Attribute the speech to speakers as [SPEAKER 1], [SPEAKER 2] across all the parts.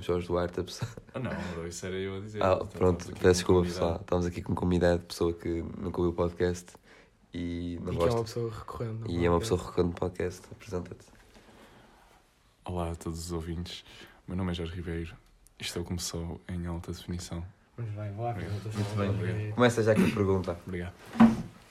[SPEAKER 1] Jorge Duarte, a pessoa.
[SPEAKER 2] Ah, não, bro, isso era eu a dizer.
[SPEAKER 1] Ah,
[SPEAKER 2] Então,
[SPEAKER 1] pronto,
[SPEAKER 2] estamos aqui
[SPEAKER 1] peço
[SPEAKER 2] com
[SPEAKER 1] desculpa,
[SPEAKER 2] um
[SPEAKER 1] pessoal.
[SPEAKER 2] convidado.
[SPEAKER 1] Estamos aqui com um convidado, pessoa que nunca ouviu o podcast e não
[SPEAKER 3] E que é uma
[SPEAKER 1] gosta.
[SPEAKER 3] pessoa recorrendo.
[SPEAKER 1] E é uma pessoa recorrente do podcast. Apresenta-te.
[SPEAKER 2] Olá a todos os ouvintes. Meu nome é Jorge Ribeiro. Isto é começou em alta definição.
[SPEAKER 3] Muito bem, boa
[SPEAKER 2] Obrigado.
[SPEAKER 3] apresentação.
[SPEAKER 1] Muito bem,
[SPEAKER 2] obrigado.
[SPEAKER 1] Começa já com a pergunta.
[SPEAKER 2] Obrigado.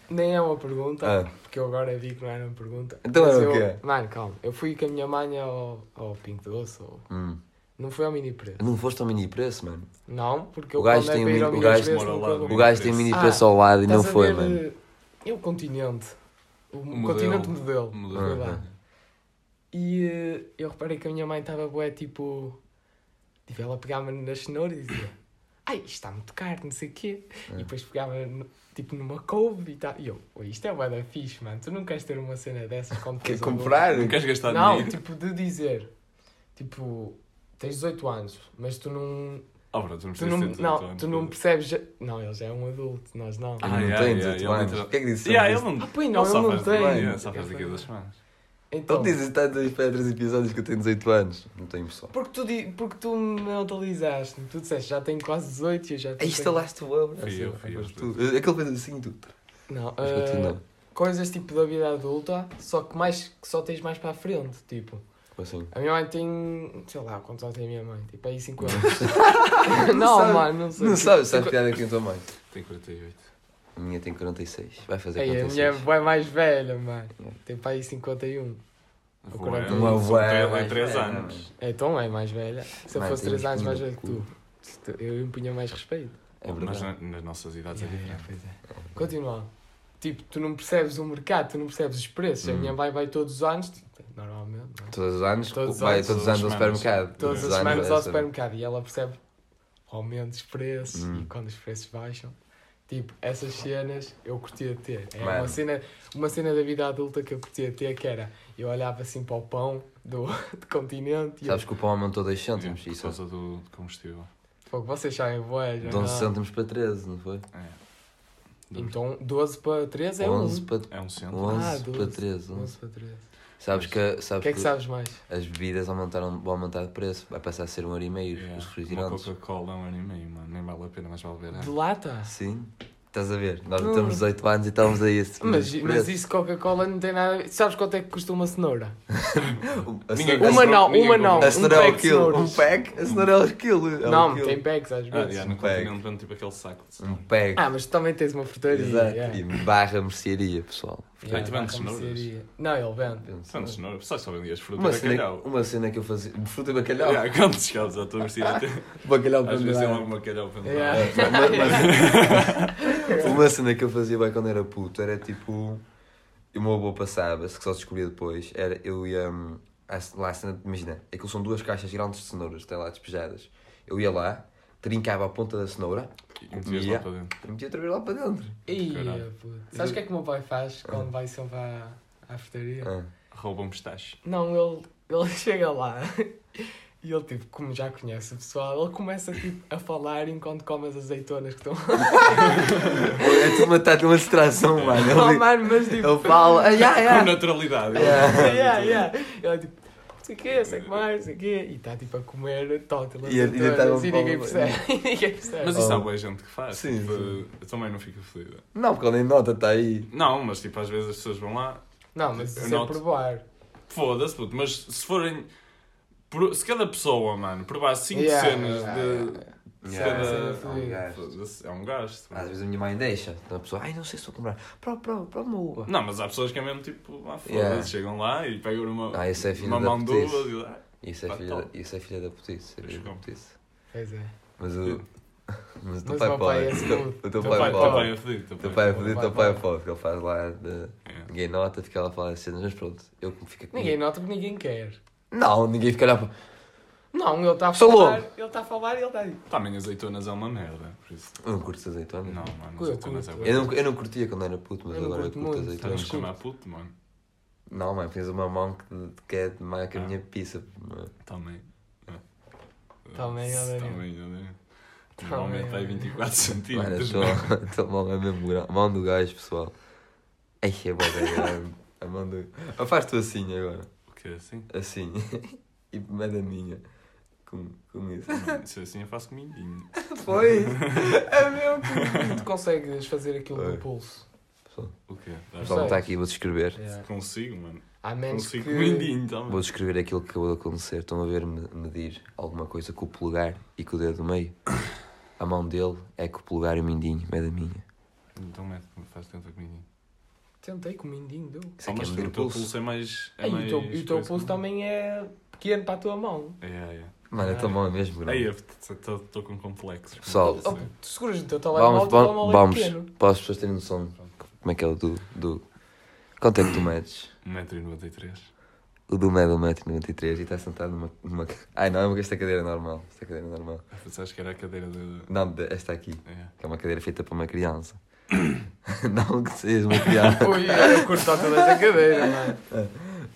[SPEAKER 3] Nem é uma pergunta,
[SPEAKER 2] Tá.
[SPEAKER 1] Ah.
[SPEAKER 3] porque eu agora vi que não era uma pergunta.
[SPEAKER 1] Então
[SPEAKER 3] Mas
[SPEAKER 1] era o
[SPEAKER 3] eu-
[SPEAKER 1] quê?
[SPEAKER 3] Mano, calma. Eu fui com a minha mãe ao, ao Pinto Doce, ou...
[SPEAKER 1] Hum.
[SPEAKER 3] Não foi ao mini preço.
[SPEAKER 1] Não foste ao mini preço, mano.
[SPEAKER 3] Não, porque eu
[SPEAKER 1] O gajo
[SPEAKER 3] quando é
[SPEAKER 1] tem
[SPEAKER 3] para
[SPEAKER 1] um
[SPEAKER 3] ir ao
[SPEAKER 1] mini- o
[SPEAKER 3] Mini
[SPEAKER 1] gajo-
[SPEAKER 3] Preço,
[SPEAKER 2] mora
[SPEAKER 3] nunca
[SPEAKER 2] lá
[SPEAKER 3] vou.
[SPEAKER 1] O gajo tem um mini
[SPEAKER 3] Ah,
[SPEAKER 1] preço ao lado e não
[SPEAKER 3] Estás a
[SPEAKER 1] foi,
[SPEAKER 3] ver,
[SPEAKER 1] mano.
[SPEAKER 3] eh, É o continente. O,
[SPEAKER 2] modelo.
[SPEAKER 3] continente modelo.
[SPEAKER 2] Mudou. né?
[SPEAKER 3] Foi lá. E eh, eu reparei que a minha mãe estava bué, tipo... Tipo, ela pegava-me nas cenouras e dizia... Ai, isto está muito caro, não sei o quê.
[SPEAKER 1] Ah.
[SPEAKER 3] E depois pegava, no- tipo, numa couve e tal. E eu, "Ui, isto é bué da fixe, mano. Tu não queres ter uma cena dessas quando
[SPEAKER 1] Quer
[SPEAKER 3] fores ao
[SPEAKER 1] comprar?
[SPEAKER 2] Não queres gastar
[SPEAKER 3] Não,
[SPEAKER 2] dinheiro?
[SPEAKER 3] tipo, de dizer... Tipo, tens 18 anos, mas tu não...
[SPEAKER 2] Oh, bro, tu não
[SPEAKER 3] Tu
[SPEAKER 2] precisas
[SPEAKER 3] não,
[SPEAKER 2] ter 18
[SPEAKER 3] não,
[SPEAKER 2] anos,
[SPEAKER 3] tu não
[SPEAKER 2] bro.
[SPEAKER 3] percebes... já- Não, ele já é um adulto, nós não.
[SPEAKER 1] Eu
[SPEAKER 2] Ah,
[SPEAKER 1] não
[SPEAKER 2] yeah,
[SPEAKER 1] tenho
[SPEAKER 2] yeah,
[SPEAKER 1] 18
[SPEAKER 2] ele
[SPEAKER 1] anos.
[SPEAKER 2] entrou-
[SPEAKER 1] O que é que disse? sobre
[SPEAKER 2] Yeah, ele
[SPEAKER 1] isso?
[SPEAKER 2] não,
[SPEAKER 3] Ah, pois
[SPEAKER 2] ele
[SPEAKER 3] não,
[SPEAKER 2] só
[SPEAKER 3] ele não
[SPEAKER 2] faz
[SPEAKER 3] tem.
[SPEAKER 2] daqui- yeah, só faz daqui a duas semanas.
[SPEAKER 1] Então
[SPEAKER 3] Então,
[SPEAKER 1] dizes que tantos pedras e episódios que eu tenho 18 anos. Não tenho pessoal.
[SPEAKER 3] porque tu, di- porque tu me mentalizaste, tu disseste já tenho quase 18 e eu já
[SPEAKER 1] Aí
[SPEAKER 3] tenho.
[SPEAKER 1] instalaste o
[SPEAKER 3] é
[SPEAKER 1] abro.
[SPEAKER 3] assim,
[SPEAKER 2] Fui eu, fui eu.
[SPEAKER 1] Aquele fez assim, tu.
[SPEAKER 3] Não,
[SPEAKER 1] Mas
[SPEAKER 3] eh,
[SPEAKER 1] continua.
[SPEAKER 3] coisas tipo da vida adulta, só que, mais, que só tens mais para a frente. Tipo,
[SPEAKER 1] Como assim?
[SPEAKER 3] a minha mãe tem. sei lá, quantos anos tem a minha mãe? Tipo, aí 5 anos. não,
[SPEAKER 1] sabe-
[SPEAKER 3] mano, não sei.
[SPEAKER 1] Não sabes, sabes piada aqui a tua mãe.
[SPEAKER 2] Tem 48.
[SPEAKER 1] A minha tem 46. Vai fazer
[SPEAKER 3] Aí, a minha
[SPEAKER 1] 46.
[SPEAKER 3] mãe é mais velha, mano.
[SPEAKER 1] Yeah.
[SPEAKER 3] Tem para aí 51.
[SPEAKER 2] Vou-
[SPEAKER 3] quarenta e
[SPEAKER 2] são
[SPEAKER 3] um.
[SPEAKER 1] Uma bué,
[SPEAKER 2] três- é
[SPEAKER 1] mas
[SPEAKER 2] 3
[SPEAKER 1] é,
[SPEAKER 2] anos.
[SPEAKER 3] Então é mais velha. Se eu
[SPEAKER 1] Mãe,
[SPEAKER 3] fosse
[SPEAKER 1] tens
[SPEAKER 3] 3 anos
[SPEAKER 1] espinha
[SPEAKER 3] mais
[SPEAKER 1] no
[SPEAKER 3] velha que tu, eu impunha mais respeito.
[SPEAKER 1] É
[SPEAKER 2] Mas
[SPEAKER 1] verdade.
[SPEAKER 2] na- nas nossas idades é diferente.
[SPEAKER 3] Continua. Tipo, tu não percebes o mercado, tu não percebes os preços. A
[SPEAKER 1] Hum.
[SPEAKER 3] minha mãe vai todos os anos, tipo, normalmente, não é?
[SPEAKER 1] Todos os anos,
[SPEAKER 3] Todos os
[SPEAKER 1] vai
[SPEAKER 3] anos,
[SPEAKER 1] todos é os anos
[SPEAKER 2] todas
[SPEAKER 1] ao
[SPEAKER 2] as semanas.
[SPEAKER 1] supermercado.
[SPEAKER 3] todas
[SPEAKER 2] Todos
[SPEAKER 3] as
[SPEAKER 2] os anos
[SPEAKER 3] semanas
[SPEAKER 1] vai
[SPEAKER 3] ao
[SPEAKER 1] ao
[SPEAKER 3] supermercado e ela percebe o aumento dos preços
[SPEAKER 1] Hum.
[SPEAKER 3] e quando os preços baixam. Tipo, essas cenas eu curtia de ter. É
[SPEAKER 1] Mano.
[SPEAKER 3] uma cena, uma cena da vida adulta que eu curtia de ter que era eu olhava assim para o pão do, do continente e eu,
[SPEAKER 1] Sabes que o pão aumentou 2 cêntimos.
[SPEAKER 2] Por
[SPEAKER 1] Isso
[SPEAKER 2] causa do do combustível.
[SPEAKER 3] "Fogo, vocês sabem boas.
[SPEAKER 1] de 11 cêntimos para 13, não foi?
[SPEAKER 2] É. Do-
[SPEAKER 3] Então 12 para 13 é Ah,
[SPEAKER 1] 11
[SPEAKER 3] 11.
[SPEAKER 1] para
[SPEAKER 2] É um centro.
[SPEAKER 1] 11 para
[SPEAKER 3] 12.
[SPEAKER 1] 13.
[SPEAKER 3] 11
[SPEAKER 1] 11.
[SPEAKER 3] para 13.
[SPEAKER 1] Sabes que,
[SPEAKER 3] O
[SPEAKER 1] sabes
[SPEAKER 3] que é que sabes mais?
[SPEAKER 1] as bebidas aumentaram, vão aumentar de preço. Vai passar a ser um euro e meio os-
[SPEAKER 2] Yeah.
[SPEAKER 1] os
[SPEAKER 2] Uma
[SPEAKER 1] refrigerantes.
[SPEAKER 2] Coca-Cola é um ano e meio, mano. Nem vale a pena, mas vale ver.
[SPEAKER 1] É.
[SPEAKER 3] De lata?
[SPEAKER 1] Sim. Estás a ver? Nós
[SPEAKER 3] Hum.
[SPEAKER 1] não temos 18 anos e estamos aí a esse
[SPEAKER 3] Mas,
[SPEAKER 1] preço.
[SPEAKER 3] mas isso Coca-Cola não tem nada. a ver. Sabes quanto é que custa uma cenoura?
[SPEAKER 1] A
[SPEAKER 2] Ninguém-
[SPEAKER 1] cenoura-
[SPEAKER 3] Uma não,
[SPEAKER 2] ninguém
[SPEAKER 3] uma não.
[SPEAKER 2] compra.
[SPEAKER 1] A
[SPEAKER 3] Um
[SPEAKER 1] cenoura é o
[SPEAKER 3] pack de
[SPEAKER 1] quilo.
[SPEAKER 3] cenouras.
[SPEAKER 1] Um pack? A cenoura é o quilo. é o
[SPEAKER 3] Não,
[SPEAKER 1] quilo.
[SPEAKER 3] tem bags às
[SPEAKER 2] Ah,
[SPEAKER 3] vezes.
[SPEAKER 2] yeah, no
[SPEAKER 1] um pack.
[SPEAKER 2] continente vende tipo aquele saco de
[SPEAKER 1] Um
[SPEAKER 2] cenoura.
[SPEAKER 1] pack.
[SPEAKER 3] Ah, mas tu também tens uma frutaria.
[SPEAKER 1] Exato. Tipo,
[SPEAKER 3] yeah.
[SPEAKER 1] E é, barra mercearia, pessoal.
[SPEAKER 3] Yeah,
[SPEAKER 2] Ah, tu vendes
[SPEAKER 3] vai à
[SPEAKER 2] cenouras?
[SPEAKER 3] mercearia. Não, ele vende.
[SPEAKER 2] Só de cenoura. Pessoal, só vendias fruta
[SPEAKER 1] Uma
[SPEAKER 2] e
[SPEAKER 1] cena,
[SPEAKER 2] bacalhau.
[SPEAKER 1] uma cena que eu fazia. Fruta e bacalhau.
[SPEAKER 2] Yeah, Quando chegámos à tua universidade,
[SPEAKER 1] Bacalhau É,
[SPEAKER 2] às vezes é
[SPEAKER 1] pendurado.
[SPEAKER 2] logo bacalhau para
[SPEAKER 3] Yeah.
[SPEAKER 2] andar.
[SPEAKER 1] Uma- Uma cena que eu fazia bem quando era puto era tipo. E o meu avô passava-se, que só descobria depois, era eu ia hum, à ce- lá, à cena, imagina, aquilo são duas caixas grandes de cenouras, tem lá despejadas. Eu ia lá, trincava a ponta da cenoura
[SPEAKER 2] E metias lá
[SPEAKER 1] Yeah.
[SPEAKER 2] para dentro.
[SPEAKER 1] e metia outra vez lá para dentro.
[SPEAKER 3] Ia,
[SPEAKER 2] Caralho.
[SPEAKER 3] puto. Sabes o que é que o meu pai faz quando vai sempre à, à frutaria?
[SPEAKER 1] Ah,
[SPEAKER 2] Roubam pistache.
[SPEAKER 3] Não, ele, ele chega lá e ele, tipo, como já conhece o pessoal, ele começa tipo, a falar enquanto come as azeitonas que estão lá.
[SPEAKER 1] É tudo uma, tá, uma distração, mano.
[SPEAKER 3] Oh,
[SPEAKER 1] Ele,
[SPEAKER 3] mano, mas tipo.
[SPEAKER 1] ele fala, ah, já,
[SPEAKER 2] Com
[SPEAKER 1] já.
[SPEAKER 2] naturalidade.
[SPEAKER 3] yeah, yeah. Ele tipo, não sei o quê, sei o que mais, não sei o quê. E está tipo a comer tótelas
[SPEAKER 1] E
[SPEAKER 3] e,
[SPEAKER 1] ele- ele tá tava
[SPEAKER 3] azeitonas e ninguém
[SPEAKER 1] falando-
[SPEAKER 3] percebe. E ninguém percebe.
[SPEAKER 2] Mas isso há
[SPEAKER 1] Oh.
[SPEAKER 2] boa gente que faz.
[SPEAKER 1] Sim,
[SPEAKER 2] tipo,
[SPEAKER 1] sim.
[SPEAKER 2] Eu também não fico fodida.
[SPEAKER 1] Não, porque ele nem nota, está aí.
[SPEAKER 2] Não, mas tipo, às vezes as pessoas vão lá,
[SPEAKER 3] Não, mas
[SPEAKER 2] Eu
[SPEAKER 3] isso é
[SPEAKER 2] noto.
[SPEAKER 3] provar.
[SPEAKER 2] foda-se, puto, mas se forem. por- Se cada pessoa, mano, provar 5
[SPEAKER 3] Yeah,
[SPEAKER 2] cenas
[SPEAKER 3] yeah,
[SPEAKER 2] de.
[SPEAKER 3] yeah.
[SPEAKER 2] de
[SPEAKER 1] Yeah.
[SPEAKER 3] Sim,
[SPEAKER 2] cada-
[SPEAKER 3] sim.
[SPEAKER 1] Oh, gajo.
[SPEAKER 2] Foda-se, É um gasto.
[SPEAKER 1] Às vezes a minha mãe deixa. Então a pessoa, ai, não sei se vou comprar. Prova, prova, prova uma uva.
[SPEAKER 2] Não, mas há pessoas que é mesmo tipo, ah, foda-se,
[SPEAKER 1] Yeah.
[SPEAKER 2] chegam lá e pegam uma,
[SPEAKER 1] Ah, isso é filho
[SPEAKER 2] uma
[SPEAKER 1] da
[SPEAKER 2] mão de
[SPEAKER 1] putice.
[SPEAKER 2] uvas e lá.
[SPEAKER 1] Isso é
[SPEAKER 3] Ah,
[SPEAKER 2] Pá,
[SPEAKER 1] filha,
[SPEAKER 2] tá.
[SPEAKER 1] da- isso é filha da putice. É filha da
[SPEAKER 2] João.
[SPEAKER 1] putice.
[SPEAKER 3] Pois é.
[SPEAKER 1] Mas o. Mas o teu
[SPEAKER 3] Mas
[SPEAKER 1] pai
[SPEAKER 3] o meu pai
[SPEAKER 1] pode.
[SPEAKER 3] é assim.
[SPEAKER 1] O teu
[SPEAKER 2] Teu pai
[SPEAKER 1] pai
[SPEAKER 2] teu pai
[SPEAKER 1] pode.
[SPEAKER 2] é fedido.
[SPEAKER 1] O teu pai é
[SPEAKER 3] teu
[SPEAKER 1] fodido, o
[SPEAKER 3] pai
[SPEAKER 1] teu pai é
[SPEAKER 3] pode.
[SPEAKER 1] pobre, porque ele faz lá. De...
[SPEAKER 2] Yeah.
[SPEAKER 1] Ninguém nota, fica lá a falar as cenas, mas pronto. Eu como fica
[SPEAKER 3] Ninguém nota porque ninguém quer.
[SPEAKER 1] Não, ninguém fica a olhar para.
[SPEAKER 3] Não, ele está a
[SPEAKER 1] Sou
[SPEAKER 3] falar.
[SPEAKER 1] louco.
[SPEAKER 3] Ele está a falar e ele tá está a dizer.
[SPEAKER 2] Também azeitonas é uma merda, por isso.
[SPEAKER 1] Eu não curto azeitonas.
[SPEAKER 2] Não, mano,
[SPEAKER 3] Eu
[SPEAKER 2] azeitonas é
[SPEAKER 3] curto.
[SPEAKER 2] bué.
[SPEAKER 1] Eu não, eu não curtia quando era puto, mas
[SPEAKER 3] Eu não
[SPEAKER 1] agora eu
[SPEAKER 3] curto
[SPEAKER 1] curto
[SPEAKER 3] muito,
[SPEAKER 2] Estás a me
[SPEAKER 1] azeitonas.
[SPEAKER 3] também.
[SPEAKER 2] chamar puto, mano.
[SPEAKER 1] Não, mano, tens uma mão que, que é de má que a
[SPEAKER 2] Ah.
[SPEAKER 1] minha pizza. mano.
[SPEAKER 2] Também. Ah.
[SPEAKER 3] Também, olha,
[SPEAKER 2] Também, olha.
[SPEAKER 3] Também,
[SPEAKER 2] Normalmente vai
[SPEAKER 3] olha.
[SPEAKER 2] 24
[SPEAKER 1] Mano, a
[SPEAKER 2] centímetros.
[SPEAKER 1] tua,
[SPEAKER 2] mano.
[SPEAKER 1] a tua mão é mesmo gra- a mão do gajo, pessoal. Ai, é boa, grande. A mão do. Ah, Faz tu assim agora.
[SPEAKER 2] O que é assim?
[SPEAKER 1] Assim. e manda a minha. com, com isso.
[SPEAKER 2] Se eu assim eu faço comidinho.
[SPEAKER 3] Pois! É mesmo
[SPEAKER 2] um.
[SPEAKER 3] que tu consegues fazer aquilo no
[SPEAKER 1] Foi.
[SPEAKER 3] pulso.
[SPEAKER 1] Pessoal,
[SPEAKER 2] O quê?
[SPEAKER 1] o
[SPEAKER 2] Dá-
[SPEAKER 1] pessoal não está aqui, vou descrever.
[SPEAKER 2] Consigo, mano.
[SPEAKER 3] Há menos É. que...
[SPEAKER 2] Consigo comidinho também.
[SPEAKER 1] Vou descrever aquilo que acabou de acontecer. Estão a ver me- medir alguma coisa com o polegar e com o dedo do meio. A mão dele é com o polegar e o mindinho, é da minha.
[SPEAKER 2] Então mete, faz tanta comidinho.
[SPEAKER 3] Tentei com o mindinho, deu.
[SPEAKER 1] Isso
[SPEAKER 2] Ah,
[SPEAKER 1] aqui é
[SPEAKER 2] mas
[SPEAKER 1] medir
[SPEAKER 2] o
[SPEAKER 1] o
[SPEAKER 2] teu
[SPEAKER 1] pulso.
[SPEAKER 2] pulso é mais. É
[SPEAKER 3] Ei, e o
[SPEAKER 2] mais
[SPEAKER 3] teu, e o teu
[SPEAKER 2] coisa
[SPEAKER 3] pulso
[SPEAKER 2] que o
[SPEAKER 3] também é pequeno para a tua mão.
[SPEAKER 2] meu. É, é.
[SPEAKER 1] Mano, a tua mão é mesmo
[SPEAKER 2] Aí,
[SPEAKER 1] grande.
[SPEAKER 2] eu estou com complexos.
[SPEAKER 1] Pessoal,
[SPEAKER 2] Não
[SPEAKER 3] Oh,
[SPEAKER 2] sei.
[SPEAKER 3] tu seguras no teu telemóvel, o
[SPEAKER 1] Vamos,
[SPEAKER 3] teu
[SPEAKER 1] vamos,
[SPEAKER 3] telemóvel é
[SPEAKER 1] vamos.
[SPEAKER 3] pequeno.
[SPEAKER 1] Para as pessoas terem noção como é que é o do. do... Quanto é que tu medes?
[SPEAKER 2] 1,93m.
[SPEAKER 1] O do mede 1,93m e está sentado numa, numa. ca- Ai não, é esta cadeira é normal. Esta cadeira é normal.
[SPEAKER 2] Pensaste que era a cadeira de.
[SPEAKER 1] Não, de- esta aqui,
[SPEAKER 2] É.
[SPEAKER 1] que é uma cadeira feita para uma criança. não que sejas uma criança.
[SPEAKER 3] Ui, eu curto toda essa cadeira, mano.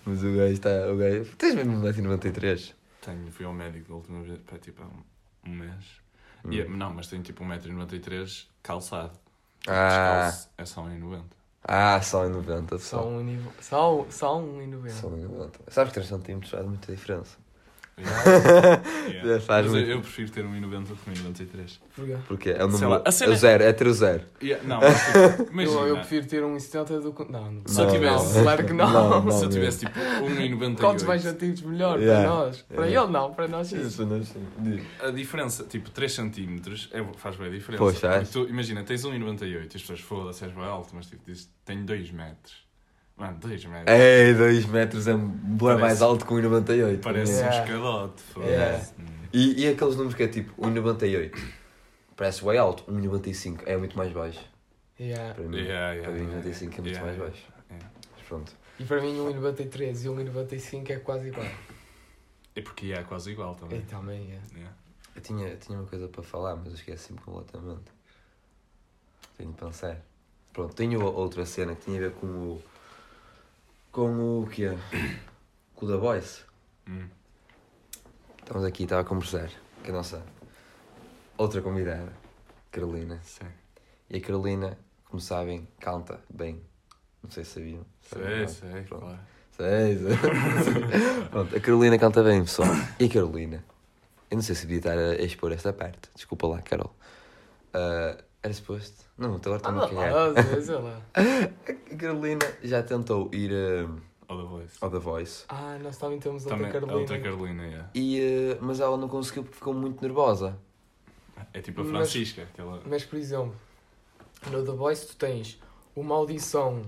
[SPEAKER 1] Mas o gajo está. O gajo. Tens mesmo 1,93m?
[SPEAKER 2] Tenho, fui ao médico da última vez, pá, tipo há um, um mês. E é- não, mas tenho tipo 1,93m calçado.
[SPEAKER 1] Ah.
[SPEAKER 2] Descalço é só 1,90m.
[SPEAKER 1] Ah, só em 90,
[SPEAKER 3] Só
[SPEAKER 1] só.
[SPEAKER 3] um nível. Só, só um e noventa.
[SPEAKER 1] Só em 90. Sabes que 3 centímetros faz muita diferença.
[SPEAKER 2] Yeah.
[SPEAKER 1] Já faz
[SPEAKER 2] Mas eu,
[SPEAKER 1] muito.
[SPEAKER 2] eu prefiro ter 1,90m do que 1,93m.
[SPEAKER 3] Porquê?
[SPEAKER 1] Porque é o
[SPEAKER 2] Sei
[SPEAKER 1] número.
[SPEAKER 2] lá, a cena-
[SPEAKER 1] É o zero, é ter o zero.
[SPEAKER 2] Yeah, não, mas tipo, imagina.
[SPEAKER 3] Eu, eu prefiro ter um 70 do que. Não, não.
[SPEAKER 2] Se eu
[SPEAKER 3] Não,
[SPEAKER 2] tivesse-
[SPEAKER 3] Claro que não.
[SPEAKER 1] Não, não.
[SPEAKER 2] Se eu tivesse tipo 1,98m.
[SPEAKER 3] Quantos mais antigos, melhor
[SPEAKER 1] Yeah.
[SPEAKER 3] para nós. Para
[SPEAKER 1] Yeah.
[SPEAKER 3] ele, não. Para nós, sim.
[SPEAKER 2] A diferença, tipo, 3 centímetros é, faz bem a diferença.
[SPEAKER 1] Pois, faz.
[SPEAKER 2] Porque tu, imagina, tens 1,98 e as pessoas foda-se, és bem alto, mas tipo, dizes, tenho 2 metros. Mano, 2 metros.
[SPEAKER 1] Ei, 2 metros é bem
[SPEAKER 2] Parece-
[SPEAKER 1] mais alto que 1,98.
[SPEAKER 2] Parece
[SPEAKER 1] Yeah.
[SPEAKER 2] um
[SPEAKER 3] Yeah.
[SPEAKER 2] escadote, foda-se.
[SPEAKER 1] Yeah.
[SPEAKER 2] Hum.
[SPEAKER 1] É. E, e aqueles números que é tipo 1,98. Parece bem alto, 1,95 é muito mais baixo.
[SPEAKER 3] Yeah.
[SPEAKER 1] Para mim,
[SPEAKER 2] Yeah, yeah,
[SPEAKER 1] para mim
[SPEAKER 2] yeah,
[SPEAKER 1] 1,95 é muito
[SPEAKER 2] yeah,
[SPEAKER 1] mais
[SPEAKER 2] yeah.
[SPEAKER 1] baixo.
[SPEAKER 2] Yeah.
[SPEAKER 1] Mas pronto.
[SPEAKER 3] E para mim, 1,93 e 1,95 é quase igual.
[SPEAKER 2] É porque é quase igual
[SPEAKER 3] E
[SPEAKER 2] também.
[SPEAKER 3] também é.
[SPEAKER 2] Yeah.
[SPEAKER 1] Eu tinha, eu tinha uma coisa para falar, mas eu esqueci-me completamente. Tenho de pensar. Pronto, tenho o- outra cena que tinha a ver com o. com o que é? Com o da Voice.
[SPEAKER 2] Hum.
[SPEAKER 1] Estamos aqui, estava a conversar com a nossa outra convidada, Carolina.
[SPEAKER 2] Sim.
[SPEAKER 1] E a Carolina, como sabem, canta bem. Não sei se sabiam.
[SPEAKER 2] Sei,
[SPEAKER 1] Sabiam,
[SPEAKER 2] sei,
[SPEAKER 1] Pronto.
[SPEAKER 2] claro.
[SPEAKER 1] Sei, sei. Pronto, a Carolina canta bem, pessoal. E a Carolina? Eu não sei se devia estar a expor esta parte. Desculpa lá, Carol. Ah, era suposto? Não, agora
[SPEAKER 3] Ah,
[SPEAKER 1] estou-me a
[SPEAKER 3] não,
[SPEAKER 1] cagar.
[SPEAKER 2] é.
[SPEAKER 3] ah, sei, sei lá.
[SPEAKER 1] A Carolina já tentou ir ah,
[SPEAKER 2] Ou da voz.
[SPEAKER 1] ao The Voice.
[SPEAKER 3] Ah, nós também temos outra
[SPEAKER 2] Também, a outra
[SPEAKER 3] Carolina.
[SPEAKER 2] Carolina, yeah.
[SPEAKER 1] E, ah, mas ela não conseguiu porque ficou muito nervosa.
[SPEAKER 2] É tipo a
[SPEAKER 3] Mas-
[SPEAKER 2] Francisca, aquela.
[SPEAKER 3] Mas, por exemplo, no The Voice tu tens uma audição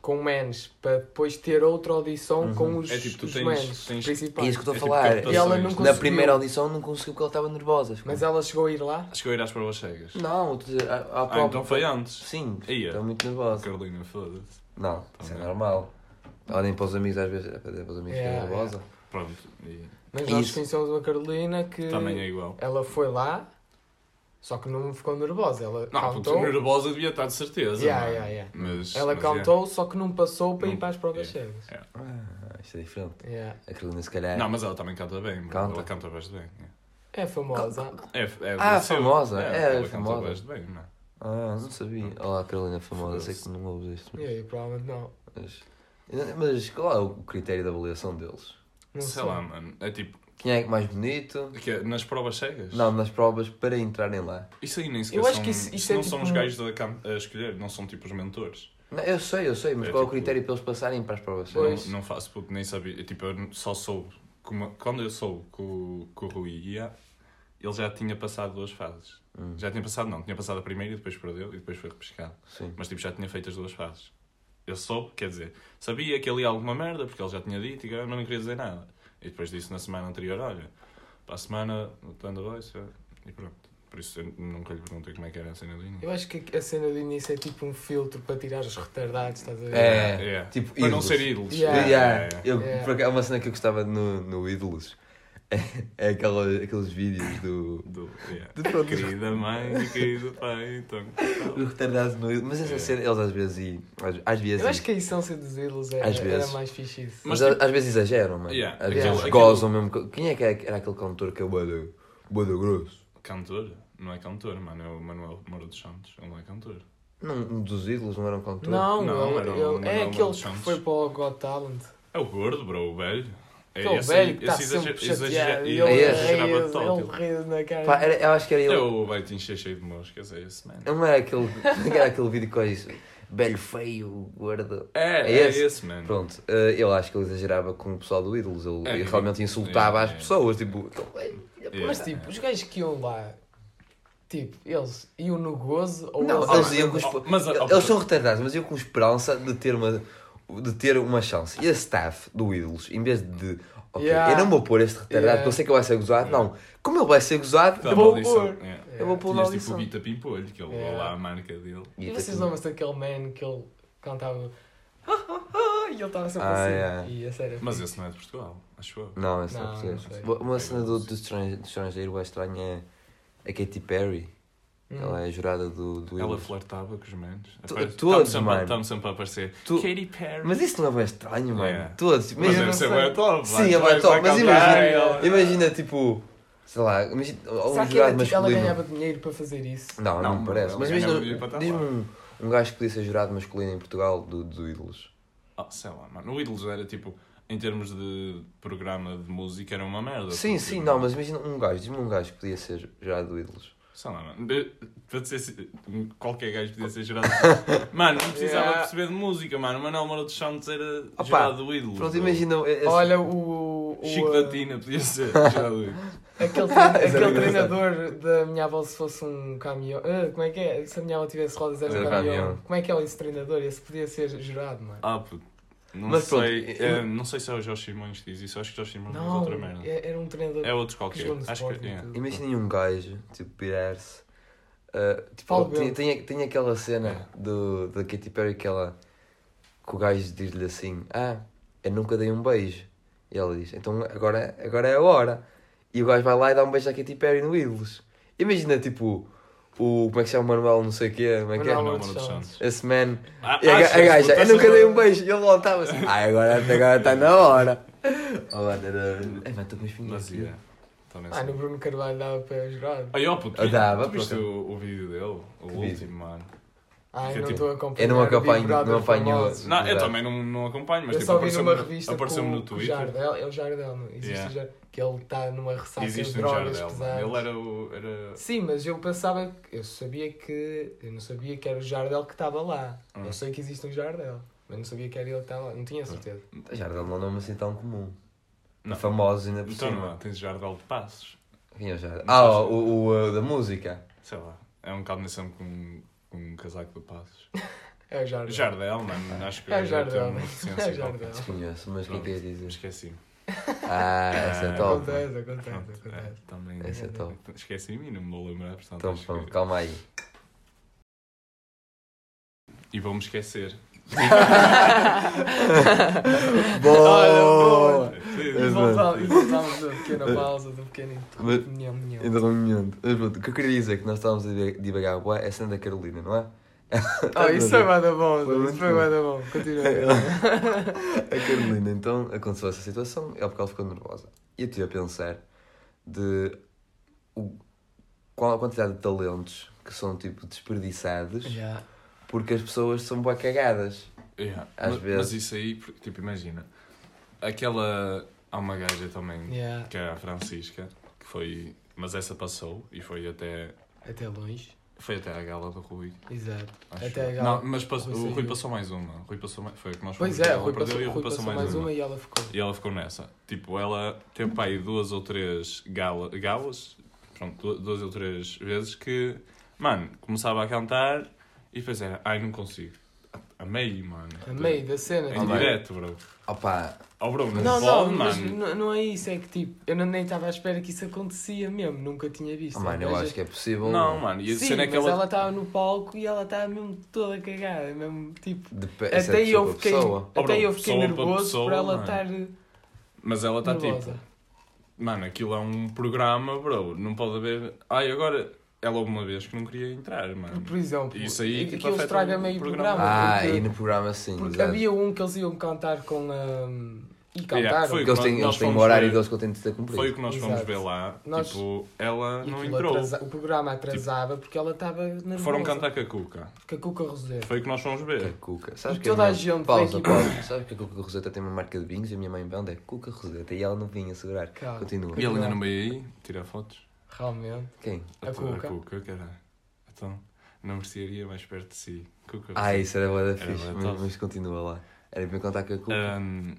[SPEAKER 3] com menos para depois ter outra audição
[SPEAKER 1] Uhum.
[SPEAKER 3] com os,
[SPEAKER 2] É tipo, tu
[SPEAKER 3] os
[SPEAKER 2] tens-
[SPEAKER 3] menos
[SPEAKER 2] tens-
[SPEAKER 1] É
[SPEAKER 3] principais.
[SPEAKER 1] isso que eu estou
[SPEAKER 2] É tipo
[SPEAKER 1] a falar.
[SPEAKER 2] captações.
[SPEAKER 3] E ela não
[SPEAKER 1] Na
[SPEAKER 3] conseguiu.
[SPEAKER 1] primeira audição não conseguiu porque ela estava nervosa. ficou-
[SPEAKER 3] Mas ela chegou a ir lá?
[SPEAKER 2] Acho que eu irás para as cegas.
[SPEAKER 1] Não, estou a dizer, à, à
[SPEAKER 2] Ah,
[SPEAKER 1] própria-
[SPEAKER 2] então foi antes.
[SPEAKER 1] Sim,
[SPEAKER 2] Ia.
[SPEAKER 1] estou muito nervosa.
[SPEAKER 2] Carolina, foda-se.
[SPEAKER 1] Não, isso é
[SPEAKER 2] Também.
[SPEAKER 1] normal. Olhem para os amigos às vezes, é para dizer para os amigos que é
[SPEAKER 3] Yeah,
[SPEAKER 1] nervosa.
[SPEAKER 2] Pronto. E
[SPEAKER 3] Mas nós
[SPEAKER 1] Isso.
[SPEAKER 3] conhecemos uma Carolina que
[SPEAKER 2] também é igual.
[SPEAKER 3] ela foi lá, só que não ficou nervosa. Ela
[SPEAKER 2] Não, porque
[SPEAKER 3] cantou.
[SPEAKER 2] nervosa devia estar de certeza.
[SPEAKER 3] então. Yeah,
[SPEAKER 2] mano.
[SPEAKER 3] yeah, yeah.
[SPEAKER 2] Mas,
[SPEAKER 3] Ela
[SPEAKER 2] mas é.
[SPEAKER 3] cantou, só que não passou para ir
[SPEAKER 2] Não- é.
[SPEAKER 3] para as provas
[SPEAKER 2] yeah.
[SPEAKER 3] cegas.
[SPEAKER 1] Ah, isto é diferente.
[SPEAKER 3] Yeah.
[SPEAKER 1] A Carolina se
[SPEAKER 2] é.
[SPEAKER 1] calhar.
[SPEAKER 2] Não, mas ela também canta bem. bro.
[SPEAKER 1] Canta.
[SPEAKER 2] Ela canta bastante bem.
[SPEAKER 3] É famosa.
[SPEAKER 2] É, é, é
[SPEAKER 1] Ah,
[SPEAKER 2] do seu-
[SPEAKER 1] famosa. É,
[SPEAKER 2] ela
[SPEAKER 1] é
[SPEAKER 2] canta
[SPEAKER 1] famosa.
[SPEAKER 2] bastante bem, não é?
[SPEAKER 1] Ah, não sabia. Olá, Carolina famosa, sei
[SPEAKER 2] Foda-se.
[SPEAKER 1] que não ouves isto.
[SPEAKER 3] E aí, provavelmente não.
[SPEAKER 1] Mas, mas, mas qual é o critério de avaliação deles?
[SPEAKER 3] Não
[SPEAKER 2] sei, lá, mano. É tipo,
[SPEAKER 1] Quem é que mais bonito?
[SPEAKER 2] que é nas provas cegas?
[SPEAKER 1] Não, nas provas para entrarem lá.
[SPEAKER 2] Isso aí nem sequer
[SPEAKER 3] Eu acho
[SPEAKER 2] são,
[SPEAKER 3] que isso- isso é
[SPEAKER 2] não
[SPEAKER 3] tipo
[SPEAKER 2] são os
[SPEAKER 3] um-
[SPEAKER 2] gajos da cam- a escolher, não são tipo os mentores.
[SPEAKER 1] Não, eu sei, eu sei, mas
[SPEAKER 2] É
[SPEAKER 1] qual é o
[SPEAKER 2] tipo-
[SPEAKER 1] critério para eles passarem para as provas?
[SPEAKER 2] Eu
[SPEAKER 3] Pois.
[SPEAKER 2] Não, não faço porque nem sabia. eu, Tipo, eu n- só soube. como- quando eu soube que o, que o Rui ia, ele já tinha passado duas fases.
[SPEAKER 1] Hum,
[SPEAKER 2] Já tinha passado, não. Tinha passado a primeira e depois perdeu e depois foi repescado.
[SPEAKER 1] sim.
[SPEAKER 2] Mas tipo, já tinha feito as duas fases. Eu soube, quer dizer, sabia que ele ia alguma merda porque ele já tinha dito e que eu não lhe queria dizer nada. E depois disse na semana anterior: olha, para a semana, estando a voz, e pronto. Por isso eu nunca lhe perguntei como é que era a cena do início.
[SPEAKER 3] Eu acho que a cena do início é tipo um filtro para tirar os retardados, estás a ver?
[SPEAKER 1] É.
[SPEAKER 2] Yeah.
[SPEAKER 1] tipo
[SPEAKER 2] para não
[SPEAKER 1] ídolos.
[SPEAKER 2] ser ídolos. É,
[SPEAKER 3] Yeah.
[SPEAKER 1] Yeah, Eu,
[SPEAKER 3] Yeah.
[SPEAKER 1] Por acaso, uma cena que eu gostava no, no Ídolos é, é aquela, aqueles vídeos do.
[SPEAKER 2] Do- yeah.
[SPEAKER 1] de pronto,
[SPEAKER 2] Querida mãe e querido pai, então.
[SPEAKER 1] do retardado no Ídolos. Mas essa
[SPEAKER 2] É.
[SPEAKER 1] cena, eles às vezes. e- Às, às vezes.
[SPEAKER 3] Eu acho que a essência dos ídolos é- era,
[SPEAKER 1] Às vezes.
[SPEAKER 3] era mais fixe isso.
[SPEAKER 1] Mas,
[SPEAKER 2] Mas,
[SPEAKER 1] a-
[SPEAKER 2] tipo-
[SPEAKER 1] às vezes exageram, mano.
[SPEAKER 2] Yeah,
[SPEAKER 1] Às
[SPEAKER 3] aquilo-
[SPEAKER 1] vezes
[SPEAKER 2] aquilo-
[SPEAKER 1] gozam mesmo. co- Quem é que era, era aquele cantor que é o Bodo Grosso?
[SPEAKER 2] Cantor? Não é cantor, mano. É o Manuel Moura dos Santos. Ele não é cantor.
[SPEAKER 1] Não, um dos ídolos não era um cantor?
[SPEAKER 3] Não,
[SPEAKER 2] Não,
[SPEAKER 3] ele-
[SPEAKER 2] era o
[SPEAKER 3] ele- é
[SPEAKER 2] Manuel
[SPEAKER 3] aquele que
[SPEAKER 2] Santos.
[SPEAKER 3] foi para o Got Talent.
[SPEAKER 2] É o gordo, bro, o velho.
[SPEAKER 3] Aquele
[SPEAKER 2] esse aí-
[SPEAKER 3] velho que está
[SPEAKER 1] tá
[SPEAKER 2] esse
[SPEAKER 3] sempre
[SPEAKER 2] exager- exager-
[SPEAKER 3] chateado. E
[SPEAKER 1] é
[SPEAKER 3] ele um
[SPEAKER 1] esse.
[SPEAKER 2] exagerava
[SPEAKER 3] riso, ele
[SPEAKER 2] total.
[SPEAKER 3] riso na cara.
[SPEAKER 1] Pá, era- eu acho que era ele.
[SPEAKER 2] Eu vai te encher cheio de moscas, é esse, mano.
[SPEAKER 1] Não era aquele, não era aquele vídeo que faz velho feio, gordo.
[SPEAKER 2] É,
[SPEAKER 1] É
[SPEAKER 2] é,
[SPEAKER 1] esse?
[SPEAKER 2] esse, mano.
[SPEAKER 1] Pronto, eh, eu acho que ele exagerava com o pessoal do Ídolos. Ele
[SPEAKER 2] É,
[SPEAKER 1] ele
[SPEAKER 2] é.
[SPEAKER 1] realmente insultava
[SPEAKER 2] É,
[SPEAKER 1] as
[SPEAKER 2] é.
[SPEAKER 1] pessoas. Tipo, aquele-
[SPEAKER 3] Mas tipo, os gajos que iam lá, tipo, eles iam no gozo ou
[SPEAKER 1] Não,
[SPEAKER 2] Oh,
[SPEAKER 1] eles
[SPEAKER 2] mas-
[SPEAKER 1] iam com esp-
[SPEAKER 2] oh, mas, oh,
[SPEAKER 1] eles são retardados, mas eu com esperança de ter uma, de ter uma chance. E a staff do Ídolos, em vez de. Ok,
[SPEAKER 3] Yeah.
[SPEAKER 1] eu não vou pôr este retardado
[SPEAKER 3] Yeah.
[SPEAKER 1] porque eu sei que ele vai ser gozado. Não, como ele vai ser gozado,
[SPEAKER 2] Tá,
[SPEAKER 1] eu vou
[SPEAKER 2] maldição,
[SPEAKER 1] pôr.
[SPEAKER 2] é.
[SPEAKER 1] Eu vou pôr na
[SPEAKER 2] Tinhas tipo
[SPEAKER 1] audição.
[SPEAKER 2] o Vita Pimpolho, que ele levou
[SPEAKER 3] É.
[SPEAKER 2] lá a marca dele.
[SPEAKER 3] E vocês lembram-se daquele man que ele cantava e ele estava sempre
[SPEAKER 1] Ah,
[SPEAKER 3] assim.
[SPEAKER 1] é.
[SPEAKER 3] E essa era
[SPEAKER 2] Mas
[SPEAKER 3] fixe.
[SPEAKER 2] esse não é de Portugal, acho eu.
[SPEAKER 1] Não, esse não,
[SPEAKER 3] Não,
[SPEAKER 1] é
[SPEAKER 3] não
[SPEAKER 1] português.
[SPEAKER 3] sei.
[SPEAKER 1] Uma- Uma cena do, do estrangeiro, do estrangeiro bem estranha é a Katy Perry.
[SPEAKER 3] Hum.
[SPEAKER 1] Ela é a jurada do, do
[SPEAKER 2] Ela
[SPEAKER 1] Ídolos.
[SPEAKER 2] flertava com os manos.
[SPEAKER 1] Tu-
[SPEAKER 2] Aparece-
[SPEAKER 1] todos,
[SPEAKER 2] tamo sempre a-
[SPEAKER 1] mano.
[SPEAKER 2] tamo sempre a aparecer.
[SPEAKER 1] Tu-
[SPEAKER 2] Katy Perry.
[SPEAKER 1] Mas isso não é bem estranho, mano.
[SPEAKER 2] É.
[SPEAKER 1] Todos.
[SPEAKER 2] Mas
[SPEAKER 1] Imagina,
[SPEAKER 2] deve
[SPEAKER 3] não
[SPEAKER 2] ser
[SPEAKER 3] sei.
[SPEAKER 2] bué top.
[SPEAKER 1] Sim,
[SPEAKER 2] mano.
[SPEAKER 1] é bué
[SPEAKER 2] Vai-
[SPEAKER 1] top,
[SPEAKER 2] vai
[SPEAKER 1] mas
[SPEAKER 2] cantar,
[SPEAKER 3] imagina-
[SPEAKER 2] ela-
[SPEAKER 1] imagina tipo. Sei lá, imagina,
[SPEAKER 3] Será
[SPEAKER 1] um
[SPEAKER 3] que
[SPEAKER 1] jurado
[SPEAKER 3] era, tipo, ela
[SPEAKER 1] masculino.
[SPEAKER 3] ganhava dinheiro para fazer isso?
[SPEAKER 1] Não, não,
[SPEAKER 2] Não,
[SPEAKER 1] me parece.
[SPEAKER 2] ela
[SPEAKER 1] Mas
[SPEAKER 2] ganhava
[SPEAKER 1] imagina,
[SPEAKER 2] dinheiro para estar
[SPEAKER 1] diz-me
[SPEAKER 2] lá.
[SPEAKER 1] um, um gajo que podia ser jurado masculino em Portugal do, do Ídolos.
[SPEAKER 2] Ah, sei lá, mano. O Ídolos era tipo, em termos de programa de música, era uma merda.
[SPEAKER 1] Sim,
[SPEAKER 2] porque,
[SPEAKER 1] sim, não, mas imagina um gajo, diz-me um gajo que podia ser jurado do Ídolos.
[SPEAKER 2] Sei lá, mano. De- Para dizer se- qualquer gajo podia ser gerado. mano, não precisava
[SPEAKER 3] Yeah.
[SPEAKER 2] perceber de música, mano. O Manuel Moura dos Santos era
[SPEAKER 1] Opa,
[SPEAKER 2] eh, gerado do Ídolos.
[SPEAKER 1] Pronto,
[SPEAKER 2] bro.
[SPEAKER 1] imagina. é, eh, esse-
[SPEAKER 3] Olha o. o
[SPEAKER 2] Chico
[SPEAKER 3] ah,
[SPEAKER 2] da Tina podia ser gerado do Ídolos.
[SPEAKER 1] Ah,
[SPEAKER 3] Aquele, trein-
[SPEAKER 1] Isso era
[SPEAKER 3] aquele
[SPEAKER 1] engraçado.
[SPEAKER 3] treinador da minha avó se fosse um caminhão. Ah, como é que é? Se a minha avó tivesse rodas era um
[SPEAKER 1] Era
[SPEAKER 3] caminhão.
[SPEAKER 1] caminhão.
[SPEAKER 3] Como é que é esse treinador? Esse podia ser jurado, mano.
[SPEAKER 2] Ah, puto. Não,
[SPEAKER 1] Mas pronto,
[SPEAKER 2] sei,
[SPEAKER 1] eu-
[SPEAKER 2] eh, não sei se é o Jorge Simões que diz isso. Acho que o Jorge Simões diz
[SPEAKER 3] não,
[SPEAKER 2] outra merda.
[SPEAKER 3] é- era um treinador.
[SPEAKER 2] É outro
[SPEAKER 3] que
[SPEAKER 2] qualquer.
[SPEAKER 3] jogou no
[SPEAKER 2] Acho que
[SPEAKER 3] Sporting e
[SPEAKER 2] é.
[SPEAKER 3] tudo.
[SPEAKER 1] Imaginem um gajo, tipo, pirar-se. ah, tipo,
[SPEAKER 3] Paulo
[SPEAKER 1] tem,
[SPEAKER 3] Bento.
[SPEAKER 1] tem, tem aquela cena do, da Katy Perry que ela. que o gajo diz-lhe assim: Ah, eu nunca dei um beijo. E ela diz: Então agora, agora é a hora. E o gajo vai lá e dá um beijo à Katy Perry no Ídolos. Imagina, tipo, o. como é que se chama o Manuel, não sei o quê, como é que é?
[SPEAKER 3] Manuel.
[SPEAKER 2] Manuel Moura dos Santos.
[SPEAKER 1] Esse man.
[SPEAKER 2] Ah,
[SPEAKER 1] E a, ga- a
[SPEAKER 2] achas,
[SPEAKER 1] gaja,
[SPEAKER 2] puto,
[SPEAKER 1] eu nunca
[SPEAKER 2] achas-
[SPEAKER 1] dei um beijo. E ele voltava assim: Ah, agora agora está na hora. Oh, mano, era. Ai, mano, estou com os
[SPEAKER 2] Mas
[SPEAKER 1] pinhos.
[SPEAKER 2] ia. Também
[SPEAKER 3] Ah,
[SPEAKER 2] sei.
[SPEAKER 3] no Bruno Carvalho dava para jurado.
[SPEAKER 2] Aí, ó, puto,
[SPEAKER 1] Ah, dava,
[SPEAKER 2] tu viste
[SPEAKER 1] puto.
[SPEAKER 2] o, o vídeo dele? O
[SPEAKER 1] vídeo?
[SPEAKER 2] último, mano.
[SPEAKER 3] Ah,
[SPEAKER 2] Fica
[SPEAKER 3] eu não
[SPEAKER 2] tipo-
[SPEAKER 3] estou a acompanhar.
[SPEAKER 1] Eu não
[SPEAKER 3] o Big
[SPEAKER 1] acompanho-
[SPEAKER 3] Brother
[SPEAKER 1] não apanho-
[SPEAKER 3] famoso.
[SPEAKER 2] Não, eu
[SPEAKER 1] Exato.
[SPEAKER 2] também não, não acompanho, mas
[SPEAKER 3] eu
[SPEAKER 2] tipo,
[SPEAKER 3] só vi
[SPEAKER 2] apareceu-me
[SPEAKER 3] numa
[SPEAKER 2] no,
[SPEAKER 3] revista
[SPEAKER 2] apareceu
[SPEAKER 3] com
[SPEAKER 2] no
[SPEAKER 3] o
[SPEAKER 2] Twitter.
[SPEAKER 3] Jardel, é o Jardel, não? existe
[SPEAKER 2] Yeah.
[SPEAKER 3] o Jardel, que ele está numa ressaca de
[SPEAKER 2] Existe um
[SPEAKER 3] drogas
[SPEAKER 2] Jardel. mano.
[SPEAKER 3] pesadas.
[SPEAKER 2] Ele era o. Era...
[SPEAKER 3] Sim, mas eu pensava, que, eu sabia que, eu não sabia que era o Jardel que estava lá.
[SPEAKER 2] Ah.
[SPEAKER 3] Eu sei que existe um Jardel, mas não sabia que era ele que estava lá, não tinha certeza.
[SPEAKER 1] Jardel não é um nome assim tão comum.
[SPEAKER 2] Não.
[SPEAKER 1] Famosos ainda por
[SPEAKER 2] Então não
[SPEAKER 1] cima.
[SPEAKER 2] é, tens Jardel de Passos.
[SPEAKER 1] Quem é o Jardel?
[SPEAKER 2] Não
[SPEAKER 1] Ah,
[SPEAKER 2] sabes.
[SPEAKER 1] o, o, o, uh, da música.
[SPEAKER 2] Sei lá. É um combinação com, com um casaco de Passos.
[SPEAKER 3] É o Jardel.
[SPEAKER 2] Jardel, mano. Acho que
[SPEAKER 3] É o
[SPEAKER 2] eu
[SPEAKER 3] Jardel,
[SPEAKER 2] tenho uma
[SPEAKER 3] mano.
[SPEAKER 2] deficiência
[SPEAKER 3] É o
[SPEAKER 2] qualquer.
[SPEAKER 3] Jardel.
[SPEAKER 1] Desconheço, mas o que é que é
[SPEAKER 2] Mas
[SPEAKER 1] dizer?
[SPEAKER 2] Esqueci-me.
[SPEAKER 1] Ah, essa é
[SPEAKER 2] Ah,
[SPEAKER 1] top. mano.
[SPEAKER 3] Acontece,
[SPEAKER 2] Pronto,
[SPEAKER 3] acontece,
[SPEAKER 2] é,
[SPEAKER 3] acontece.
[SPEAKER 2] também.
[SPEAKER 1] Essa é top.
[SPEAKER 2] Esqueci-me e não me vou lembrar, portanto.
[SPEAKER 1] Então,
[SPEAKER 2] acho
[SPEAKER 1] pronto,
[SPEAKER 2] que-
[SPEAKER 1] calma aí.
[SPEAKER 2] E vou-me esquecer.
[SPEAKER 1] Boa!
[SPEAKER 3] E
[SPEAKER 2] Sim.
[SPEAKER 3] voltá- e voltámos da pequena pausa, do pequeno
[SPEAKER 1] Mas-
[SPEAKER 3] interrupto. Nham, nham.
[SPEAKER 1] Ainda não me entendo. Mas pronto, o que eu queria dizer é que nós estávamos a div- divagar bué, é a cena da Carolina, não é?
[SPEAKER 3] Oh,
[SPEAKER 2] é
[SPEAKER 3] isso foi bada bom,
[SPEAKER 1] Foi muito
[SPEAKER 3] isso foi
[SPEAKER 1] bom.
[SPEAKER 3] bada bom. Continua.
[SPEAKER 1] A Carolina, então, aconteceu essa situação, é porque ela ficou nervosa. E eu estive a pensar de o- qual a quantidade de talentos que são, tipo, desperdiçados
[SPEAKER 3] Já.
[SPEAKER 1] porque as pessoas são bué cagadas.
[SPEAKER 2] Yeah.
[SPEAKER 1] Às
[SPEAKER 2] mas,
[SPEAKER 1] vezes.
[SPEAKER 2] mas isso aí, porque, tipo, imagina. Aquela. Há uma gaja também,
[SPEAKER 3] Yeah.
[SPEAKER 2] que é a Francisca, que foi. Mas essa passou e foi até.
[SPEAKER 3] Até longe.
[SPEAKER 2] Foi até à gala do Rui.
[SPEAKER 3] Exato.
[SPEAKER 2] Acho
[SPEAKER 3] Até
[SPEAKER 2] eu.
[SPEAKER 3] à gala.
[SPEAKER 2] Não, mas passou-
[SPEAKER 3] Rui
[SPEAKER 2] o Rui
[SPEAKER 3] saiu.
[SPEAKER 2] passou mais uma. Rui passou mais, foi a que nós
[SPEAKER 3] Pois
[SPEAKER 2] fomos.
[SPEAKER 3] é,
[SPEAKER 2] Ela
[SPEAKER 3] Rui
[SPEAKER 2] perdeu
[SPEAKER 3] passou,
[SPEAKER 2] e o
[SPEAKER 3] Rui passou mais, uma. e ela ficou.
[SPEAKER 2] E ela ficou nessa. Tipo, ela teve pá, aí duas ou três gala, galas, pronto, du- duas ou três vezes que, mano, começava a cantar e depois era, ai, não consigo. A- A meio, mano.
[SPEAKER 3] A meio da cena.
[SPEAKER 2] Em
[SPEAKER 1] Ah,
[SPEAKER 3] tipo,
[SPEAKER 1] bem.
[SPEAKER 2] direto, bro.
[SPEAKER 1] Opa,
[SPEAKER 2] Oh, bro, não,
[SPEAKER 3] Não, não,
[SPEAKER 2] pode,
[SPEAKER 3] mas
[SPEAKER 2] mano.
[SPEAKER 3] n- não é isso, é que tipo, eu não- nem estava à espera que isso acontecia mesmo, nunca tinha visto.
[SPEAKER 1] oh, mano, eu
[SPEAKER 3] Mas-
[SPEAKER 1] acho que é possível.
[SPEAKER 2] Não, mano. E a
[SPEAKER 3] Sim,
[SPEAKER 2] cena é
[SPEAKER 3] mas
[SPEAKER 2] que ela...
[SPEAKER 3] ela estava no palco e ela estava mesmo toda cagada, mesmo tipo.
[SPEAKER 1] Depe- isso é
[SPEAKER 3] Até
[SPEAKER 1] de
[SPEAKER 3] eu
[SPEAKER 1] pessoa para
[SPEAKER 3] fiquei,
[SPEAKER 1] pessoa.
[SPEAKER 2] Oh, bro,
[SPEAKER 3] até eu fiquei
[SPEAKER 2] pessoa para
[SPEAKER 3] nervoso
[SPEAKER 2] pessoa,
[SPEAKER 3] por ela
[SPEAKER 2] mano.
[SPEAKER 3] estar
[SPEAKER 2] Mas ela está tipo...
[SPEAKER 3] nervosa.
[SPEAKER 2] Mano, aquilo é um programa, bro. Não pode haver... Ai, agora... Ela houve uma vez que não queria entrar,
[SPEAKER 3] Por-
[SPEAKER 2] mano.
[SPEAKER 3] Por exemplo, É
[SPEAKER 2] Isso aí, tipo,
[SPEAKER 3] aquilo
[SPEAKER 2] afeta
[SPEAKER 3] estraga
[SPEAKER 2] o
[SPEAKER 3] meio
[SPEAKER 2] programa.
[SPEAKER 3] programa.
[SPEAKER 1] Ah,
[SPEAKER 3] porque-
[SPEAKER 1] e no programa sim.
[SPEAKER 3] Porque
[SPEAKER 1] exato.
[SPEAKER 3] havia um que eles iam cantar com a. E
[SPEAKER 2] Yeah,
[SPEAKER 3] cantaram.
[SPEAKER 2] foi
[SPEAKER 1] Porque eles têm,
[SPEAKER 2] Nós
[SPEAKER 1] eles têm um
[SPEAKER 2] fomos
[SPEAKER 1] horário
[SPEAKER 2] ver-
[SPEAKER 1] deles que eu tento ter cumprido.
[SPEAKER 2] Foi o que nós fomos
[SPEAKER 3] Exato.
[SPEAKER 2] ver lá.
[SPEAKER 3] Nós-
[SPEAKER 2] Tipo, ela
[SPEAKER 3] E
[SPEAKER 2] não
[SPEAKER 3] aquilo
[SPEAKER 2] entrou. Tipo,
[SPEAKER 3] atrasa- O programa atrasava porque ela estava nervosa.
[SPEAKER 2] Foram cantar com a Cuca.
[SPEAKER 3] Porque a Cuca Rosé.
[SPEAKER 2] Foi o que nós fomos
[SPEAKER 1] Que é
[SPEAKER 2] ver.
[SPEAKER 1] Cuca. Sabes
[SPEAKER 3] E
[SPEAKER 1] que a
[SPEAKER 3] toda
[SPEAKER 1] minha-
[SPEAKER 3] a gente
[SPEAKER 1] Pausa,
[SPEAKER 3] daqui-
[SPEAKER 1] pausa. Sabes que a Cuca Roseta tem uma marca de vinhos e a minha mãe vende é Cuca Roseta e ela não vinha segurar.
[SPEAKER 3] Cara,
[SPEAKER 1] Continua.
[SPEAKER 2] E ele ainda não veio aí tirar fotos.
[SPEAKER 3] Realmente.
[SPEAKER 1] Quem?
[SPEAKER 3] A Cuca.
[SPEAKER 2] A Cuca, caralho. Então, não mercearia mais perto de si. Cuca.
[SPEAKER 1] Ah, isso era boa da
[SPEAKER 2] Era
[SPEAKER 1] fixe,
[SPEAKER 2] bué É.
[SPEAKER 1] mas,
[SPEAKER 2] top.
[SPEAKER 1] mas continua lá. Era para eu contar com a Cuca.
[SPEAKER 2] Ahm,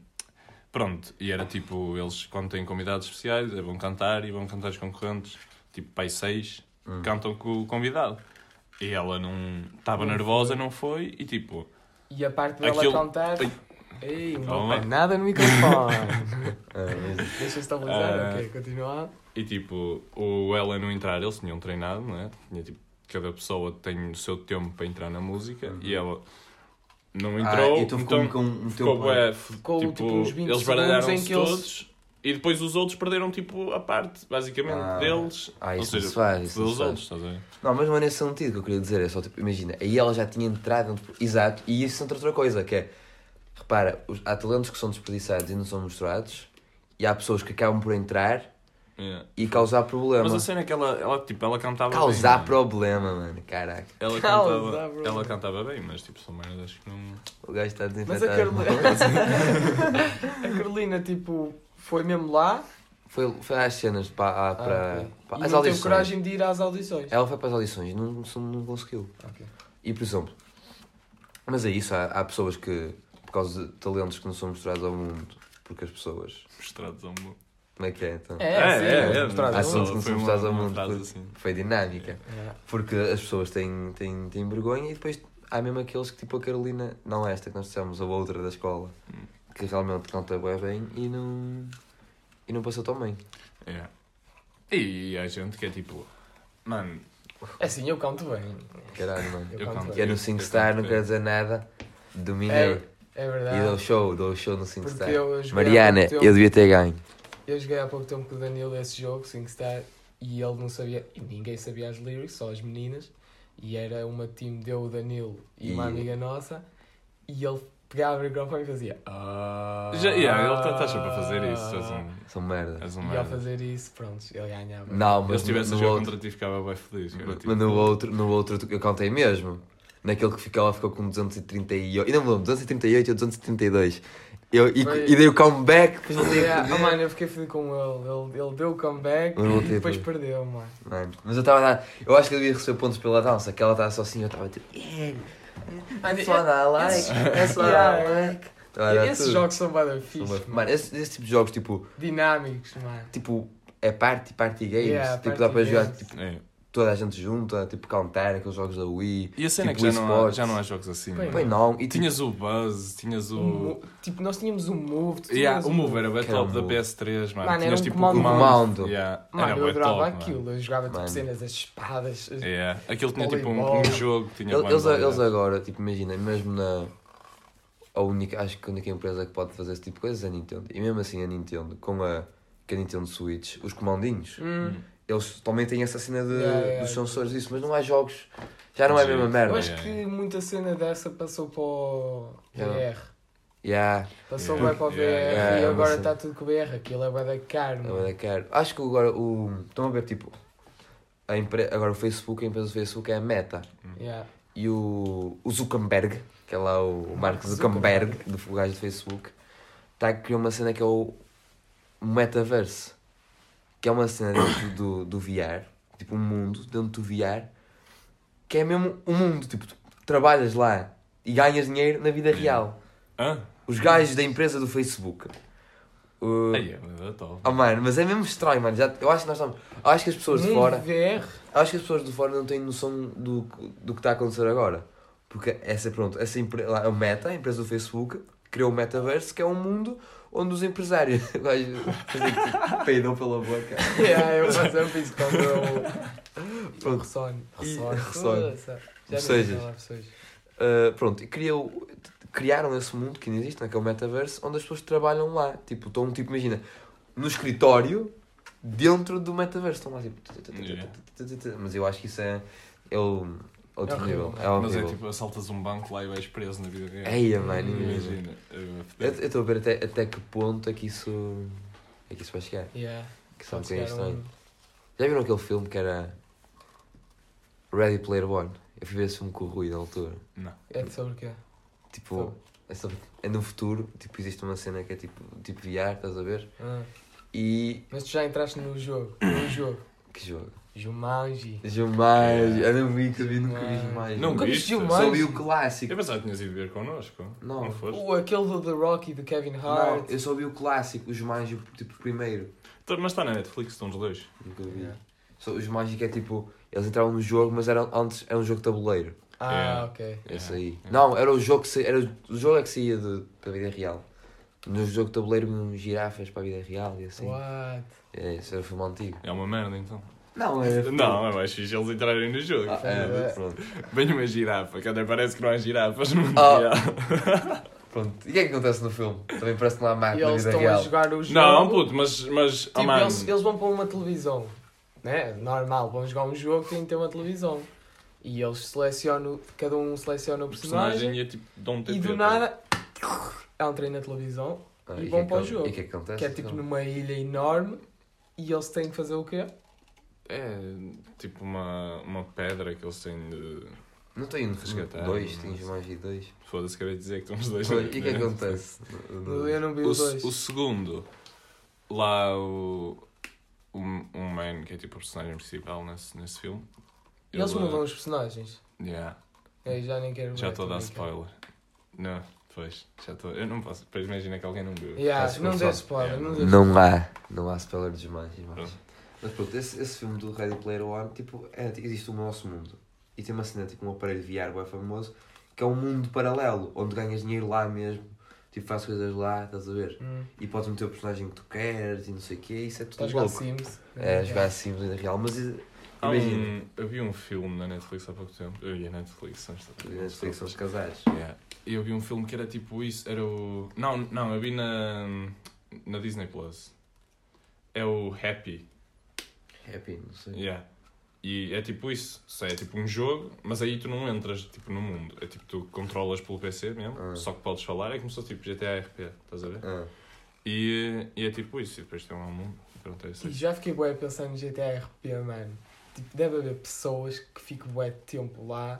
[SPEAKER 2] pronto, e era tipo, eles quando têm convidados especiais, eh, vão cantar e vão cantar os concorrentes, tipo pai seis,
[SPEAKER 1] Hum.
[SPEAKER 2] cantam com o convidado. E ela não
[SPEAKER 1] Hum.
[SPEAKER 2] estava nervosa, não foi, e tipo,
[SPEAKER 3] E a parte dela
[SPEAKER 2] Aquilo-
[SPEAKER 3] cantar.
[SPEAKER 2] Ai.
[SPEAKER 3] Ei, não
[SPEAKER 2] Calma.
[SPEAKER 3] vai nada no microfone.
[SPEAKER 1] Ah, mas-
[SPEAKER 3] Deixa estabilizar,
[SPEAKER 2] Ah.
[SPEAKER 3] ok, continua.
[SPEAKER 2] e tipo, o ela não entrar, eles tinham treinado, não é? Tinha tipo, cada pessoa tem o seu tempo para entrar na música e ela não entrou,
[SPEAKER 1] Uhum. Ah, e tu ficou
[SPEAKER 2] então
[SPEAKER 1] com um
[SPEAKER 2] ficou
[SPEAKER 1] teu
[SPEAKER 2] bué, f-
[SPEAKER 3] Ficou,
[SPEAKER 2] tipo,
[SPEAKER 3] tipo, uns 20
[SPEAKER 2] eles
[SPEAKER 3] segundos em
[SPEAKER 2] baralharam-se
[SPEAKER 3] que eles-
[SPEAKER 2] todos e depois os outros perderam tipo a parte, basicamente,
[SPEAKER 1] Ah.
[SPEAKER 2] deles.
[SPEAKER 1] Ah,
[SPEAKER 2] Ou
[SPEAKER 1] isso não
[SPEAKER 2] seja,
[SPEAKER 1] se faz, isso não
[SPEAKER 2] Dos
[SPEAKER 1] se faz.
[SPEAKER 2] outros, estás a ver?
[SPEAKER 1] Não, mas não é nesse sentido que eu queria dizer, é só tipo, imagina, aí ela já tinha entrado, tipo, exato, e isso entra outra coisa, que é, repara, os- há talentos que são desperdiçados e não são mostrados, e há pessoas que acabam por entrar
[SPEAKER 2] Yeah.
[SPEAKER 1] e causar problema.
[SPEAKER 2] Mas a cena é que ela, ela, tipo, ela cantava
[SPEAKER 1] Tá, Causar
[SPEAKER 2] bem. mano.
[SPEAKER 1] problema, mano, caraca.
[SPEAKER 2] Ela
[SPEAKER 3] Causar
[SPEAKER 2] cantava,
[SPEAKER 3] problema.
[SPEAKER 2] ela cantava bem, mas tipo, são merdas acho que não.
[SPEAKER 1] O gajo está
[SPEAKER 3] Mas a
[SPEAKER 1] desinfetado.
[SPEAKER 3] Carolina. a Carolina, tipo, foi mesmo lá.
[SPEAKER 1] Foi, foi às cenas para,
[SPEAKER 3] Ah,
[SPEAKER 1] para,
[SPEAKER 3] ok.
[SPEAKER 1] para-
[SPEAKER 3] e
[SPEAKER 1] às
[SPEAKER 3] não
[SPEAKER 1] audições.
[SPEAKER 3] teve coragem de ir às audições.
[SPEAKER 1] Ela foi para as audições e não, não, não conseguiu.
[SPEAKER 3] Ok.
[SPEAKER 1] E por exemplo, mas é isso, há, há pessoas que, por causa de talentos que não são mostrados ao mundo, porque as pessoas.
[SPEAKER 2] Mostrados ao mundo.
[SPEAKER 1] Como é que é então?
[SPEAKER 3] É, sim,
[SPEAKER 1] ao
[SPEAKER 3] mostrados
[SPEAKER 2] não,
[SPEAKER 1] mundo.
[SPEAKER 2] foi
[SPEAKER 1] Não são
[SPEAKER 2] uma-
[SPEAKER 1] mostrados ao
[SPEAKER 2] uma
[SPEAKER 1] mundo,
[SPEAKER 2] frase
[SPEAKER 1] porque-
[SPEAKER 2] assim.
[SPEAKER 1] Foi dinâmica.
[SPEAKER 3] É.
[SPEAKER 1] Porque as pessoas têm, têm, têm vergonha e depois há mesmo aqueles que, tipo a Carolina, não esta que nós dissemos, ou outra da escola,
[SPEAKER 2] Hum.
[SPEAKER 1] que realmente canta bem, bem e não. e não passou tão bem.
[SPEAKER 2] Yeah. é. E há gente que é tipo, mano,
[SPEAKER 3] É assim, eu canto bem.
[SPEAKER 1] Caralho, mano.
[SPEAKER 3] Eu
[SPEAKER 2] eu
[SPEAKER 3] canto
[SPEAKER 2] canto.
[SPEAKER 1] Eu no SingStar, não
[SPEAKER 2] canto
[SPEAKER 1] quero
[SPEAKER 2] É. bem.
[SPEAKER 1] dizer nada,
[SPEAKER 3] É,
[SPEAKER 1] dominei.
[SPEAKER 3] é
[SPEAKER 1] E dou
[SPEAKER 3] verdade.
[SPEAKER 1] show, dou show no
[SPEAKER 3] Porque
[SPEAKER 1] SingStar.
[SPEAKER 3] eu joguei
[SPEAKER 1] Mariana,
[SPEAKER 3] há pouco
[SPEAKER 1] eu
[SPEAKER 3] tempo,
[SPEAKER 1] devia ter ganho.
[SPEAKER 3] eu... joguei há pouco tempo com o Danilo esse jogo, SingStar, e ele não sabia, e ninguém sabia as lyrics, só as meninas, e era uma team de eu, o Danilo e, uma
[SPEAKER 1] E-
[SPEAKER 3] amiga nossa, e ele pegava o microfone e fazia. Ah,
[SPEAKER 2] Já, yeah, ele está tá sempre a
[SPEAKER 1] "Ah,
[SPEAKER 2] fazer isso. És um,
[SPEAKER 1] São merda.
[SPEAKER 2] és um
[SPEAKER 3] E ao
[SPEAKER 2] merda.
[SPEAKER 3] fazer isso, pronto, ele ganhava.
[SPEAKER 1] Não,
[SPEAKER 2] Eu,
[SPEAKER 1] mas
[SPEAKER 2] se tivesse a
[SPEAKER 1] no,
[SPEAKER 2] jogar
[SPEAKER 1] outro,
[SPEAKER 2] contra ti, ficava bem feliz. Era, tipo,
[SPEAKER 1] mas no outro, no outro eu contei mesmo. Naquele que ficou, ela ficou com 238. E não me lembro, 238 ou 232. Eu, e,
[SPEAKER 3] Foi-
[SPEAKER 1] e dei o comeback, depois não
[SPEAKER 3] É, ah,
[SPEAKER 1] mano.
[SPEAKER 3] mano, eu fiquei feliz com ele. Ele, ele deu o comeback
[SPEAKER 1] Eu não
[SPEAKER 3] e
[SPEAKER 1] tive.
[SPEAKER 3] depois perdeu, mano.
[SPEAKER 1] Mas eu estava a dar. Eu acho que eu devia receber pontos pela dança, que ela estava só assim, eu estava tipo. Yeah, é só dar like, é só dar like. Estava a dar
[SPEAKER 3] Esses
[SPEAKER 1] tudo.
[SPEAKER 3] jogos são bada
[SPEAKER 1] São
[SPEAKER 3] fixe,
[SPEAKER 1] bué-
[SPEAKER 3] mano.
[SPEAKER 1] Mano, esse, esse tipo de jogos, tipo.
[SPEAKER 3] Dinâmicos, mano.
[SPEAKER 1] Tipo, é party, party games.
[SPEAKER 3] Yeah,
[SPEAKER 1] tipo,
[SPEAKER 3] party
[SPEAKER 1] dá para jogar
[SPEAKER 3] games.
[SPEAKER 1] tipo,
[SPEAKER 2] é.
[SPEAKER 1] toda a gente junta, tipo, counter, aqueles jogos da Wii.
[SPEAKER 2] E a cena
[SPEAKER 1] Tipo
[SPEAKER 2] é que já não, há,
[SPEAKER 1] esportes.
[SPEAKER 2] já não há jogos assim.
[SPEAKER 3] Bem,
[SPEAKER 2] mano.
[SPEAKER 1] Bem, não. E tipo, tinha
[SPEAKER 2] Tinhas o Buzz, tinhas
[SPEAKER 3] Um
[SPEAKER 1] Uhum.
[SPEAKER 2] o.
[SPEAKER 3] mo- tipo, nós tínhamos um move. tu
[SPEAKER 2] Yeah, o
[SPEAKER 3] tinhas
[SPEAKER 2] Move era bem
[SPEAKER 1] Que era
[SPEAKER 2] top da
[SPEAKER 1] o Move.
[SPEAKER 2] PS3, mano.
[SPEAKER 3] Mano, era
[SPEAKER 2] tinhas
[SPEAKER 3] um
[SPEAKER 2] tipo
[SPEAKER 3] comando.
[SPEAKER 1] Comando.
[SPEAKER 2] Yeah,
[SPEAKER 3] Mano,
[SPEAKER 2] era
[SPEAKER 3] eu
[SPEAKER 2] bué top,
[SPEAKER 3] adorava
[SPEAKER 2] mano. É.
[SPEAKER 3] aquilo. Eu jogava tipo
[SPEAKER 1] Mano.
[SPEAKER 3] cenas, as espadas. as-
[SPEAKER 2] Yeah. Aquilo tinha tipo um,
[SPEAKER 3] Voleibol.
[SPEAKER 2] um jogo, tinha
[SPEAKER 1] Eles, eles-
[SPEAKER 2] banda,
[SPEAKER 1] eles
[SPEAKER 2] yeah.
[SPEAKER 1] agora, tipo, imagina, mesmo na. A única, acho que a única empresa que pode fazer esse tipo de coisas é a Nintendo. E mesmo assim, a Nintendo, com a, com a Nintendo Switch, os comandinhos,
[SPEAKER 3] Hum.
[SPEAKER 1] eles também têm essa cena de,
[SPEAKER 3] Yeah, yeah,
[SPEAKER 1] dos
[SPEAKER 3] yeah.
[SPEAKER 1] sensores e isso, mas não há jogos. Já não é a mesma
[SPEAKER 2] Sim.
[SPEAKER 3] Eu
[SPEAKER 1] merda.
[SPEAKER 3] acho que muita cena dessa passou para o
[SPEAKER 1] Yeah.
[SPEAKER 3] VR.
[SPEAKER 1] Yeah,
[SPEAKER 3] Passou
[SPEAKER 2] Yeah.
[SPEAKER 3] bem para o VR
[SPEAKER 2] Yeah,
[SPEAKER 1] yeah,
[SPEAKER 3] e
[SPEAKER 1] é uma
[SPEAKER 3] agora
[SPEAKER 1] cena.
[SPEAKER 3] está tudo com o VR. Aquilo é bada caro,
[SPEAKER 1] é
[SPEAKER 3] mano.
[SPEAKER 1] bué da caro. Acho que agora o. Estão a ver, tipo. A empre... Agora o Facebook, a empresa do Facebook é a Meta.
[SPEAKER 3] Yeah.
[SPEAKER 1] e o, o Zuckerberg, que é lá o, o Mark Zuckerberg, do gajo do Facebook, está a criar uma cena que é o Metaverse, que é uma cena dentro do, do VR, tipo um mundo dentro do VR, que é mesmo um mundo, tipo, tu trabalhas lá e ganhas dinheiro na vida real.
[SPEAKER 2] Hã?
[SPEAKER 1] Os gajos da empresa do Facebook. Uh,
[SPEAKER 2] Aí, é. era top.
[SPEAKER 1] oh, mano, mas é mesmo estranho, mano. Já, eu acho que nós estamos. eu Acho que as pessoas de
[SPEAKER 3] Mundo
[SPEAKER 1] fora.
[SPEAKER 3] VR.
[SPEAKER 1] Acho que as pessoas de fora não têm noção do, do que está a acontecer agora. Porque essa, pronto, essa empre- lá, a Meta, a empresa do Facebook, criou o Metaverse, que é um mundo onde os empresários o gajo fazia tipo, peidam pela boca.
[SPEAKER 3] yeah, eu um faço eu fiz quando eu.
[SPEAKER 1] Pronto.
[SPEAKER 3] Ressone.
[SPEAKER 1] E-
[SPEAKER 3] Ressone.
[SPEAKER 1] ressone.
[SPEAKER 3] Foda-se.
[SPEAKER 1] Ou
[SPEAKER 3] Já
[SPEAKER 1] seja,
[SPEAKER 3] nem falar, pessoas.
[SPEAKER 1] Ah, pronto, e criou, criaram esse mundo que não existe, né, que é o Metaverse, onde as pessoas trabalham lá. Tipo, estão, tipo, imagina, no escritório, dentro do Metaverse. Estão lá, tipo... tu, tu, tu, tu, tu, tu, tu, tu, tu. Mas eu acho que isso é... Eu, Outro
[SPEAKER 3] É horrível.
[SPEAKER 1] nível. É horrível.
[SPEAKER 2] Mas é tipo, assaltas um banco lá e vais preso na vida real.
[SPEAKER 1] Eia, mano, imagina.
[SPEAKER 2] imagina. É,
[SPEAKER 1] Eu
[SPEAKER 2] fudeu.
[SPEAKER 1] eu estou a ver até, até que ponto é que isso. é que isso vai chegar.
[SPEAKER 3] Yeah.
[SPEAKER 1] Que são
[SPEAKER 3] Pode
[SPEAKER 1] bocadinho
[SPEAKER 3] chegar a
[SPEAKER 1] estranho.
[SPEAKER 3] um-
[SPEAKER 1] Já viram aquele filme que era. Ready Player One? Eu fui ver esse filme com o Rui na altura.
[SPEAKER 2] Não.
[SPEAKER 3] É de sobre o quê?
[SPEAKER 1] Tipo,
[SPEAKER 3] Sobre-
[SPEAKER 1] é, sobre- é no futuro, tipo, existe uma cena que é tipo, tipo VR, estás a ver?
[SPEAKER 3] Ah,
[SPEAKER 1] E.
[SPEAKER 3] mas tu já entraste no jogo. No jogo.
[SPEAKER 1] que jogo?
[SPEAKER 3] Jumanji.
[SPEAKER 1] Jamais!
[SPEAKER 2] É.
[SPEAKER 1] Eu não vi que eu vi, nunca vi
[SPEAKER 3] Não.
[SPEAKER 1] jamais.
[SPEAKER 2] Não
[SPEAKER 3] Nunca
[SPEAKER 1] Nunca-
[SPEAKER 2] viste?
[SPEAKER 3] viste Ah. o
[SPEAKER 1] Só
[SPEAKER 3] É. mais?
[SPEAKER 1] vi o clássico.
[SPEAKER 2] Eu pensava que tinhas ido ver connosco.
[SPEAKER 1] Não.
[SPEAKER 2] foste.
[SPEAKER 3] O, aquele do The Rock e do Kevin
[SPEAKER 1] Não,
[SPEAKER 3] Hart.
[SPEAKER 1] eu só vi o clássico, os Jumanji, tipo, primeiro.
[SPEAKER 2] Tá, Mas está na Netflix, estão os dois.
[SPEAKER 1] Nunca vi.
[SPEAKER 3] Yeah.
[SPEAKER 1] Só os Jumanji que é tipo, eles entravam no jogo, mas era, antes era um jogo de tabuleiro.
[SPEAKER 2] É.
[SPEAKER 3] Ah, ok.
[SPEAKER 1] Esse É
[SPEAKER 2] Yeah,
[SPEAKER 1] aí.
[SPEAKER 2] yeah.
[SPEAKER 1] Não, era o jogo que sa- era o jogo é que saía de, para a vida real. No jogo de tabuleiro vinham girafas para a vida real e assim.
[SPEAKER 3] What?
[SPEAKER 1] É, isso era o filme antigo.
[SPEAKER 2] É uma merda então.
[SPEAKER 1] Não, era.
[SPEAKER 2] Não, é mais fixe eles entrarem no jogo.
[SPEAKER 1] Ah, é, pronto.
[SPEAKER 2] Vem uma girafa, que até parece que não há girafas no
[SPEAKER 1] Ah.
[SPEAKER 2] mundial.
[SPEAKER 1] pronto. E o que é que acontece no filme? Também parece que não há
[SPEAKER 3] E
[SPEAKER 1] mais na
[SPEAKER 3] eles
[SPEAKER 1] Ah, vida
[SPEAKER 3] estão
[SPEAKER 1] real.
[SPEAKER 3] a jogar o jogo.
[SPEAKER 2] Não, puto, mas. mas oh,
[SPEAKER 3] Tipo,
[SPEAKER 2] mano.
[SPEAKER 3] eles, eles vão para uma televisão, né? Normal, vão jogar um jogo, têm que ter uma televisão. E eles selecionam, cada um seleciona o
[SPEAKER 2] O
[SPEAKER 3] personagem,
[SPEAKER 2] personagem é tipo. Dão um
[SPEAKER 3] e do
[SPEAKER 2] TP,
[SPEAKER 3] nada entrem na televisão,
[SPEAKER 1] Ah,
[SPEAKER 3] e
[SPEAKER 1] o que
[SPEAKER 3] vão
[SPEAKER 1] é que
[SPEAKER 3] para o
[SPEAKER 1] acon-
[SPEAKER 3] jogo.
[SPEAKER 1] E o que é que acontece?
[SPEAKER 3] que é tipo
[SPEAKER 1] no
[SPEAKER 3] numa ilha enorme, e eles têm que fazer o quê?
[SPEAKER 2] É tipo uma, uma pedra que eles têm de.
[SPEAKER 1] Não tem um
[SPEAKER 2] Resgatar,
[SPEAKER 1] dois,
[SPEAKER 2] não
[SPEAKER 1] tem
[SPEAKER 2] sei.
[SPEAKER 1] Jumanji dois.
[SPEAKER 2] Foda-se, quero dizer que estão os dois.
[SPEAKER 1] Pronto, E o que é que
[SPEAKER 2] né?
[SPEAKER 1] acontece? No- no-
[SPEAKER 3] Eu não vi
[SPEAKER 2] O,
[SPEAKER 3] os dois.
[SPEAKER 2] se- o segundo, lá o. O, o Man, que é tipo o personagem principal nesse, nesse filme.
[SPEAKER 3] E eles
[SPEAKER 2] ele-
[SPEAKER 3] mudam os personagens.
[SPEAKER 2] Yeah,
[SPEAKER 3] Eu já nem quero
[SPEAKER 2] eh, já
[SPEAKER 3] ver
[SPEAKER 2] estou a dar
[SPEAKER 3] também, cara.
[SPEAKER 2] spoiler. Não, pois, já estou. Eu não posso. Depois imagina que alguém não viu.
[SPEAKER 3] Yeah,
[SPEAKER 1] Faz
[SPEAKER 3] não dê
[SPEAKER 1] confusão.
[SPEAKER 3] spoiler,
[SPEAKER 2] Yeah,
[SPEAKER 3] não
[SPEAKER 2] não-
[SPEAKER 3] dê
[SPEAKER 1] Não há. Não há spoiler de Jumanji. Mas,
[SPEAKER 2] Pronto.
[SPEAKER 1] mas pronto, esse, esse filme do Ready Player One, tipo, é, existe um nosso mundo. E tem uma cena, tipo, um aparelho VR bem famoso, que é um mundo paralelo, onde ganhas dinheiro lá mesmo. Tipo, fazes coisas lá, estás a ver?
[SPEAKER 3] Hum,
[SPEAKER 1] E podes meter o personagem que tu queres e não sei o quê, isso é tudo
[SPEAKER 3] Estás a jogar
[SPEAKER 1] louco.
[SPEAKER 3] Sims.
[SPEAKER 1] É, jogar Sims na vida real, mas eh,
[SPEAKER 2] Há um-
[SPEAKER 1] imagina.
[SPEAKER 2] eu vi um filme na Netflix há pouco tempo. Eu ia na Netflix, são esta-
[SPEAKER 1] Na Netflix são os casais.
[SPEAKER 2] Yeah. E eu vi um filme que era tipo isso, era o. Não, não, eu vi na, na Disney Plus. É o Happy.
[SPEAKER 1] Happy, não sei.
[SPEAKER 2] Yeah. E é tipo isso, sei, é tipo um jogo, mas aí tu não entras tipo, no mundo. É tipo, tu controlas pelo PC mesmo,
[SPEAKER 1] Ah.
[SPEAKER 2] só que podes falar, é como se fosse tipo GTA RP, estás a ver?
[SPEAKER 1] Ah,
[SPEAKER 2] E, e é tipo isso, e depois tem lá um mundo. Pronto, é isso.
[SPEAKER 3] E já fiquei bué a pensar no GTA RP, mano. Tipo, deve haver pessoas que ficam bué de tempo lá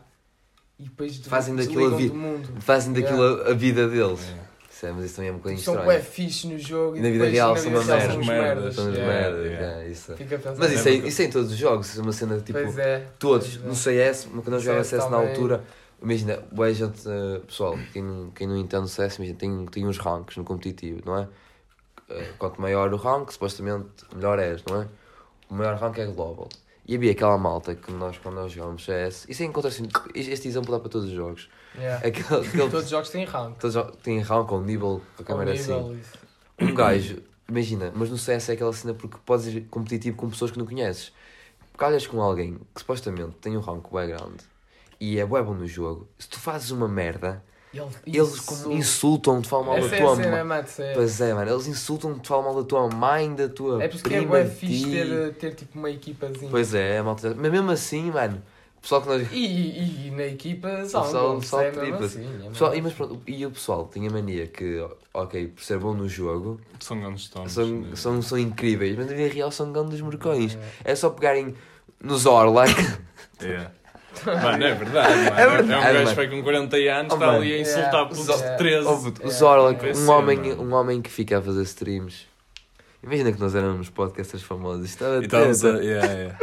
[SPEAKER 3] e depois des-
[SPEAKER 1] Fazem daquilo
[SPEAKER 3] desligam
[SPEAKER 1] a vi-
[SPEAKER 3] do mundo.
[SPEAKER 1] Fazem daquilo a- a vida deles.
[SPEAKER 2] Yeah.
[SPEAKER 1] Isso é, mas isso também é um bocadinho
[SPEAKER 3] Tipo, são bué
[SPEAKER 1] estranho.
[SPEAKER 3] fixe no jogo e
[SPEAKER 1] Na vida
[SPEAKER 3] depois
[SPEAKER 1] real
[SPEAKER 3] na
[SPEAKER 1] são
[SPEAKER 3] vida
[SPEAKER 1] uma
[SPEAKER 3] real
[SPEAKER 1] merda.
[SPEAKER 3] são uns
[SPEAKER 2] Merda.
[SPEAKER 3] merdas.
[SPEAKER 1] São de
[SPEAKER 2] Yeah,
[SPEAKER 1] merda,
[SPEAKER 2] yeah.
[SPEAKER 1] yeah, isso.
[SPEAKER 3] Fica a pensar.
[SPEAKER 1] Mas isso, é,
[SPEAKER 2] é porque-
[SPEAKER 1] isso é em todos os jogos, isso é uma cena tipo.
[SPEAKER 3] Pois é.
[SPEAKER 1] Todos,
[SPEAKER 3] Pois é.
[SPEAKER 1] no CS, mas quando eu jogava
[SPEAKER 3] CS
[SPEAKER 1] CS na
[SPEAKER 3] também.
[SPEAKER 1] altura, imagina, boa gente, eh, pessoal, quem não, quem não entende o CS, imagina, tem, tem uns ranks no competitivo, não é? Eh, Quanto maior o rank, supostamente melhor és, não é? O maior rank é global. E havia aquela malta que nós, quando nós jogávamos CS, isso encontra assim, este exemplo dá para todos os jogos.
[SPEAKER 3] Yeah.
[SPEAKER 1] Aquele, aquele,
[SPEAKER 3] Todos os jogos têm rank.
[SPEAKER 1] todos os jogos têm rank ou nível, qualquer
[SPEAKER 3] Ao
[SPEAKER 1] maneira assim
[SPEAKER 3] nível, isso.
[SPEAKER 1] um gajo, imagina, mas no CS é aquela cena porque podes ir competitivo com pessoas que não conheces. Calhas com alguém que supostamente tem um rank bem grande e é bué bom no jogo, se tu fazes uma merda,
[SPEAKER 3] Ele,
[SPEAKER 1] eles
[SPEAKER 3] isso.
[SPEAKER 1] como insultam, te falam mal
[SPEAKER 3] Essa
[SPEAKER 1] da
[SPEAKER 3] é a
[SPEAKER 1] tua
[SPEAKER 3] cena,
[SPEAKER 1] mãe.
[SPEAKER 3] mate, é.
[SPEAKER 1] Pois é, mano, eles insultam, te falam mal da tua mãe, da tua
[SPEAKER 3] É por isso que é
[SPEAKER 1] prima,
[SPEAKER 3] bué
[SPEAKER 1] de
[SPEAKER 3] fixe
[SPEAKER 1] ti.
[SPEAKER 3] ter, ter tipo uma equipazinha.
[SPEAKER 1] Pois é, é malta. Mas mesmo assim, mano, o pessoal que nós
[SPEAKER 3] E, e, e na equipa são
[SPEAKER 1] Pessoal-
[SPEAKER 3] bons,
[SPEAKER 1] pessoal
[SPEAKER 3] é mesmo
[SPEAKER 1] tripa.
[SPEAKER 3] assim, é mesmo
[SPEAKER 1] Pessoal, e,
[SPEAKER 3] assim.
[SPEAKER 1] mas pronto, e o pessoal tinha mania que, ok, por ser bom no jogo,
[SPEAKER 2] São grandes tons.
[SPEAKER 1] são,
[SPEAKER 2] né?
[SPEAKER 1] são, são incríveis, mas na vida real são grandes morcões.
[SPEAKER 3] É.
[SPEAKER 1] É só pegarem no Zorlak.
[SPEAKER 2] Yeah. Mano, é verdade, mano.
[SPEAKER 1] É verdade,
[SPEAKER 2] É um gajo
[SPEAKER 1] mano.
[SPEAKER 2] que vai com 40 anos,
[SPEAKER 1] Oh,
[SPEAKER 2] está
[SPEAKER 1] mano.
[SPEAKER 2] ali a
[SPEAKER 3] Yeah.
[SPEAKER 2] insultar putos
[SPEAKER 3] Yeah.
[SPEAKER 2] de 13.
[SPEAKER 1] Oh, puto, o
[SPEAKER 3] É,
[SPEAKER 1] Zorlak,
[SPEAKER 2] é
[SPEAKER 1] um,
[SPEAKER 2] sim,
[SPEAKER 1] homem,
[SPEAKER 2] mano.
[SPEAKER 1] um homem que fica a fazer streams. Imagina que nós éramos podcasters famosos. Estava
[SPEAKER 2] E estávamos a-
[SPEAKER 1] treta.
[SPEAKER 2] yeah, yeah.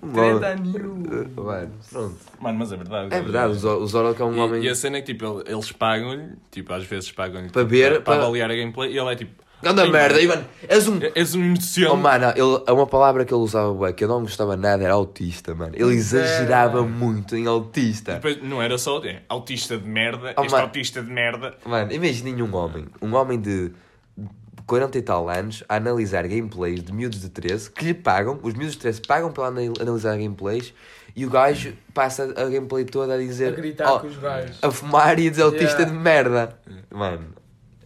[SPEAKER 1] Um
[SPEAKER 3] Treta
[SPEAKER 1] homem-
[SPEAKER 3] new.
[SPEAKER 1] Uh, Mano, pronto.
[SPEAKER 2] Mano, mas é verdade.
[SPEAKER 1] É verdade, o Zor- o Zorlak é um
[SPEAKER 2] E-
[SPEAKER 1] homem.
[SPEAKER 2] E a cena é que tipo, ele- eles pagam-lhe, tipo, às vezes pagam-lhe
[SPEAKER 1] Para
[SPEAKER 2] tipo,
[SPEAKER 1] ver,
[SPEAKER 2] para,
[SPEAKER 1] para-
[SPEAKER 2] avaliar a gameplay e ele é tipo,
[SPEAKER 1] Ganda
[SPEAKER 2] Ei,
[SPEAKER 1] merda,
[SPEAKER 2] mano.
[SPEAKER 1] Ivan. És um.
[SPEAKER 2] és um inocente.
[SPEAKER 1] Oh, mano, ele, é uma palavra que ele usava bué, que eu não gostava nada, era autista, mano. Ele
[SPEAKER 3] Pois é,
[SPEAKER 1] exagerava
[SPEAKER 3] mano.
[SPEAKER 1] muito em autista.
[SPEAKER 2] Depois, não era só é, autista de merda,
[SPEAKER 1] Oh,
[SPEAKER 2] este
[SPEAKER 1] mano.
[SPEAKER 2] autista de merda.
[SPEAKER 1] Mano, imaginem um homem, um homem de 40 e tal anos, a analisar gameplays de miúdos de 13 que lhe pagam, os miúdos de 13 pagam para ana- analisar gameplays e o gajo passa a gameplay toda a
[SPEAKER 3] A
[SPEAKER 1] dizer.
[SPEAKER 3] gritar
[SPEAKER 1] "Oh,
[SPEAKER 3] com os gajos.
[SPEAKER 1] a fumar e a dizer autista
[SPEAKER 3] Yeah.
[SPEAKER 1] é de merda. Mano,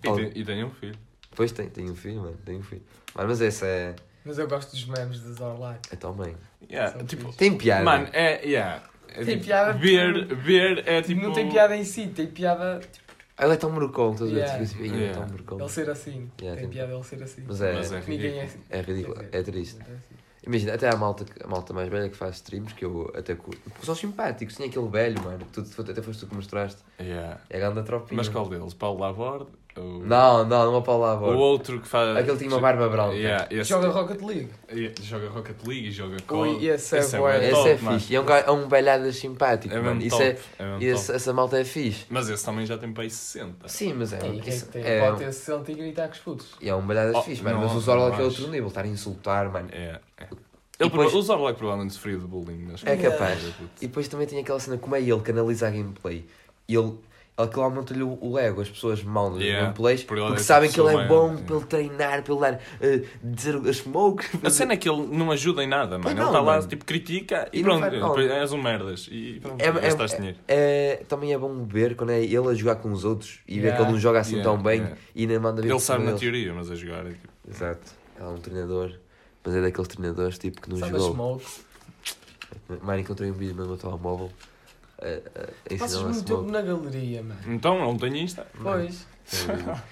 [SPEAKER 2] E,
[SPEAKER 1] Oh.
[SPEAKER 2] tem, e tem um filho.
[SPEAKER 1] depois tem, tem um filho, mano, tem um filho. Mano, mas essa é.
[SPEAKER 3] Mas eu gosto dos memes do Zorlac.
[SPEAKER 1] É tão bem.
[SPEAKER 2] Yeah,
[SPEAKER 3] São
[SPEAKER 2] tipo,
[SPEAKER 3] fixe.
[SPEAKER 1] Tem piada.
[SPEAKER 2] mano, é, yeah, É,
[SPEAKER 3] Tem
[SPEAKER 2] tipo,
[SPEAKER 3] piada
[SPEAKER 2] Ver, ver é tipo.
[SPEAKER 3] Não tem piada em si, tem piada tipo,
[SPEAKER 1] Ele é tão morcão, estás a ver?
[SPEAKER 3] Yeah.
[SPEAKER 1] Tipo assim, "Ei, ele é tão morcão.
[SPEAKER 3] ele ser assim.
[SPEAKER 1] Yeah,
[SPEAKER 3] tem
[SPEAKER 1] tem-
[SPEAKER 3] piada ele ser assim.
[SPEAKER 1] Mas é,
[SPEAKER 2] Mas é.
[SPEAKER 1] é.
[SPEAKER 3] Que Ninguém é assim.
[SPEAKER 1] ridículo, é triste.
[SPEAKER 3] Não é assim.
[SPEAKER 1] Imagina, até a malta, que- a malta mais velha que faz streams, que eu até curto. Porque São simpáticos, tinha aquele velho, mano, que tu, tu- até foste tu que mostraste.
[SPEAKER 2] Yeah.
[SPEAKER 1] É a grande tropinha.
[SPEAKER 2] Mas qual deles? Paulo Laborde? Ou...
[SPEAKER 1] Não, não, não é para lá,
[SPEAKER 2] O
[SPEAKER 1] agora.
[SPEAKER 2] outro que faz.
[SPEAKER 1] Aquele tinha uma barba branca.
[SPEAKER 2] Yeah, esse- tipo,
[SPEAKER 3] Joga Rocket League.
[SPEAKER 2] Yeah, Joga Rocket League e joga
[SPEAKER 3] Ui,
[SPEAKER 2] COD.
[SPEAKER 3] esse é bué.
[SPEAKER 2] bué
[SPEAKER 1] Esse
[SPEAKER 2] top,
[SPEAKER 1] é
[SPEAKER 2] mano.
[SPEAKER 1] fixe. E é um, ga- é um velhadas simpático,
[SPEAKER 2] É
[SPEAKER 1] mano.
[SPEAKER 2] mesmo
[SPEAKER 1] Isso
[SPEAKER 2] top.
[SPEAKER 1] é,
[SPEAKER 2] é mesmo
[SPEAKER 1] esse-
[SPEAKER 2] top.
[SPEAKER 1] essa malta é fixe.
[SPEAKER 2] Mas esse também já tem para aí 60.
[SPEAKER 1] Sim, mas é.
[SPEAKER 3] É, e quem
[SPEAKER 1] isso-
[SPEAKER 3] é que tem?
[SPEAKER 1] é,
[SPEAKER 3] Pode ter 60 e gritar com os putos.
[SPEAKER 1] é um velhadas
[SPEAKER 2] Oh,
[SPEAKER 1] fixe, mano.
[SPEAKER 2] não,
[SPEAKER 1] mas o Zorla
[SPEAKER 2] não
[SPEAKER 1] é
[SPEAKER 2] acho.
[SPEAKER 1] outro nível, estar a insultar, mano.
[SPEAKER 2] É. é.
[SPEAKER 1] E
[SPEAKER 2] Ele,
[SPEAKER 1] depois-
[SPEAKER 2] prova- O Zorlak provavelmente sofreu de bullying. Mas...
[SPEAKER 1] É
[SPEAKER 3] Yeah.
[SPEAKER 1] capaz. E depois também tem aquela cena, como é ele que analisa a gameplay. Ele, aquilo aumenta-lhe o o ego, as pessoas mal nos
[SPEAKER 2] Yeah.
[SPEAKER 1] gameplays,
[SPEAKER 2] Por ele
[SPEAKER 1] porque
[SPEAKER 2] é
[SPEAKER 1] sabem que
[SPEAKER 2] tipo
[SPEAKER 1] ele é
[SPEAKER 2] pessoa
[SPEAKER 1] bom
[SPEAKER 2] maior,
[SPEAKER 1] pelo treinar, pelo dar, eh, dizer as smokes.
[SPEAKER 2] A cena é que ele não ajuda em nada, mano.
[SPEAKER 1] Pois
[SPEAKER 2] Ele
[SPEAKER 1] não,
[SPEAKER 2] está lá,
[SPEAKER 1] mano.
[SPEAKER 2] tipo, critica e,
[SPEAKER 1] E não
[SPEAKER 2] pronto.
[SPEAKER 1] faz mal.
[SPEAKER 2] depois és um merdas. E pronto,
[SPEAKER 1] É- é-
[SPEAKER 2] gastaste dinheiro.
[SPEAKER 1] É, também é bom ver quando é ele a jogar com os outros e ver
[SPEAKER 3] Yeah.
[SPEAKER 1] que ele não joga assim
[SPEAKER 2] Yeah,
[SPEAKER 1] tão bem
[SPEAKER 2] yeah.
[SPEAKER 1] e nem manda ver
[SPEAKER 2] Ele
[SPEAKER 1] por cima
[SPEAKER 2] sabe na
[SPEAKER 1] deles.
[SPEAKER 2] teoria, mas a jogar é tipo.
[SPEAKER 1] Exato. Ele é um treinador, mas é daqueles treinadores tipo que não
[SPEAKER 3] Sabe as
[SPEAKER 1] jogou.
[SPEAKER 3] smokes.
[SPEAKER 1] Mano, encontrei um vídeo no meu telemóvel a, a, a
[SPEAKER 3] Passas
[SPEAKER 1] ensinar a
[SPEAKER 3] muito tempo
[SPEAKER 1] é smoke.
[SPEAKER 3] na galeria, mano.
[SPEAKER 2] Então, não tenho Insta.
[SPEAKER 3] Pois.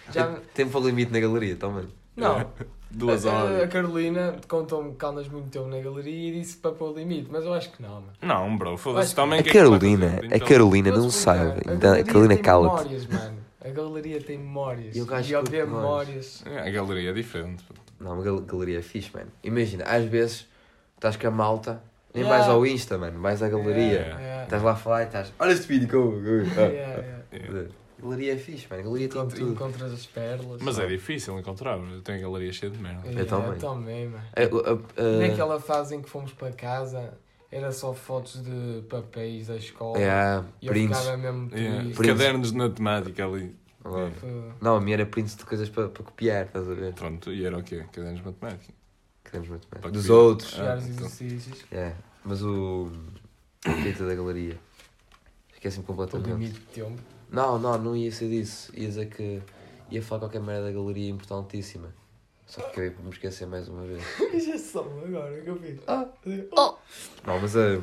[SPEAKER 1] um
[SPEAKER 3] Já...
[SPEAKER 1] Tempo ao um limite na galeria, também.
[SPEAKER 3] Não,
[SPEAKER 2] Duas
[SPEAKER 1] É,
[SPEAKER 3] a- a, a
[SPEAKER 2] horas.
[SPEAKER 3] Carolina contou-me que andas muito tempo na galeria e disse para pôr limite, mas eu acho que não, mano.
[SPEAKER 2] Não, bro,
[SPEAKER 3] Acho
[SPEAKER 2] foda-se
[SPEAKER 3] que-
[SPEAKER 2] também.
[SPEAKER 1] A
[SPEAKER 2] que é que
[SPEAKER 1] Carolina,
[SPEAKER 2] vai fazer?
[SPEAKER 1] a
[SPEAKER 2] Então,
[SPEAKER 1] Carolina não
[SPEAKER 3] Vou-te explicar.
[SPEAKER 1] sabe. Então, a Carolina
[SPEAKER 3] tem
[SPEAKER 1] cala-te.
[SPEAKER 3] memórias, mano. A galeria tem memórias.
[SPEAKER 1] E o gajo
[SPEAKER 3] E eu tenho
[SPEAKER 1] curte
[SPEAKER 3] memórias.
[SPEAKER 2] é, A galeria é diferente.
[SPEAKER 1] Não, uma gal- galeria é fixe, mano. Imagina, às vezes estás com a malta, nem
[SPEAKER 3] Yeah.
[SPEAKER 1] vais ao Insta, mano, vais à galeria. Tá.
[SPEAKER 2] Yeah.
[SPEAKER 3] É.
[SPEAKER 1] Estás lá a falar e estás. Olha este vídeo, go, go.
[SPEAKER 3] É,
[SPEAKER 2] Ah.
[SPEAKER 3] é.
[SPEAKER 1] Galeria é fixe, mano. Galeria tem
[SPEAKER 3] Encontras,
[SPEAKER 1] tudo.
[SPEAKER 3] encontras as pérolas.
[SPEAKER 2] Mas é difícil encontrar, bro. eu tenho a galeria cheia de merda.
[SPEAKER 3] É,
[SPEAKER 1] Eu também.
[SPEAKER 3] mano.
[SPEAKER 1] É, A- a- a-
[SPEAKER 3] Naquela fase em é que fomos para casa, era só fotos de papéis da escola.
[SPEAKER 1] Yeah,
[SPEAKER 3] E eu
[SPEAKER 1] é, prints.
[SPEAKER 3] ficava mesmo
[SPEAKER 2] Yeah.
[SPEAKER 3] triste.
[SPEAKER 1] Prints.
[SPEAKER 2] É. Cadernos de matemática ali.
[SPEAKER 1] Olha.
[SPEAKER 3] Tipo,
[SPEAKER 1] Não, a minha era prints de coisas para para copiar, estás a ver?
[SPEAKER 2] Pronto, e era o quê? Cadernos de matemática.
[SPEAKER 1] Queremos muito mais.
[SPEAKER 2] Para
[SPEAKER 1] Dos
[SPEAKER 2] copiar.
[SPEAKER 1] outros.
[SPEAKER 3] Chegar os
[SPEAKER 2] Ah, então.
[SPEAKER 3] exercícios.
[SPEAKER 1] É, mas o. A fita da galeria. Esquece-me
[SPEAKER 3] O
[SPEAKER 1] completamente.
[SPEAKER 3] limite de tempo.
[SPEAKER 1] Não, não, não ia ser disso. Ia dizer que ia falar qualquer merda da galeria importantíssima. Só que acabei por me esquecer mais uma vez.
[SPEAKER 3] Isso é só agora que eu fiz.
[SPEAKER 1] Ah.
[SPEAKER 3] Oh.
[SPEAKER 1] Não, mas a. O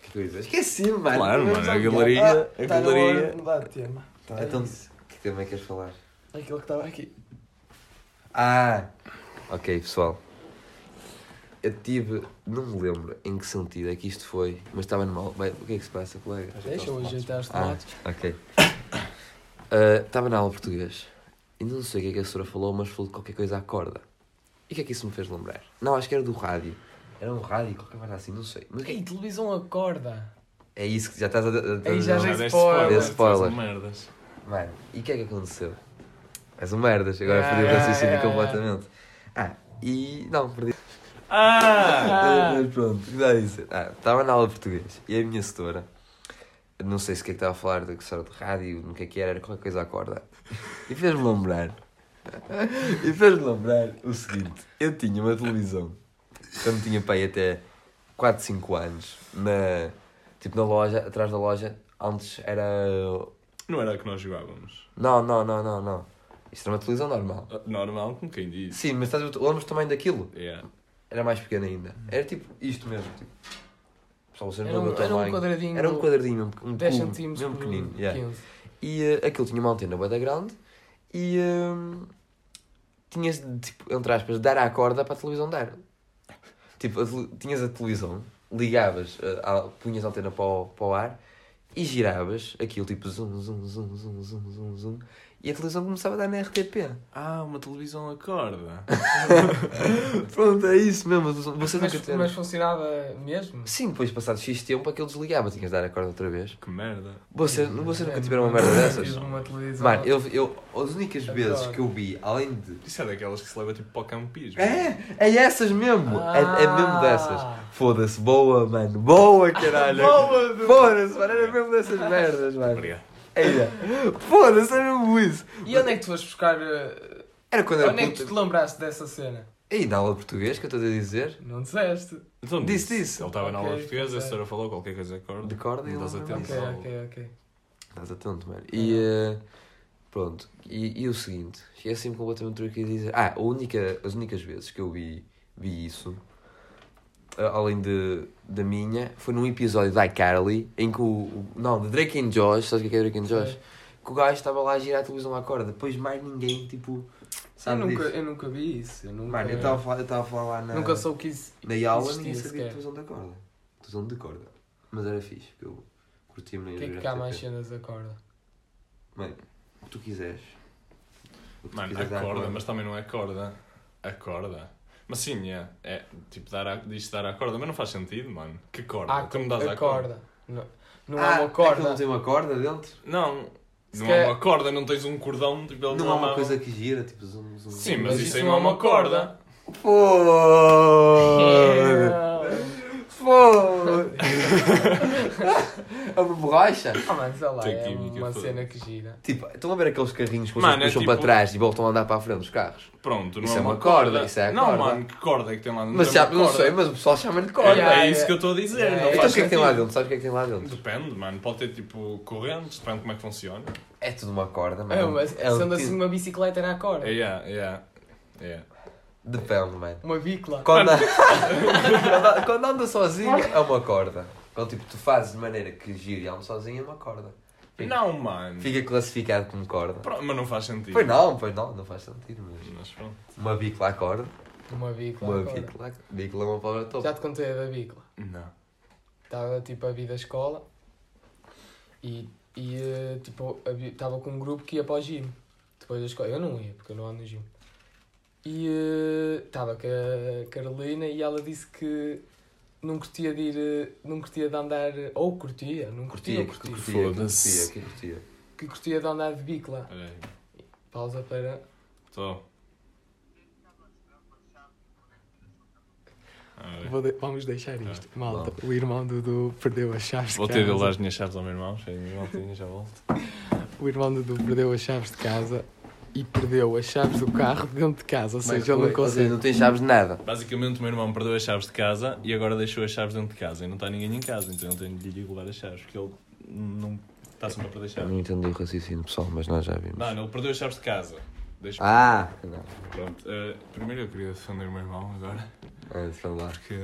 [SPEAKER 1] que é que eu ia dizer? Esqueci-me, mano.
[SPEAKER 2] Claro, mano, a galeria.
[SPEAKER 3] Ah,
[SPEAKER 2] a
[SPEAKER 3] tá na hora de
[SPEAKER 2] galeria.
[SPEAKER 3] mudar de tema.
[SPEAKER 1] Tá,
[SPEAKER 3] É
[SPEAKER 1] então,
[SPEAKER 3] isso.
[SPEAKER 1] o que também queres falar?
[SPEAKER 3] Aquilo que estava aqui.
[SPEAKER 1] Ah! Ok, pessoal. Eu tive. Não me lembro em que sentido é que isto foi, mas estava normal. Bem, o que é que se passa, colega?
[SPEAKER 3] Deixa eu ajeitar os
[SPEAKER 1] Ah.
[SPEAKER 3] tomates.
[SPEAKER 1] Ok. Ah, Estava na aula de português. E não sei o que é que a senhora falou, mas falou de qualquer coisa à corda. E o que é que isso me fez lembrar? Não, acho que era do rádio. Era um rádio, qualquer coisa assim, não sei. Mas o que é
[SPEAKER 3] Ei,
[SPEAKER 1] que-
[SPEAKER 3] televisão acorda.
[SPEAKER 1] é isso que já estás a. a- a-
[SPEAKER 3] Aí já
[SPEAKER 1] a-
[SPEAKER 3] dei
[SPEAKER 2] deste
[SPEAKER 3] spoiler.
[SPEAKER 1] Dei spoiler.
[SPEAKER 2] estás a merdas.
[SPEAKER 1] Mano, e o que é que aconteceu? És um merdas, agora
[SPEAKER 3] Ah,
[SPEAKER 1] perdi o raciocínio
[SPEAKER 3] ah,
[SPEAKER 1] completamente. Ah, e. Não, perdi.
[SPEAKER 2] Ah!
[SPEAKER 3] Ah.
[SPEAKER 1] Mas pronto, o que dá a dizer? Ah, estava na aula de português e a minha setora, não sei se o que é que estava a falar, da senhora de rádio, no que é que era, era qualquer coisa à corda, e fez-me lembrar. E fez-me lembrar o seguinte: eu tinha uma televisão, quando tinha pai até 4, 5 anos, na, tipo na loja, atrás da loja, antes era.
[SPEAKER 2] Não era a que nós jogávamos.
[SPEAKER 1] Não, não, não, não, não. Isto era uma televisão normal.
[SPEAKER 2] Normal, como quem É. diz.
[SPEAKER 1] Sim, mas estás a ver- lembras também daquilo?
[SPEAKER 2] Yeah.
[SPEAKER 1] Era mais pequeno ainda. Era tipo isto mesmo. Tipo. Pessoal, vocês
[SPEAKER 3] Era
[SPEAKER 1] não
[SPEAKER 3] um,
[SPEAKER 1] lembram
[SPEAKER 3] era um
[SPEAKER 1] tamanho.
[SPEAKER 3] quadradinho.
[SPEAKER 1] Era um quadradinho, um, um
[SPEAKER 3] 10
[SPEAKER 1] cubo,
[SPEAKER 3] centímetros
[SPEAKER 1] mesmo
[SPEAKER 3] por
[SPEAKER 1] pequenino. yeah.
[SPEAKER 3] 15.
[SPEAKER 1] E eh, aquilo tinha uma antena bué da grande e eh, tinhas de, tipo, entre aspas, dar à corda para a televisão dar. Tipo, a tele- tinhas a televisão, ligavas, eh, à- punhas a antena para o, para o ar e giravas aquilo tipo zoom, zoom, zoom, zoom, zoom, zoom, zoom e a televisão começava a dar na RTP.
[SPEAKER 2] Ah, uma televisão a corda.
[SPEAKER 1] Pronto, é isso mesmo. Você nunca
[SPEAKER 3] Mas,
[SPEAKER 1] tiveram-
[SPEAKER 3] mas funcionava mesmo?
[SPEAKER 1] Sim, depois passado X tempo aquilo desligava, tinhas de dar a corda outra vez.
[SPEAKER 2] Que merda.
[SPEAKER 1] Você, você nunca
[SPEAKER 3] É,
[SPEAKER 1] tiveram uma
[SPEAKER 3] mano,
[SPEAKER 1] merda
[SPEAKER 3] eu
[SPEAKER 1] dessas?
[SPEAKER 3] tive uma televisão.
[SPEAKER 1] Mano, eu, eu, as únicas
[SPEAKER 3] Adoro.
[SPEAKER 1] vezes que eu vi, além de.
[SPEAKER 2] Isso é daquelas que se leva tipo para o campismo.
[SPEAKER 1] É, é essas mesmo! É, é mesmo
[SPEAKER 3] Ah.
[SPEAKER 1] dessas. Foda-se, boa, mano, boa caralho!
[SPEAKER 3] Boa, meu.
[SPEAKER 1] Foda-se, mano, era mesmo dessas merdas, mano!
[SPEAKER 2] Obrigado.
[SPEAKER 1] Eia. Foda-se, era mesmo isso!
[SPEAKER 3] E onde é que tu foste buscar. eh,
[SPEAKER 1] Era quando era
[SPEAKER 3] Onde é que tu te
[SPEAKER 1] puto.
[SPEAKER 3] lembraste dessa cena?
[SPEAKER 1] Ei, na aula de português que eu estou a dizer?
[SPEAKER 3] Não disseste.
[SPEAKER 2] Então,
[SPEAKER 1] Disse,
[SPEAKER 2] disse.
[SPEAKER 1] disse.
[SPEAKER 2] Ele estava na aula
[SPEAKER 3] Ok,
[SPEAKER 2] de português, a
[SPEAKER 3] ok.
[SPEAKER 2] senhora falou qualquer coisa a corda.
[SPEAKER 1] De corda e
[SPEAKER 2] Não estás
[SPEAKER 1] ele- é
[SPEAKER 2] atento.
[SPEAKER 3] Ok,
[SPEAKER 1] Isso.
[SPEAKER 3] ok, ok.
[SPEAKER 1] Estás atento, mano. E
[SPEAKER 3] É.
[SPEAKER 1] eh, pronto, e, e o seguinte, assim esqueci-me completamente do que eu ia dizer. Ah, a única, as únicas vezes que eu vi, vi isso a- além de, da minha, foi num episódio da iCarly, em que o, o- Não, de Drake and Josh, sabes o que é que é Drake and Josh? Que o gajo estava lá a girar a televisão à corda, depois mais ninguém, tipo.
[SPEAKER 3] Eu
[SPEAKER 1] Sabe
[SPEAKER 3] nunca,
[SPEAKER 1] disso?
[SPEAKER 3] eu nunca vi isso. Eu nunca,
[SPEAKER 1] Mano, eu estava a falar- eu estava a falar lá na.
[SPEAKER 3] nunca soube que isso.
[SPEAKER 1] Na aula
[SPEAKER 3] existia
[SPEAKER 1] ninguém sabia
[SPEAKER 3] sequer.
[SPEAKER 1] de televisão da corda. Televisão de corda. Mas era fixe, porque eu curtia-me na
[SPEAKER 3] O que é que
[SPEAKER 1] geografia.
[SPEAKER 3] há mais cenas da corda?
[SPEAKER 1] Mano, o que tu quiseres. O que tu
[SPEAKER 2] Mano,
[SPEAKER 1] quiseres dar à
[SPEAKER 2] acorda, mas também não é corda. Acorda. Mas sim, é. é tipo, dar a, diz dar a corda, mas não faz sentido, mano. Que corda?
[SPEAKER 3] Ah,
[SPEAKER 2] tu não dás
[SPEAKER 3] a
[SPEAKER 2] a corda.
[SPEAKER 3] corda. Não, não
[SPEAKER 1] Ah,
[SPEAKER 3] há uma
[SPEAKER 1] é que
[SPEAKER 3] corda.
[SPEAKER 1] Não tem uma corda dentro?
[SPEAKER 2] Não.
[SPEAKER 3] Se
[SPEAKER 2] não
[SPEAKER 3] quer-
[SPEAKER 2] há uma corda, não tens um cordão. Tipo, eles
[SPEAKER 1] não há uma
[SPEAKER 2] amarram.
[SPEAKER 1] coisa que gira, tipo zoom, zoom.
[SPEAKER 2] Sim, mas, isso aí não é uma corda.
[SPEAKER 1] Foda!
[SPEAKER 3] Yeah.
[SPEAKER 1] Foda! É uma borracha?
[SPEAKER 3] Ah, mas olha lá,
[SPEAKER 2] Tem
[SPEAKER 3] é
[SPEAKER 2] química,
[SPEAKER 3] uma
[SPEAKER 2] foda-se.
[SPEAKER 3] cena que gira.
[SPEAKER 1] Tipo, estão a ver aqueles carrinhos que
[SPEAKER 2] Mano,
[SPEAKER 1] puxam,
[SPEAKER 2] é
[SPEAKER 1] puxam
[SPEAKER 2] tipo-
[SPEAKER 1] para trás e voltam a andar para a frente dos carros?
[SPEAKER 2] Pronto, não
[SPEAKER 1] Isso
[SPEAKER 2] é uma corda.
[SPEAKER 1] corda, isso é a
[SPEAKER 2] não,
[SPEAKER 1] corda.
[SPEAKER 2] mano, que corda é que tem lá dentro?
[SPEAKER 1] Mas
[SPEAKER 2] é
[SPEAKER 1] já,
[SPEAKER 2] uma
[SPEAKER 1] não
[SPEAKER 2] corda.
[SPEAKER 1] sei, mas o pessoal chama-lhe de
[SPEAKER 2] É,
[SPEAKER 1] corda.
[SPEAKER 2] é
[SPEAKER 3] Yeah,
[SPEAKER 2] isso
[SPEAKER 3] yeah.
[SPEAKER 2] que eu estou a dizer. não
[SPEAKER 3] Yeah, yeah.
[SPEAKER 1] Então
[SPEAKER 2] faz
[SPEAKER 1] o que é que tem lá
[SPEAKER 2] sentido.
[SPEAKER 1] dentro? Sabes o que é que tem lá dentro?
[SPEAKER 2] Depende, mano. Pode ter tipo correntes, depende como é que funciona.
[SPEAKER 1] É tudo uma corda, mano.
[SPEAKER 3] É, mas
[SPEAKER 1] É um
[SPEAKER 3] sendo
[SPEAKER 1] tipo-
[SPEAKER 3] assim uma bicicleta na corda.
[SPEAKER 2] É, yeah, yeah, yeah.
[SPEAKER 1] Depende, mano.
[SPEAKER 3] Uma bicla.
[SPEAKER 1] Quando, quando, quando anda sozinho é uma corda. Quando tipo, tu fazes de maneira que gire e anda sozinho é uma corda. Fica-
[SPEAKER 2] Não, mano.
[SPEAKER 1] Fica classificado como corda.
[SPEAKER 2] Pro- Mas não faz sentido.
[SPEAKER 1] Pois não, pois não, não faz sentido mesmo.
[SPEAKER 2] Mas pronto.
[SPEAKER 1] Uma bicla à corda.
[SPEAKER 3] Uma bicla.
[SPEAKER 1] Uma
[SPEAKER 3] à corda.
[SPEAKER 1] bicla à corda. Bicla é uma palavra top.
[SPEAKER 3] Já te contei a da bicla.
[SPEAKER 2] Não.
[SPEAKER 3] Estava tipo a vir da escola e, e eh, tipo estava com um grupo que ia para o gym. Depois da escola. Eu não ia, porque eu não ando no gym. E estava com a Carolina e ela disse que não curtia de ir, eh, não curtia de andar, ou curtia, não
[SPEAKER 1] Curtia,
[SPEAKER 3] curtia, ou
[SPEAKER 1] que
[SPEAKER 3] curtia,
[SPEAKER 1] curtia, que
[SPEAKER 2] Foda-se.
[SPEAKER 1] curtia, que curtia.
[SPEAKER 3] que curtia de andar de bicla.
[SPEAKER 2] Olha aí.
[SPEAKER 3] Pausa para.
[SPEAKER 2] Estou. Ah, bem.
[SPEAKER 3] vamos deixar
[SPEAKER 2] isto.
[SPEAKER 1] Malta,
[SPEAKER 3] o irmão do Dudu perdeu as chaves
[SPEAKER 2] Tá. Vou ter de dar as minhas chaves ao meu irmão, chega aí, voltinho, já volto.
[SPEAKER 3] O irmão do Dudu perdeu as chaves de casa e perdeu as chaves do carro dentro de casa, ou
[SPEAKER 1] Mas, é ou seja, não tem chaves de nada.
[SPEAKER 2] Basicamente, o meu irmão perdeu as chaves de casa e agora deixou as chaves dentro de casa e não está ninguém em casa, então eu tenho de lhe levar as chaves, porque ele não está sempre a perder
[SPEAKER 1] Eu
[SPEAKER 2] chaves.
[SPEAKER 1] não entendi o raciocínio pessoal, mas nós já vimos.
[SPEAKER 2] Não, ele perdeu as chaves de casa. Deixa
[SPEAKER 1] Ah! Não.
[SPEAKER 2] Pronto, eh, primeiro eu queria defender o meu irmão agora,
[SPEAKER 1] Ah, sei lá.
[SPEAKER 2] porque,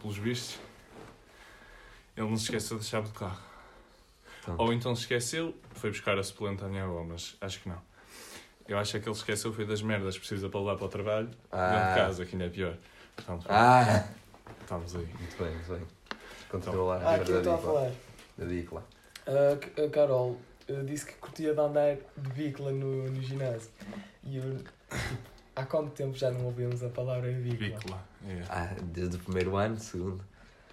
[SPEAKER 2] pelos vistos, ele não se esqueceu da chave do carro.
[SPEAKER 1] Então.
[SPEAKER 2] Ou então se esqueceu, foi buscar a suplente à minha avó, mas acho que não. Eu acho é que ele se esqueceu, foi das merdas, que precisa para levar para o trabalho, dentro de
[SPEAKER 1] Ah.
[SPEAKER 2] casa, que ainda é pior. Portanto,
[SPEAKER 1] Ah!
[SPEAKER 2] estamos aí.
[SPEAKER 1] Muito bem, muito bem. Continua lá.
[SPEAKER 3] Ah, aqui eu
[SPEAKER 1] da
[SPEAKER 3] estou a
[SPEAKER 1] bicla.
[SPEAKER 3] falar.
[SPEAKER 1] Da bicla.
[SPEAKER 3] A, C- a Carol eh, disse que curtia de andar de bicla no, no ginásio. E eu, tipo, há quanto tempo já não ouvimos a palavra bicla?
[SPEAKER 2] Vícola. É.
[SPEAKER 1] Ah, desde o primeiro ano, segundo,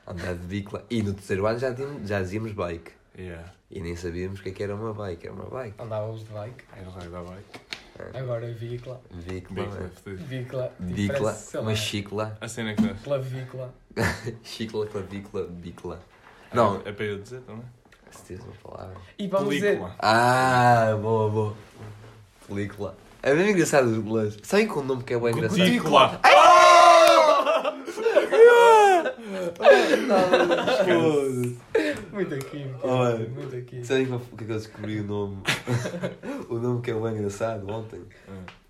[SPEAKER 1] andar de bicla. E no terceiro ano já, tínhamos, já dizíamos bike.
[SPEAKER 2] Yeah.
[SPEAKER 1] E nem sabíamos o que é que era uma bike. Era uma bike. né?
[SPEAKER 3] Andávamos de bike,
[SPEAKER 2] Era raio da bike.
[SPEAKER 3] agora bicla.
[SPEAKER 1] Bicla.
[SPEAKER 2] Vícola, é
[SPEAKER 1] mano.
[SPEAKER 2] fedido.
[SPEAKER 3] Bicla, tipo,
[SPEAKER 1] Bicla.
[SPEAKER 3] parece, sei lá,
[SPEAKER 1] Uma chicla.
[SPEAKER 2] A cena é que...
[SPEAKER 3] clavícula.
[SPEAKER 1] Chicla, clavícula, bicla. Não.
[SPEAKER 2] É para eu dizer também.
[SPEAKER 1] Se tens uma palavra.
[SPEAKER 3] E vamos dizer,
[SPEAKER 2] Película.
[SPEAKER 1] Ah, boa, boa. Película. É bem engraçado os inglês. Sabem com o nome que é bem engraçado?
[SPEAKER 2] Cutícula.
[SPEAKER 1] tá Foda-se.
[SPEAKER 3] muito química,
[SPEAKER 1] Olha.
[SPEAKER 3] muito química.
[SPEAKER 1] Sabem o que é que eu descobri o nome? o nome que é bem engraçado ontem?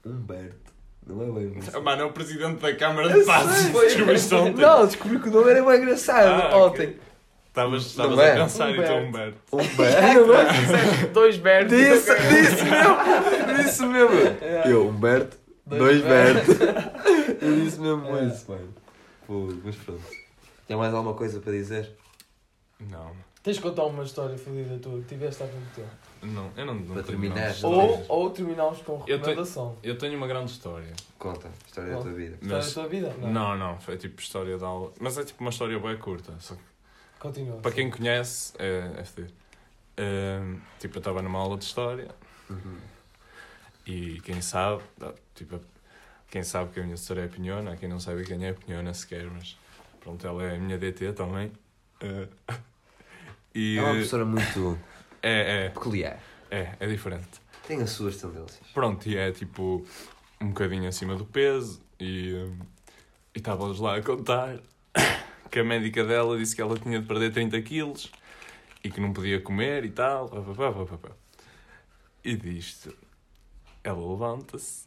[SPEAKER 1] Humberto. Não é bem engraçado.
[SPEAKER 2] Ah, Mano, é o presidente da Câmara de Passos. Descobriste ontem.
[SPEAKER 1] Não, descobri que o nome era bem engraçado
[SPEAKER 2] Ah, ok.
[SPEAKER 1] ontem.
[SPEAKER 2] Estavas estavas
[SPEAKER 1] Humberto.
[SPEAKER 2] a pensar e tu,
[SPEAKER 3] Humberto.
[SPEAKER 2] Humberto.
[SPEAKER 1] Humberto.
[SPEAKER 3] Dois verdes.
[SPEAKER 1] é? disse, disse mesmo. Disse mesmo. Eu, Humberto,
[SPEAKER 3] É, Dois
[SPEAKER 1] dois Berto. Eu disse mesmo
[SPEAKER 3] É.
[SPEAKER 1] isso, mano. Pô, mas pronto. Tem mais alguma coisa para dizer?
[SPEAKER 2] Não,
[SPEAKER 3] Tens de contar uma história fodida tua que tiveste há pouco tempo.
[SPEAKER 2] não, eu não, não
[SPEAKER 1] Para
[SPEAKER 2] tenho
[SPEAKER 1] terminar,
[SPEAKER 2] grandes
[SPEAKER 1] não
[SPEAKER 3] Ou,
[SPEAKER 2] histórias.
[SPEAKER 3] ou terminamos com
[SPEAKER 2] tenho-
[SPEAKER 3] recomendação.
[SPEAKER 2] Eu tenho uma grande história.
[SPEAKER 1] Conta, a história da
[SPEAKER 3] Bom.
[SPEAKER 1] tua vida.
[SPEAKER 3] História da
[SPEAKER 2] Mas-
[SPEAKER 3] tua vida?
[SPEAKER 2] Não, não, foi tipo história da aula. Mas é tipo uma história bem curta. Só que
[SPEAKER 3] Continua.
[SPEAKER 2] para quem conhece, é FD. Ahm, tipo, eu estava numa aula de história e quem sabe, tá, tipo, quem sabe que a minha história é a Pinhona, quem não sabe quem é a Pinhona sequer, mas pronto, ela é a minha DT também. Ah, e,
[SPEAKER 1] É uma professora muito
[SPEAKER 2] é, é,
[SPEAKER 1] peculiar.
[SPEAKER 2] é, é diferente.
[SPEAKER 1] Tem as suas tendências.
[SPEAKER 2] Pronto, e é tipo um bocadinho acima do peso e hum, e estávamos lá a contar que a médica dela disse que ela tinha de perder 30 quilos e que não podia comer e tal. pá, pá, pá, pá, pá, pá. E disto, ela levanta-se,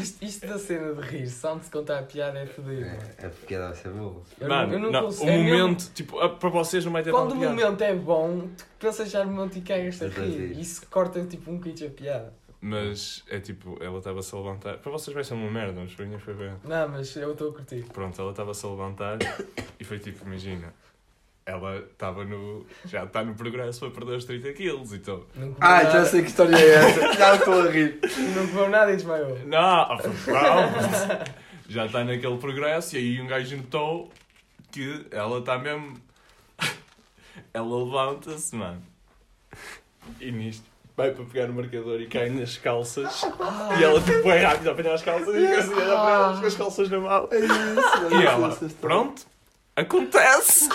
[SPEAKER 3] Isto, isto da cena de rir, só de se contar a piada é foder. mano.
[SPEAKER 1] É, é porque deve ser boa.
[SPEAKER 3] Eu não-
[SPEAKER 2] Mano,
[SPEAKER 3] eu não
[SPEAKER 2] não,
[SPEAKER 3] consigo-
[SPEAKER 2] o
[SPEAKER 3] é mesmo-
[SPEAKER 2] momento, tipo, ah, para vocês não vai ter
[SPEAKER 3] Quando o
[SPEAKER 2] tanta piada.
[SPEAKER 3] momento é bom, tu pensas já no momento e cagas a
[SPEAKER 1] Eu fazia
[SPEAKER 3] rir.
[SPEAKER 1] isto.
[SPEAKER 3] Isso corta tipo um bocadinho a piada.
[SPEAKER 2] Mas é tipo, ela estava-se a levantar. Para vocês vai ser uma merda, mas para mim foi bem.
[SPEAKER 3] Não, mas eu estou a curtir.
[SPEAKER 2] Pronto, ela estava-se a levantar e foi tipo, imagina. Ela estava no. Já está no progresso para perder os 30 quilos, então.
[SPEAKER 3] Não comeu
[SPEAKER 1] Ah,
[SPEAKER 3] nada,
[SPEAKER 1] já sei que história é essa. Já estou a rir.
[SPEAKER 3] Não comeu nada e desmaiou.
[SPEAKER 2] Não! não. Já está naquele progresso e aí um gajo notou que ela está mesmo. Ela levanta-se, mano. E nisto. Vai para pegar o marcador e cai nas calças. E ela tipo é rápida a apanhar as calças e começa a olhar para elas com as calças na mala.
[SPEAKER 1] É isso.
[SPEAKER 2] E ela, pronto, acontece.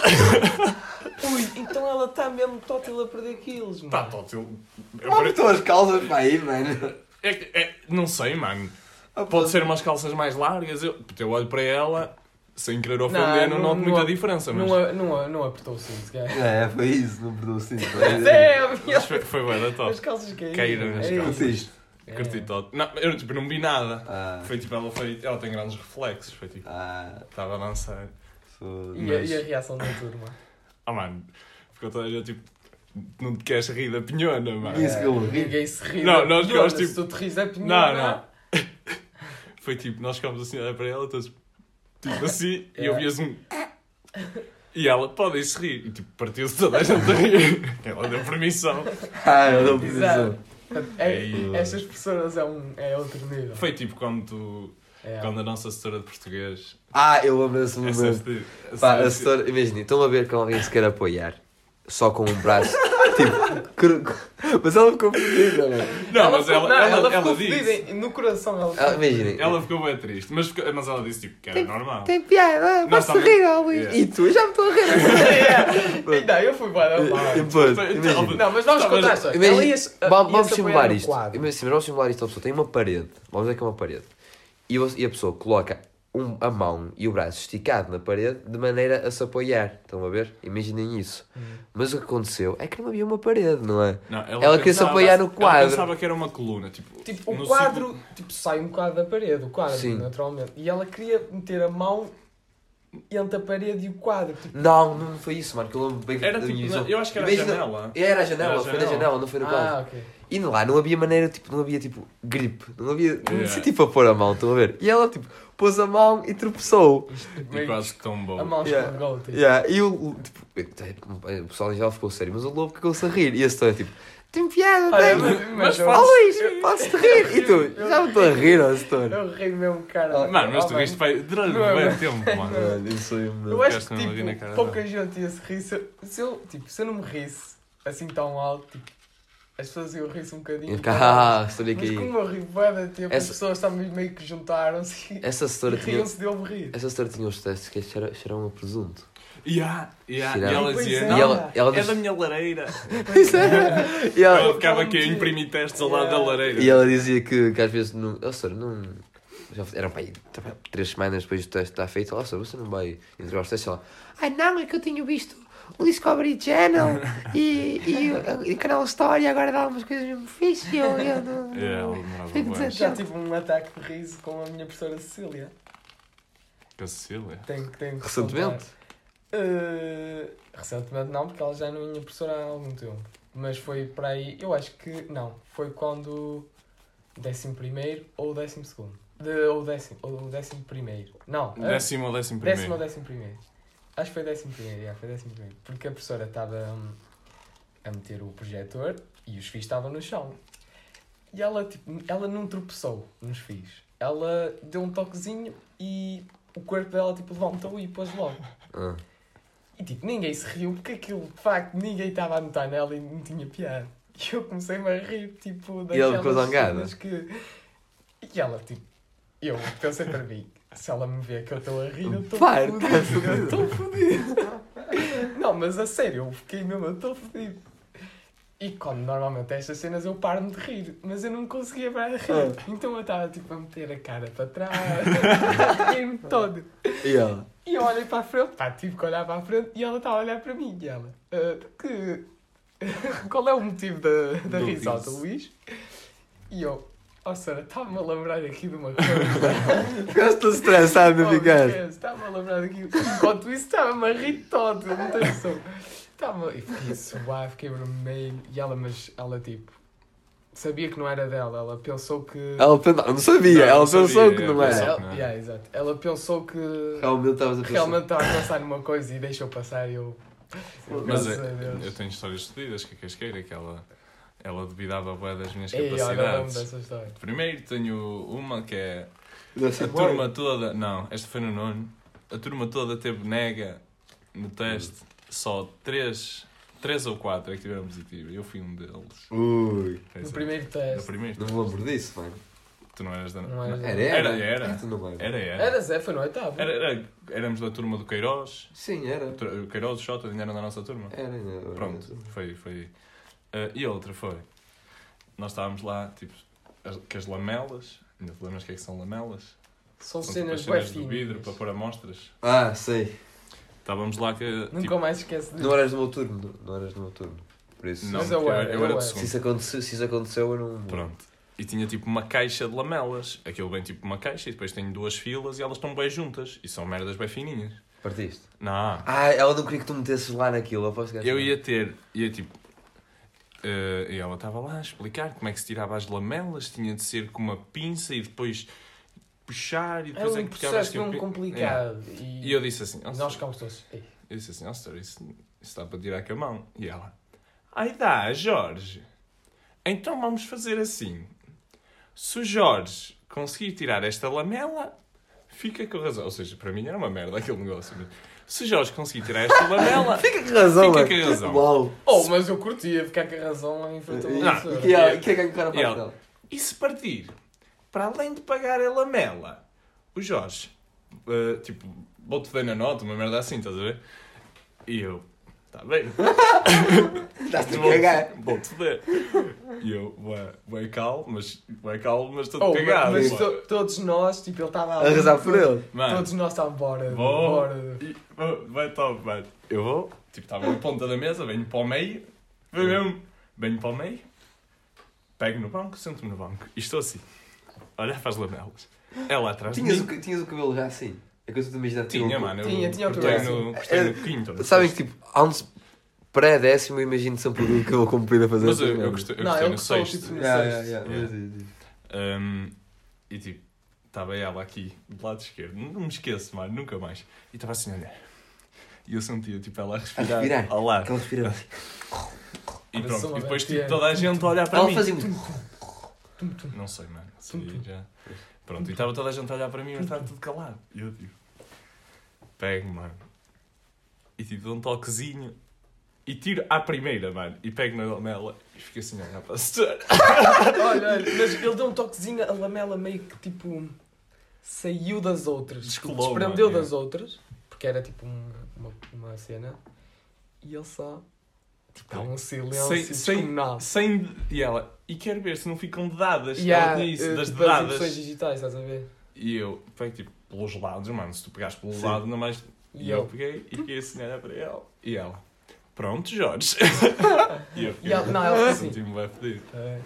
[SPEAKER 3] Ui, então ela está mesmo tótil a perder quilos, mano.
[SPEAKER 2] Tá, tótil. Eu
[SPEAKER 1] Onde
[SPEAKER 2] pare-
[SPEAKER 1] estão as calças para aí, mano?
[SPEAKER 2] É que- é- não sei, mano.
[SPEAKER 1] Ah, pá.
[SPEAKER 2] Pode ser umas calças mais largas. Eu, eu olho para ela, sem querer ofender, não,
[SPEAKER 3] não-
[SPEAKER 2] noto
[SPEAKER 3] não
[SPEAKER 2] muita
[SPEAKER 3] há-
[SPEAKER 2] diferença. Mas,
[SPEAKER 3] Não, a- não, a- não apertou o cinto, se calhar.
[SPEAKER 1] É, foi isso. Não perdoou o cinto.
[SPEAKER 3] Mas é, a
[SPEAKER 2] mas
[SPEAKER 3] minha-
[SPEAKER 2] foi, foi bué da top.
[SPEAKER 3] As calças caíram.
[SPEAKER 2] Caíram nas
[SPEAKER 3] É isso.
[SPEAKER 1] Curtiste?
[SPEAKER 3] É.
[SPEAKER 2] Curti top. Não, eu tipo, não vi nada.
[SPEAKER 1] Ah,
[SPEAKER 2] Foi tipo, ela foi. Ela tem grandes reflexos. Foi tipo,
[SPEAKER 1] ah,
[SPEAKER 2] estava a dançar.
[SPEAKER 1] foda-se.
[SPEAKER 3] E, a,
[SPEAKER 2] Mas-
[SPEAKER 3] e a reação da turma?
[SPEAKER 2] Ah, mano, ficou toda a gente tipo, não te queres rir da pinhona, mano.
[SPEAKER 1] Isso que eu ri.
[SPEAKER 3] Ninguém se ri.
[SPEAKER 2] Não,
[SPEAKER 3] da
[SPEAKER 2] nós
[SPEAKER 3] pinhona.
[SPEAKER 2] ficámos tipo-
[SPEAKER 3] Se tu te ris é da
[SPEAKER 2] Não,
[SPEAKER 3] pinhona...
[SPEAKER 2] não. Foi tipo, nós ficámos assim a olhar para ela, todos tipo assim, e
[SPEAKER 3] Yeah.
[SPEAKER 2] ouvias um. E ela, podem-se rir. E tipo, partiu-se toda a gente a rir. Ela deu permissão.
[SPEAKER 1] Ah, eu não
[SPEAKER 3] Exato.
[SPEAKER 1] preciso.
[SPEAKER 3] É,
[SPEAKER 2] Ei.
[SPEAKER 3] estas pessoas é, um, é outro nível.
[SPEAKER 2] Foi tipo quando, tu,
[SPEAKER 3] É.
[SPEAKER 2] quando a nossa assessora de português.
[SPEAKER 1] Ah, eu lembro desse
[SPEAKER 2] É
[SPEAKER 1] momento.
[SPEAKER 2] sempre- é
[SPEAKER 1] Pá,
[SPEAKER 2] sempre-
[SPEAKER 1] a setora, imaginem, estão a ver que alguém se quer apoiar só com um braço, tipo, cru- cru- mas ela ficou perdida, mano.
[SPEAKER 2] Não, mas
[SPEAKER 3] ficou-
[SPEAKER 2] ela,
[SPEAKER 3] não,
[SPEAKER 2] ela, ela,
[SPEAKER 3] ficou fodida
[SPEAKER 2] disse.
[SPEAKER 3] em- no coração ela
[SPEAKER 1] Ela-
[SPEAKER 3] ficou
[SPEAKER 1] Imaginem,
[SPEAKER 2] Ela ficou bem triste. Mas, ficou- mas ela disse tipo, que era normal.
[SPEAKER 1] tem piada,
[SPEAKER 2] Nós
[SPEAKER 1] vai-se
[SPEAKER 2] também-
[SPEAKER 1] rir, ó, Luís.
[SPEAKER 2] tá Yeah.
[SPEAKER 1] E tu, eu já me estou a rir.
[SPEAKER 3] fodida. Ainda É, então, eu fui para
[SPEAKER 1] E,
[SPEAKER 3] lá.
[SPEAKER 1] pô,
[SPEAKER 2] Então,
[SPEAKER 1] imagina,
[SPEAKER 3] Não, mas vamos
[SPEAKER 2] Tá, mas-
[SPEAKER 3] contar só.
[SPEAKER 1] imagina-
[SPEAKER 3] Ela ia-se-
[SPEAKER 1] vamos, vamos
[SPEAKER 3] ia-se apoiar
[SPEAKER 1] simular
[SPEAKER 3] no
[SPEAKER 1] isto.
[SPEAKER 3] quadro.
[SPEAKER 1] Imagina, vamos simular isto, a pessoa tem uma parede, vamos dizer que é uma parede, e, você- e a pessoa coloca um- a mão e o braço esticado na parede de maneira a se apoiar, estão a ver? Imaginem isso.
[SPEAKER 3] Uhum.
[SPEAKER 1] Mas o que aconteceu é que não havia uma parede, não é?
[SPEAKER 2] Não,
[SPEAKER 1] Ela queria se
[SPEAKER 2] pensava-
[SPEAKER 1] apoiar no
[SPEAKER 2] Ela
[SPEAKER 1] quadro.
[SPEAKER 2] pensava que era uma coluna. Tipo,
[SPEAKER 3] Tipo,
[SPEAKER 2] no
[SPEAKER 3] o quadro tipo, sai um bocado da parede, o quadro,
[SPEAKER 1] Sim.
[SPEAKER 3] naturalmente. E ela queria meter a mão entre a parede e o quadro. Tipo,
[SPEAKER 1] Não, não foi isso, mano, que eu lembro bem da
[SPEAKER 2] Era tipo,
[SPEAKER 1] minha
[SPEAKER 2] na-
[SPEAKER 1] visão.
[SPEAKER 2] eu acho que era a
[SPEAKER 1] Imagina-
[SPEAKER 2] janela.
[SPEAKER 1] Era a janela,
[SPEAKER 2] Era a
[SPEAKER 1] foi na
[SPEAKER 2] janela.
[SPEAKER 1] janela, não foi no quadro.
[SPEAKER 3] ah, ok.
[SPEAKER 1] E lá não havia maneira, tipo, não havia tipo gripe, não havia, não
[SPEAKER 2] Yeah.
[SPEAKER 1] sei tipo a pôr a mão, estão a ver? E ela tipo pôs a mão e tropeçou.
[SPEAKER 2] Tipo, e quase que tão bom.
[SPEAKER 3] A mão
[SPEAKER 1] Yeah.
[SPEAKER 3] escorregou. Tipo.
[SPEAKER 1] Yeah, E o, o- tipo, o pessoal em geral ficou sério, mas o lobo ficou-se a rir. E esse é tipo, tem piada,
[SPEAKER 3] Olha,
[SPEAKER 1] tem.
[SPEAKER 3] mas- mas
[SPEAKER 1] Ó
[SPEAKER 3] eu-
[SPEAKER 1] Luís, posso-te rir? E tu,
[SPEAKER 3] eu-
[SPEAKER 1] já me estou a rir, ó Setor.
[SPEAKER 3] Eu ri mesmo, cara.
[SPEAKER 2] Mano, mas
[SPEAKER 3] Oh,
[SPEAKER 2] tu
[SPEAKER 3] mano.
[SPEAKER 2] riste vai. Durante
[SPEAKER 3] Não,
[SPEAKER 2] bem
[SPEAKER 3] mas-
[SPEAKER 2] tempo, mano.
[SPEAKER 1] Mano, isso foi uma-
[SPEAKER 3] Eu acho que
[SPEAKER 2] Ficaste mesmo ali na cara dela.
[SPEAKER 3] tipo, pouca gente ia se rir. Se eu, se eu, tipo, se eu não me risse assim tão alto, tipo, as pessoas iam rir-se um bocadinho.
[SPEAKER 1] E fica, ah, estou
[SPEAKER 3] mas
[SPEAKER 1] aqui.
[SPEAKER 3] como eu ri bué da tempo, as
[SPEAKER 1] Essa-
[SPEAKER 3] pessoas também meio que juntaram-se e
[SPEAKER 1] Essa
[SPEAKER 3] e
[SPEAKER 1] setora tinha.
[SPEAKER 3] riam-se de eu me rir.
[SPEAKER 1] Essa setora tinha os testes que é cheira- cheiravam a um presunto.
[SPEAKER 2] Yeah, yeah. E
[SPEAKER 1] Cheirava.
[SPEAKER 2] ela
[SPEAKER 3] Pois
[SPEAKER 2] dizia,
[SPEAKER 3] é.
[SPEAKER 2] não,
[SPEAKER 1] E ela, ela
[SPEAKER 2] é
[SPEAKER 1] disse-
[SPEAKER 2] da minha lareira.
[SPEAKER 1] e ela-
[SPEAKER 2] Ela ficava aqui a imprimir testes ao lado da
[SPEAKER 3] Yeah.
[SPEAKER 2] lareira.
[SPEAKER 1] E ela dizia que, que às vezes não. Oh, senhor, não. Já eram para aí tava três semanas depois do teste estar feito. Oh, senhor, você não vai entregar os testes? Ela. Ai não, é que eu tinha visto o Discovery Channel e, e, o- e o Canal Story agora dá umas coisas mesmo fixe. e Eu, eu não.
[SPEAKER 2] É, ela demorava
[SPEAKER 1] Fico
[SPEAKER 2] bué.
[SPEAKER 1] desafiada.
[SPEAKER 3] Já tive um ataque de riso com a minha professora Cecília.
[SPEAKER 2] Com a Cecília.
[SPEAKER 3] Tenho, tenho que
[SPEAKER 1] Recentemente?
[SPEAKER 3] contar. Eh, recentemente não, porque ela já não é minha professora há algum tempo. Mas foi para aí, eu acho que não, foi quando décimo primeiro ou décimo segundo. De, ou décimo, ou décimo primeiro. Não, eh,
[SPEAKER 2] Décimo ou décimo
[SPEAKER 3] décimo ou
[SPEAKER 2] primeiro.
[SPEAKER 3] décimo primeiro. Acho que foi décimo primeiro, já, foi décimo primeiro. Porque a professora estava hum, a meter o projetor e os fios estavam no chão. E ela, tipo, ela não tropeçou nos fios. Ela deu um toquezinho e o corpo dela, tipo, levantou e pôs logo.
[SPEAKER 1] Ah.
[SPEAKER 3] E tipo, ninguém se riu porque aquilo, de facto, ninguém estava a notar nela e não tinha piada. E eu comecei-me a rir, tipo,
[SPEAKER 1] E ela ficou
[SPEAKER 3] daquelas
[SPEAKER 1] zangada?
[SPEAKER 3] cenas que... E ela, tipo, eu pensei para mim, se ela me vê que eu estou a rir, eu estou
[SPEAKER 1] Pá,
[SPEAKER 3] fodido,
[SPEAKER 1] tá
[SPEAKER 3] eu estou fodido. Não, mas a sério, eu fiquei mesmo, eu estou fodido. E quando normalmente estas cenas eu paro-me de rir, mas eu não conseguia parar de rir. Então eu estava, tipo, a meter a cara para trás, a rir-me todo.
[SPEAKER 1] E ela.
[SPEAKER 3] E eu olhei para a frente, pá, tive que olhar para a frente e ela estava a olhar para mim. E ela, "Ah, que... qual é o motivo da, da
[SPEAKER 2] Do
[SPEAKER 3] risota,
[SPEAKER 2] riso.
[SPEAKER 3] Luís? E eu, Oh, Sara, estava-me a lembrar aqui de uma coisa.
[SPEAKER 1] Ficaste tão estressado, não
[SPEAKER 3] Oh,
[SPEAKER 1] ficaste?
[SPEAKER 3] esquece, Estava-me a lembrar aqui. Enquanto isso, estava-me a rir todo, não tem noção. Estava. E fiquei a suar, fiquei vermelho. E ela, mas ela, tipo, sabia que não era dela. Ela pensou que.
[SPEAKER 1] Ela pen- não sabia,
[SPEAKER 2] Não, não
[SPEAKER 1] ela pensou
[SPEAKER 2] sabia,
[SPEAKER 1] que não
[SPEAKER 2] é,
[SPEAKER 1] era.
[SPEAKER 2] pensou.
[SPEAKER 3] Ela,
[SPEAKER 2] não é?
[SPEAKER 3] yeah, exato. ela pensou que
[SPEAKER 1] Realmente estavas a pensar.
[SPEAKER 3] realmente estava a pensar numa coisa e deixou passar e eu.
[SPEAKER 2] Mas
[SPEAKER 3] Graças a
[SPEAKER 2] é,
[SPEAKER 3] Deus.
[SPEAKER 2] eu tenho histórias fodidas, que é que és queira, que ela, ela duvidava bem das minhas
[SPEAKER 3] Ei, olha, eu lembro
[SPEAKER 2] capacidades.
[SPEAKER 3] dessa história.
[SPEAKER 2] Primeiro tenho uma que é
[SPEAKER 1] Não
[SPEAKER 2] A
[SPEAKER 1] sei.
[SPEAKER 2] turma toda. Não, esta foi no nono. A turma toda teve nega no
[SPEAKER 3] Hum.
[SPEAKER 2] teste. Só três, três ou quatro é que tiveram positivo. Eu fui um deles.
[SPEAKER 1] Ui,
[SPEAKER 2] Quer
[SPEAKER 3] é. No
[SPEAKER 2] dizer,
[SPEAKER 3] primeiro
[SPEAKER 2] No
[SPEAKER 3] teste.
[SPEAKER 2] primeiro.
[SPEAKER 1] não me lembro disso, mano.
[SPEAKER 2] Tu não eras da.
[SPEAKER 3] Não eras da-
[SPEAKER 1] Era, era.
[SPEAKER 2] Era, era.
[SPEAKER 1] Ah, tu não lembras.
[SPEAKER 2] Era, era.
[SPEAKER 3] Era Zé, foi no oitavo.
[SPEAKER 2] Era, era- Éramos da turma do Queiroz.
[SPEAKER 1] Sim, era.
[SPEAKER 2] O Tr- O Queiroz e o Xota ainda eram da nossa turma.
[SPEAKER 1] Era, ainda.
[SPEAKER 2] Pronto,
[SPEAKER 3] Uhum.
[SPEAKER 2] foi. foi. Ah, e a outra foi. Nós estávamos lá, tipo, as, com as lamelas. Ainda te lembras o que é que são lamelas?
[SPEAKER 3] São
[SPEAKER 2] São tipo
[SPEAKER 3] cenas
[SPEAKER 2] as
[SPEAKER 3] bué
[SPEAKER 2] cenas do vidro
[SPEAKER 3] finas.
[SPEAKER 2] para pôr amostras.
[SPEAKER 1] Ah, sei.
[SPEAKER 2] Estávamos lá que.
[SPEAKER 3] Nunca
[SPEAKER 2] tipo,
[SPEAKER 3] mais esqueço disso.
[SPEAKER 1] Não eras do meu turno. Não, não eras do meu turno. Por isso.
[SPEAKER 2] Não,
[SPEAKER 3] Mas é
[SPEAKER 2] eu,
[SPEAKER 3] eu
[SPEAKER 2] eu
[SPEAKER 3] era,
[SPEAKER 2] era,
[SPEAKER 3] eu
[SPEAKER 2] do
[SPEAKER 3] era.
[SPEAKER 1] Se
[SPEAKER 2] segundo.
[SPEAKER 1] isso aconteceu, se isso aconteceu eu não.
[SPEAKER 2] Pronto. E tinha tipo uma caixa de lamelas. Aquilo vem tipo uma caixa e depois tem duas filas e elas estão bem juntas. E são merdas bem fininhas.
[SPEAKER 1] Partiste.
[SPEAKER 2] Não.
[SPEAKER 1] Ah, ela não queria que tu metesses lá naquilo. Eu aposto que
[SPEAKER 2] Eu ia ter, ia tipo. eh, e ela estava lá a explicar como é que se tirava as lamelas, tinha de ser com uma pinça e depois puxar e
[SPEAKER 3] É
[SPEAKER 2] depois
[SPEAKER 3] um
[SPEAKER 2] entortavas
[SPEAKER 3] processo
[SPEAKER 2] com a
[SPEAKER 3] mesmo
[SPEAKER 2] pin-
[SPEAKER 3] complicado.
[SPEAKER 2] É.
[SPEAKER 3] E,
[SPEAKER 2] E eu disse assim, "Oh,
[SPEAKER 3] nós
[SPEAKER 2] senhor."
[SPEAKER 3] ficámos todos. "Ei,
[SPEAKER 2] eu disse assim, oh, senhor, isso, isso dá para tirar com a mão. E ela, ai dá, Jorge. Então vamos fazer assim. Se o Jorge conseguir tirar esta lamela, fica com razão. Ou seja, para mim era uma merda aquele negócio. Mas se o Jorge conseguir tirar esta lamela,
[SPEAKER 1] Fica com razão,
[SPEAKER 2] Fica
[SPEAKER 1] mano.
[SPEAKER 2] com razão.
[SPEAKER 1] Uau.
[SPEAKER 3] Oh, mas eu curtia ficar com a razão em
[SPEAKER 1] E-
[SPEAKER 3] frente ao
[SPEAKER 2] Não,
[SPEAKER 1] E
[SPEAKER 3] professor.
[SPEAKER 1] que é que é que a cara
[SPEAKER 2] E
[SPEAKER 1] faz
[SPEAKER 2] ela-
[SPEAKER 1] dela?
[SPEAKER 2] e se partir, para além de pagar a lamela, o Jorge, eh, tipo, vou-te dar na nota, uma merda assim, estás a ver? E eu, está bem.
[SPEAKER 1] Estás-te a
[SPEAKER 2] Vou-
[SPEAKER 1] cagar.
[SPEAKER 2] Vou-te foder. E eu, ué, ué calmo, mas ué calmo, mas estou
[SPEAKER 3] Oh,
[SPEAKER 2] cagado.
[SPEAKER 3] mas
[SPEAKER 2] ué.
[SPEAKER 3] to- todos nós, tipo, ele estava
[SPEAKER 1] A rezar por ele.
[SPEAKER 2] Mano,
[SPEAKER 3] Todos nós estávamos bora,
[SPEAKER 2] Vou.
[SPEAKER 3] bora.
[SPEAKER 2] e- oh, vai top, mano. Eu vou, tipo, estava na ponta da mesa, venho para o meio, vem mesmo, venho para o meio, pego no banco, sento-me no banco e estou assim. Olha para as lamelas. Ela atrás de
[SPEAKER 1] Tinhas
[SPEAKER 2] mim.
[SPEAKER 1] o, ca- tinhas o cabelo já assim. É que eu estou a imaginar. tipo,
[SPEAKER 2] Tinha, mano. Eu
[SPEAKER 3] Tinha, tinha o
[SPEAKER 2] cortei
[SPEAKER 3] cabelo
[SPEAKER 2] no, cortei no
[SPEAKER 1] É,
[SPEAKER 2] quinto. não
[SPEAKER 1] Sabem que
[SPEAKER 2] sei.
[SPEAKER 1] tipo, há um pré-décimo, eu imagino sempre o cabelo comprido a fazer
[SPEAKER 2] Mas eu,
[SPEAKER 1] essas
[SPEAKER 2] eu
[SPEAKER 1] merdas.
[SPEAKER 2] gostei, eu
[SPEAKER 3] Não,
[SPEAKER 2] gostei
[SPEAKER 3] eu
[SPEAKER 2] no
[SPEAKER 3] gostei,
[SPEAKER 2] sexto.
[SPEAKER 3] tipo, no
[SPEAKER 1] Yeah,
[SPEAKER 3] sexto.
[SPEAKER 1] yeah, yeah.
[SPEAKER 2] Yeah.
[SPEAKER 1] Mas, é, diz, diz.
[SPEAKER 2] Um, e tipo, estava ela aqui, do lado esquerdo, não não me esqueço, mano, nunca mais. E estava assim, olha. E eu sentia, tipo, ela a respirar,
[SPEAKER 1] respirar.
[SPEAKER 2] ao lado.
[SPEAKER 1] Aquela respiração.
[SPEAKER 2] E
[SPEAKER 3] Parece
[SPEAKER 2] pronto,
[SPEAKER 3] uma
[SPEAKER 2] e depois, tipo,
[SPEAKER 3] bactéria.
[SPEAKER 2] toda a gente a olhar para
[SPEAKER 1] Ela
[SPEAKER 2] mim.
[SPEAKER 1] fazia muito.
[SPEAKER 2] Não sei, mano. Sim, já. Pronto, e estava toda a gente a olhar para mim, mas estava tudo calado. E eu, tipo, pego, mano. E tipo, dou um toquezinho. E tiro à primeira, mano. E pego na lamela. E fico assim, a olhar para a senhora.
[SPEAKER 3] Olha, olha, mas ele deu um toquezinho, a lamela meio que tipo saiu das outras. Tipo,
[SPEAKER 2] Descolou,
[SPEAKER 3] desprendeu
[SPEAKER 2] mano, é.
[SPEAKER 3] das outras, porque era tipo um- uma, uma cena. E ele só. Tipo, há um silêncio
[SPEAKER 2] Sem- sem-
[SPEAKER 3] descomunal.
[SPEAKER 2] Sem. E ela, e quero ver se não ficam dedadas.
[SPEAKER 3] E
[SPEAKER 2] ela
[SPEAKER 3] há
[SPEAKER 2] tinha isso,
[SPEAKER 3] eh,
[SPEAKER 2] das
[SPEAKER 3] tipo, as
[SPEAKER 2] dedadas.
[SPEAKER 3] impressões digitais, estás a ver?
[SPEAKER 2] E eu peguei tipo pelos lados, mano. Se tu pegares pelo
[SPEAKER 1] Sim.
[SPEAKER 2] lado, não mais. E,
[SPEAKER 3] E
[SPEAKER 2] eu
[SPEAKER 3] ele-
[SPEAKER 2] peguei e fiquei assim a olhar para ela. E ela, pronto, Jorge. e eu
[SPEAKER 3] E ela- não, ela ficou assim.
[SPEAKER 2] senti-me bem fedido.
[SPEAKER 3] É.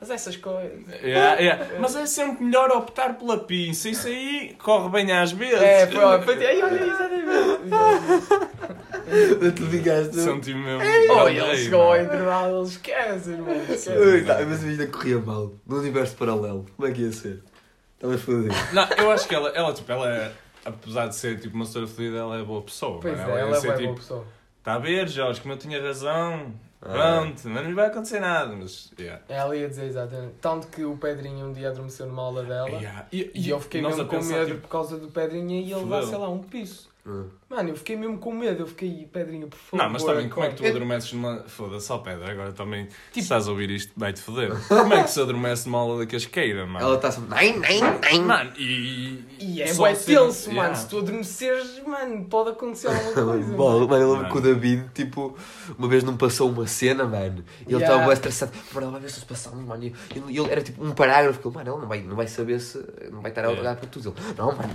[SPEAKER 3] Mas essas coisas.
[SPEAKER 2] Yeah, yeah. Mas é sempre melhor optar pela pinça. Isso aí corre bem às vezes.
[SPEAKER 3] É, foi, foi. Ai, olha isso, olha
[SPEAKER 1] Não te ligaste?
[SPEAKER 2] Senti-me mesmo.
[SPEAKER 3] isso. Oh, ele
[SPEAKER 2] Adorei,
[SPEAKER 3] chegou ao
[SPEAKER 2] mano.
[SPEAKER 3] intervalo, ele esquece, irmão. esquece.
[SPEAKER 1] Ui, tá, mas a vida corria mal. No universo paralelo. Como é que ia ser? Estavas fodido.
[SPEAKER 2] Não, eu acho que ela, ela, tipo, ela é. Apesar de ser tipo uma senhora fedida, ela é boa pessoa.
[SPEAKER 3] Pois
[SPEAKER 2] mano.
[SPEAKER 3] é,
[SPEAKER 2] ia
[SPEAKER 3] ela é
[SPEAKER 2] ser,
[SPEAKER 3] uma
[SPEAKER 2] tipo,
[SPEAKER 3] boa pessoa.
[SPEAKER 2] Está a ver, Jorge, como eu tinha razão.
[SPEAKER 1] Ah.
[SPEAKER 2] Pronto, mas não lhe vai acontecer nada. Mas, yeah.
[SPEAKER 3] Ela ia dizer exatamente. Tanto que o Pedrinho um dia adormeceu numa aula dela.
[SPEAKER 2] Yeah. Tá E,
[SPEAKER 3] E eu fiquei
[SPEAKER 2] nós
[SPEAKER 3] mesmo
[SPEAKER 2] a
[SPEAKER 3] com
[SPEAKER 2] pensar,
[SPEAKER 3] medo
[SPEAKER 2] tipo,
[SPEAKER 3] por causa do Pedrinha e ele dá,
[SPEAKER 2] Fudeu.
[SPEAKER 3] sei lá, um piso. Mano, eu fiquei mesmo com medo. Eu fiquei, Pedrinha, por favor.
[SPEAKER 2] Não, mas também, como é que tu
[SPEAKER 1] Eu-
[SPEAKER 2] adormeces numa. Foda-se, ó Pedro, agora também.
[SPEAKER 3] Tipo-
[SPEAKER 2] Se estás a ouvir isto, vai-te foder. Como é que se adormece numa aula da casqueira, mano?
[SPEAKER 1] Ah. Ela tá está sempre. Nein, nein, nein.
[SPEAKER 2] Mano, e.
[SPEAKER 3] E é
[SPEAKER 2] só
[SPEAKER 3] bué
[SPEAKER 2] ser-
[SPEAKER 3] tenso, mano.
[SPEAKER 2] Yeah.
[SPEAKER 3] Se tu adormeceres, mano, pode acontecer alguma coisa.
[SPEAKER 1] Bom,
[SPEAKER 3] mano.
[SPEAKER 1] mano, eu lembro
[SPEAKER 2] Mano.
[SPEAKER 1] que o David, tipo, uma vez não passou uma cena, mano, e ele
[SPEAKER 3] Yeah.
[SPEAKER 1] estava bem estressado, mano, vai ver se eles passaram, mano, e ele, ele era tipo um parágrafo, que ele, mano, ele não vai, não vai saber se, não vai estar a
[SPEAKER 2] Yeah.
[SPEAKER 1] olhar para tudo, ele, não, mano,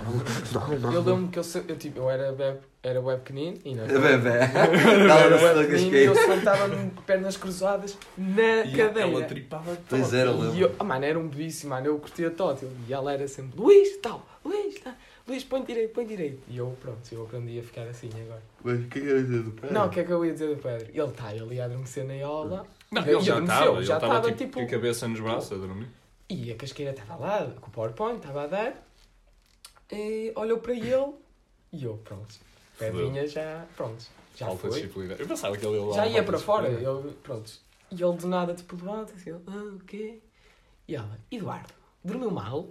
[SPEAKER 1] não, não, não,
[SPEAKER 3] Eu
[SPEAKER 1] não.
[SPEAKER 3] lembro que eu, sa- eu, tipo, eu era bem, era bem pequenino e não.
[SPEAKER 1] Bebé. Estava É na cena
[SPEAKER 3] Era
[SPEAKER 1] que
[SPEAKER 3] pequenino e eu sentava-me de pernas cruzadas na
[SPEAKER 2] E
[SPEAKER 3] cadeira.
[SPEAKER 2] Ela tripava todo.
[SPEAKER 1] Pois era, lembro.
[SPEAKER 3] E eu, ah, mano, era um bebíssimo, mano, eu curtia tótil. E ela era sempre, Luís, tal, Luís, tal, Luís, põe direito, põe direito. E eu, pronto, eu aprendi a ficar assim agora.
[SPEAKER 1] Mas o que é que era dizer do pé?
[SPEAKER 3] Não, o que é que eu ia dizer do Pedro? Ele está, ele ia adormecer na aula
[SPEAKER 2] Não,
[SPEAKER 3] E
[SPEAKER 2] ele já
[SPEAKER 3] adormeceu,
[SPEAKER 2] estava, ele
[SPEAKER 3] já
[SPEAKER 2] estava
[SPEAKER 3] estava,
[SPEAKER 2] tipo,
[SPEAKER 3] tipo-
[SPEAKER 2] com a cabeça nos braços a dormir.
[SPEAKER 3] e a casqueira estava lá, com o PowerPoint, estava a dar, e olhou para ele e eu, pronto,
[SPEAKER 2] Fudeu.
[SPEAKER 3] Pedrinha já, pronto, já
[SPEAKER 2] Falta
[SPEAKER 3] foi.
[SPEAKER 2] disciplina. Eu pensava que ele ia lá.
[SPEAKER 3] Já ia
[SPEAKER 2] falta
[SPEAKER 3] para
[SPEAKER 2] de
[SPEAKER 3] fora,
[SPEAKER 2] disciplina.
[SPEAKER 3] ele, pronto. E ele de nada, tipo, levanta, assim, ele, ah, o quê? E ela, Eduardo, dormiu mal?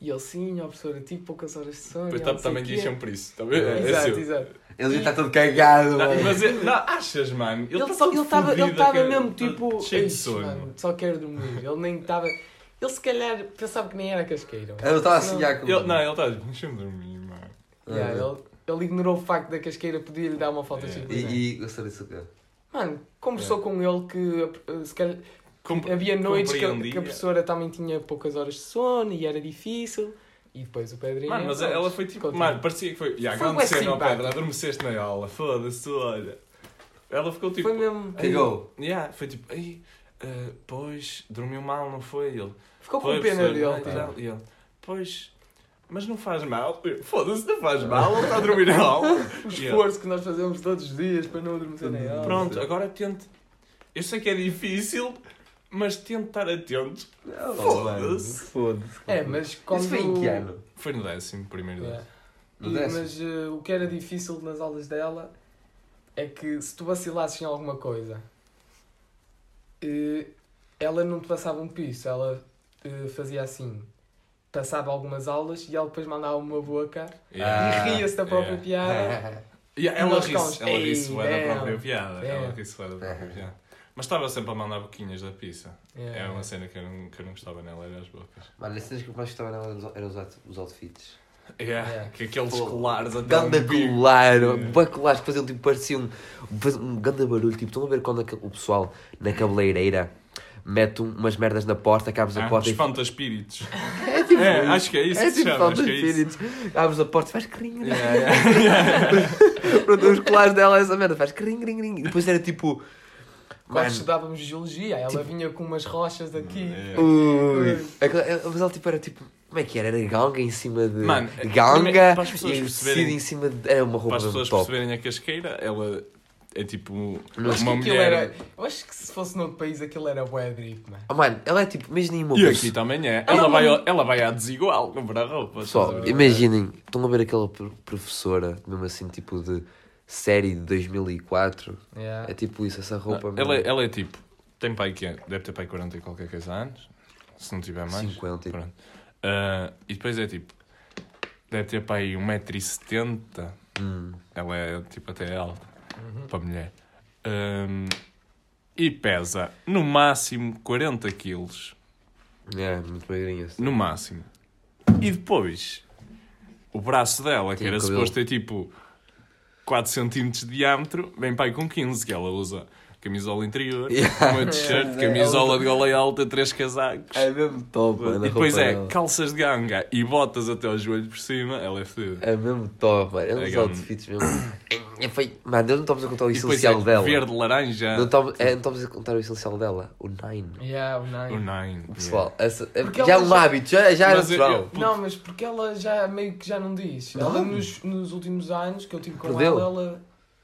[SPEAKER 3] E ele, sim, ó professora, tive poucas horas de sono.
[SPEAKER 2] Pois
[SPEAKER 3] ela, não
[SPEAKER 2] tam-
[SPEAKER 3] sei
[SPEAKER 2] também
[SPEAKER 3] o quê."
[SPEAKER 2] diz sempre isso. Também, é, é
[SPEAKER 3] Exato,
[SPEAKER 2] seu.
[SPEAKER 3] exato.
[SPEAKER 1] Ele já está todo cagado,
[SPEAKER 2] Não,
[SPEAKER 1] mano.
[SPEAKER 2] mas ele- não, achas, mano?
[SPEAKER 3] Ele
[SPEAKER 2] tá
[SPEAKER 3] estava
[SPEAKER 2] todo
[SPEAKER 3] ele tava- ele
[SPEAKER 2] fodido,
[SPEAKER 3] tava
[SPEAKER 2] aquele-
[SPEAKER 3] mesmo,
[SPEAKER 2] todo
[SPEAKER 3] tipo,
[SPEAKER 2] Cheio de
[SPEAKER 3] "Ixi,
[SPEAKER 2] sono.
[SPEAKER 3] mano, só quero dormir. Ele nem estava... Ele se calhar pensava que nem era casqueira. mano.
[SPEAKER 1] Ele estava assim,
[SPEAKER 3] Não.
[SPEAKER 1] já com...
[SPEAKER 2] Ele, não, ele está tipo, deixa-me dormir, mano.
[SPEAKER 1] É.
[SPEAKER 3] Yeah, ele, ele ignorou o facto da casqueira podia lhe dar uma falta
[SPEAKER 2] Yeah.
[SPEAKER 3] de disciplina.
[SPEAKER 1] É. E, É. e gostaria de saber.
[SPEAKER 3] Mano, conversou com ele que eh, se calhar,
[SPEAKER 2] Com-
[SPEAKER 3] havia noites que, a-
[SPEAKER 2] compreendia.
[SPEAKER 3] que a professora também tinha poucas horas de sono e era difícil. E depois o Pedrinho.
[SPEAKER 2] Mano, mas
[SPEAKER 3] pronto,
[SPEAKER 2] ela foi tipo.
[SPEAKER 3] é continua.
[SPEAKER 2] Mano, parecia que foi. Já,
[SPEAKER 3] Foi
[SPEAKER 2] quando descer
[SPEAKER 3] assim,
[SPEAKER 2] na
[SPEAKER 3] pá.
[SPEAKER 2] pedra, adormeceste na aula, foda-se, olha. Ela ficou tipo.
[SPEAKER 3] foi mesmo.
[SPEAKER 1] Cagou.
[SPEAKER 2] Yeah, foi tipo, ei, eh, pois, dormiu mal, não foi? Ele,
[SPEAKER 3] Ficou com
[SPEAKER 2] foi,
[SPEAKER 3] pena
[SPEAKER 2] professor,
[SPEAKER 3] dele. tá. tipo,
[SPEAKER 2] não, é?"
[SPEAKER 3] pá.
[SPEAKER 2] e ele, pois, mas não faz mal. Eu, Foda-se, não faz mal, ele está a dormir mal.
[SPEAKER 3] O
[SPEAKER 2] E ele,
[SPEAKER 3] esforço que nós fazemos todos os dias para não adormecer na aula.
[SPEAKER 2] Pronto, agora tente. Eu sei que é difícil, mas tente estar atento.
[SPEAKER 1] Não,
[SPEAKER 2] Foda-se.
[SPEAKER 1] mano, Foda-se.
[SPEAKER 3] É, mas como.
[SPEAKER 1] Isso foi em que ano? é assim.
[SPEAKER 2] Foi no décimo, primeiro
[SPEAKER 3] Yeah.
[SPEAKER 2] décimo.
[SPEAKER 1] No
[SPEAKER 3] E-
[SPEAKER 1] décimo?
[SPEAKER 3] mas eh, o que era difícil nas aulas dela é que se tu vacilasses em alguma coisa, eh, ela não te passava um piso, ela eh, fazia assim, passava algumas aulas e ela depois mandava uma boca
[SPEAKER 1] Ah,
[SPEAKER 3] É. e
[SPEAKER 2] é.
[SPEAKER 3] ria-se da própria
[SPEAKER 2] yeah.
[SPEAKER 3] piada.
[SPEAKER 2] Yeah,
[SPEAKER 3] E
[SPEAKER 2] ela
[SPEAKER 3] nós
[SPEAKER 2] ri-se,
[SPEAKER 3] ficámos,
[SPEAKER 2] ela
[SPEAKER 3] "Ei, É.
[SPEAKER 2] ri-se bué da
[SPEAKER 3] damn,
[SPEAKER 2] própria piada. Ela
[SPEAKER 3] damn."
[SPEAKER 2] ri-se bué da própria piada. Mas estava sempre a mandar boquinhas da pizza.
[SPEAKER 3] Yeah.
[SPEAKER 2] Era É uma cena que eu não, que eu não gostava nela, era as bocas.
[SPEAKER 1] Mano, as cenas que eu mais gostava nela eram os- eram os out- os outfits.
[SPEAKER 3] É.
[SPEAKER 2] Yeah,
[SPEAKER 3] Yeah.
[SPEAKER 2] Que aqueles
[SPEAKER 1] Pô,
[SPEAKER 2] colares até
[SPEAKER 1] Ganda
[SPEAKER 2] um bico.
[SPEAKER 1] colar,
[SPEAKER 2] É.
[SPEAKER 1] bué colares que faziam tipo, parecia um, faz- um ganda barulho. Tipo, estão a ver quando aquele- o pessoal na cabeleireira mete um- umas merdas na porta, acabas a
[SPEAKER 2] Ah,
[SPEAKER 1] porta e.
[SPEAKER 2] espanta espíritos.
[SPEAKER 1] É tipo
[SPEAKER 2] É,
[SPEAKER 1] isso.
[SPEAKER 2] acho que é isso
[SPEAKER 1] É
[SPEAKER 2] que se
[SPEAKER 1] tipo
[SPEAKER 2] chama,
[SPEAKER 1] falta
[SPEAKER 2] acho que é isso.
[SPEAKER 1] espíritos. Abres a porta e faz crinho. né?
[SPEAKER 2] Yeah, yeah.
[SPEAKER 1] Pronto, os colares dela, é essa merda, faz cring, cring, cring. E depois era tipo.
[SPEAKER 3] Quando
[SPEAKER 1] Mano,
[SPEAKER 3] estudávamos geologia, ela
[SPEAKER 1] tipo-
[SPEAKER 3] vinha com umas rochas aqui.
[SPEAKER 2] Yeah.
[SPEAKER 1] ui. Aquela- ela- Mas ela tipo era tipo. Como é que era? Era ganga em cima de.
[SPEAKER 2] Mano, é-
[SPEAKER 1] ganga.
[SPEAKER 2] primeiro, para as pessoas
[SPEAKER 1] e
[SPEAKER 2] perceberem-
[SPEAKER 1] vestido em cima de. Era uma
[SPEAKER 2] Para
[SPEAKER 1] roupa
[SPEAKER 2] as pessoas
[SPEAKER 1] mesmo top.
[SPEAKER 2] perceberem a casqueira, ela é tipo
[SPEAKER 1] Não.
[SPEAKER 2] uma
[SPEAKER 3] Acho que aquilo
[SPEAKER 2] mulher.
[SPEAKER 3] era. Eu acho que se fosse noutro país aquilo era bué drip, mano.
[SPEAKER 1] Oh, mano, ela é tipo. Imaginem uma
[SPEAKER 2] E
[SPEAKER 1] pessoa.
[SPEAKER 2] aqui também é.
[SPEAKER 3] Ela
[SPEAKER 2] Ela vai,
[SPEAKER 3] não-
[SPEAKER 2] ela vai à desigual comprar roupa.
[SPEAKER 1] Pessoal,
[SPEAKER 2] estás a ver?
[SPEAKER 1] imaginem, estão a ver aquela pro- professora, mesmo assim, tipo de série de 2004.
[SPEAKER 3] Yeah.
[SPEAKER 1] É tipo isso, essa roupa.
[SPEAKER 2] Ela, é-
[SPEAKER 1] mesmo.
[SPEAKER 2] ela é tipo, tem pai que é- deve ter pai 40 e qualquer coisa anos, se não tiver mais.
[SPEAKER 1] 50.
[SPEAKER 2] Pronto. Ah, e depois é tipo, deve ter pai 1,70m.
[SPEAKER 1] Hum.
[SPEAKER 2] Ela é tipo até alta para mulher. Ahm, e pesa no máximo 40 quilos.
[SPEAKER 1] É, muito magrinha. assim.
[SPEAKER 2] No máximo. E depois, o braço dela, que
[SPEAKER 1] Tinha
[SPEAKER 2] era
[SPEAKER 1] cabelo.
[SPEAKER 2] suposto ter tipo 4 cm de diâmetro, vem pai com 15, que ela usa camisola interior,
[SPEAKER 1] Yeah.
[SPEAKER 2] uma t-shirt,
[SPEAKER 1] É,
[SPEAKER 2] camisola de gola alta, três casacos.
[SPEAKER 1] É mesmo top, mano. a
[SPEAKER 2] e depois
[SPEAKER 1] roupa
[SPEAKER 2] é
[SPEAKER 1] dela.
[SPEAKER 2] calças de ganga e botas até ao joelho por cima, ela é fedida.
[SPEAKER 1] É mesmo top, mano. É
[SPEAKER 2] É
[SPEAKER 1] uns
[SPEAKER 2] grande.
[SPEAKER 1] outfits mesmo. É, foi... Mano, eu não estamos a contar o
[SPEAKER 2] E depois
[SPEAKER 1] essencial
[SPEAKER 2] é
[SPEAKER 1] dela.
[SPEAKER 2] verde, né? laranja,
[SPEAKER 1] Não estamos é, não estamos a contar o essencial dela. O
[SPEAKER 2] É.
[SPEAKER 1] Nine.
[SPEAKER 3] Yeah, o Nine.
[SPEAKER 2] o nine.
[SPEAKER 1] Pessoal, essa- é-
[SPEAKER 3] Porque
[SPEAKER 1] já é
[SPEAKER 3] ela
[SPEAKER 1] um
[SPEAKER 3] já-
[SPEAKER 1] hábito, já, já era
[SPEAKER 2] Mas eu-
[SPEAKER 1] natural.
[SPEAKER 2] Puto.
[SPEAKER 3] Não, mas porque ela já meio que já não diz. Ela nos, nos últimos anos que eu tive com
[SPEAKER 1] Perdeu.
[SPEAKER 3] ela, ela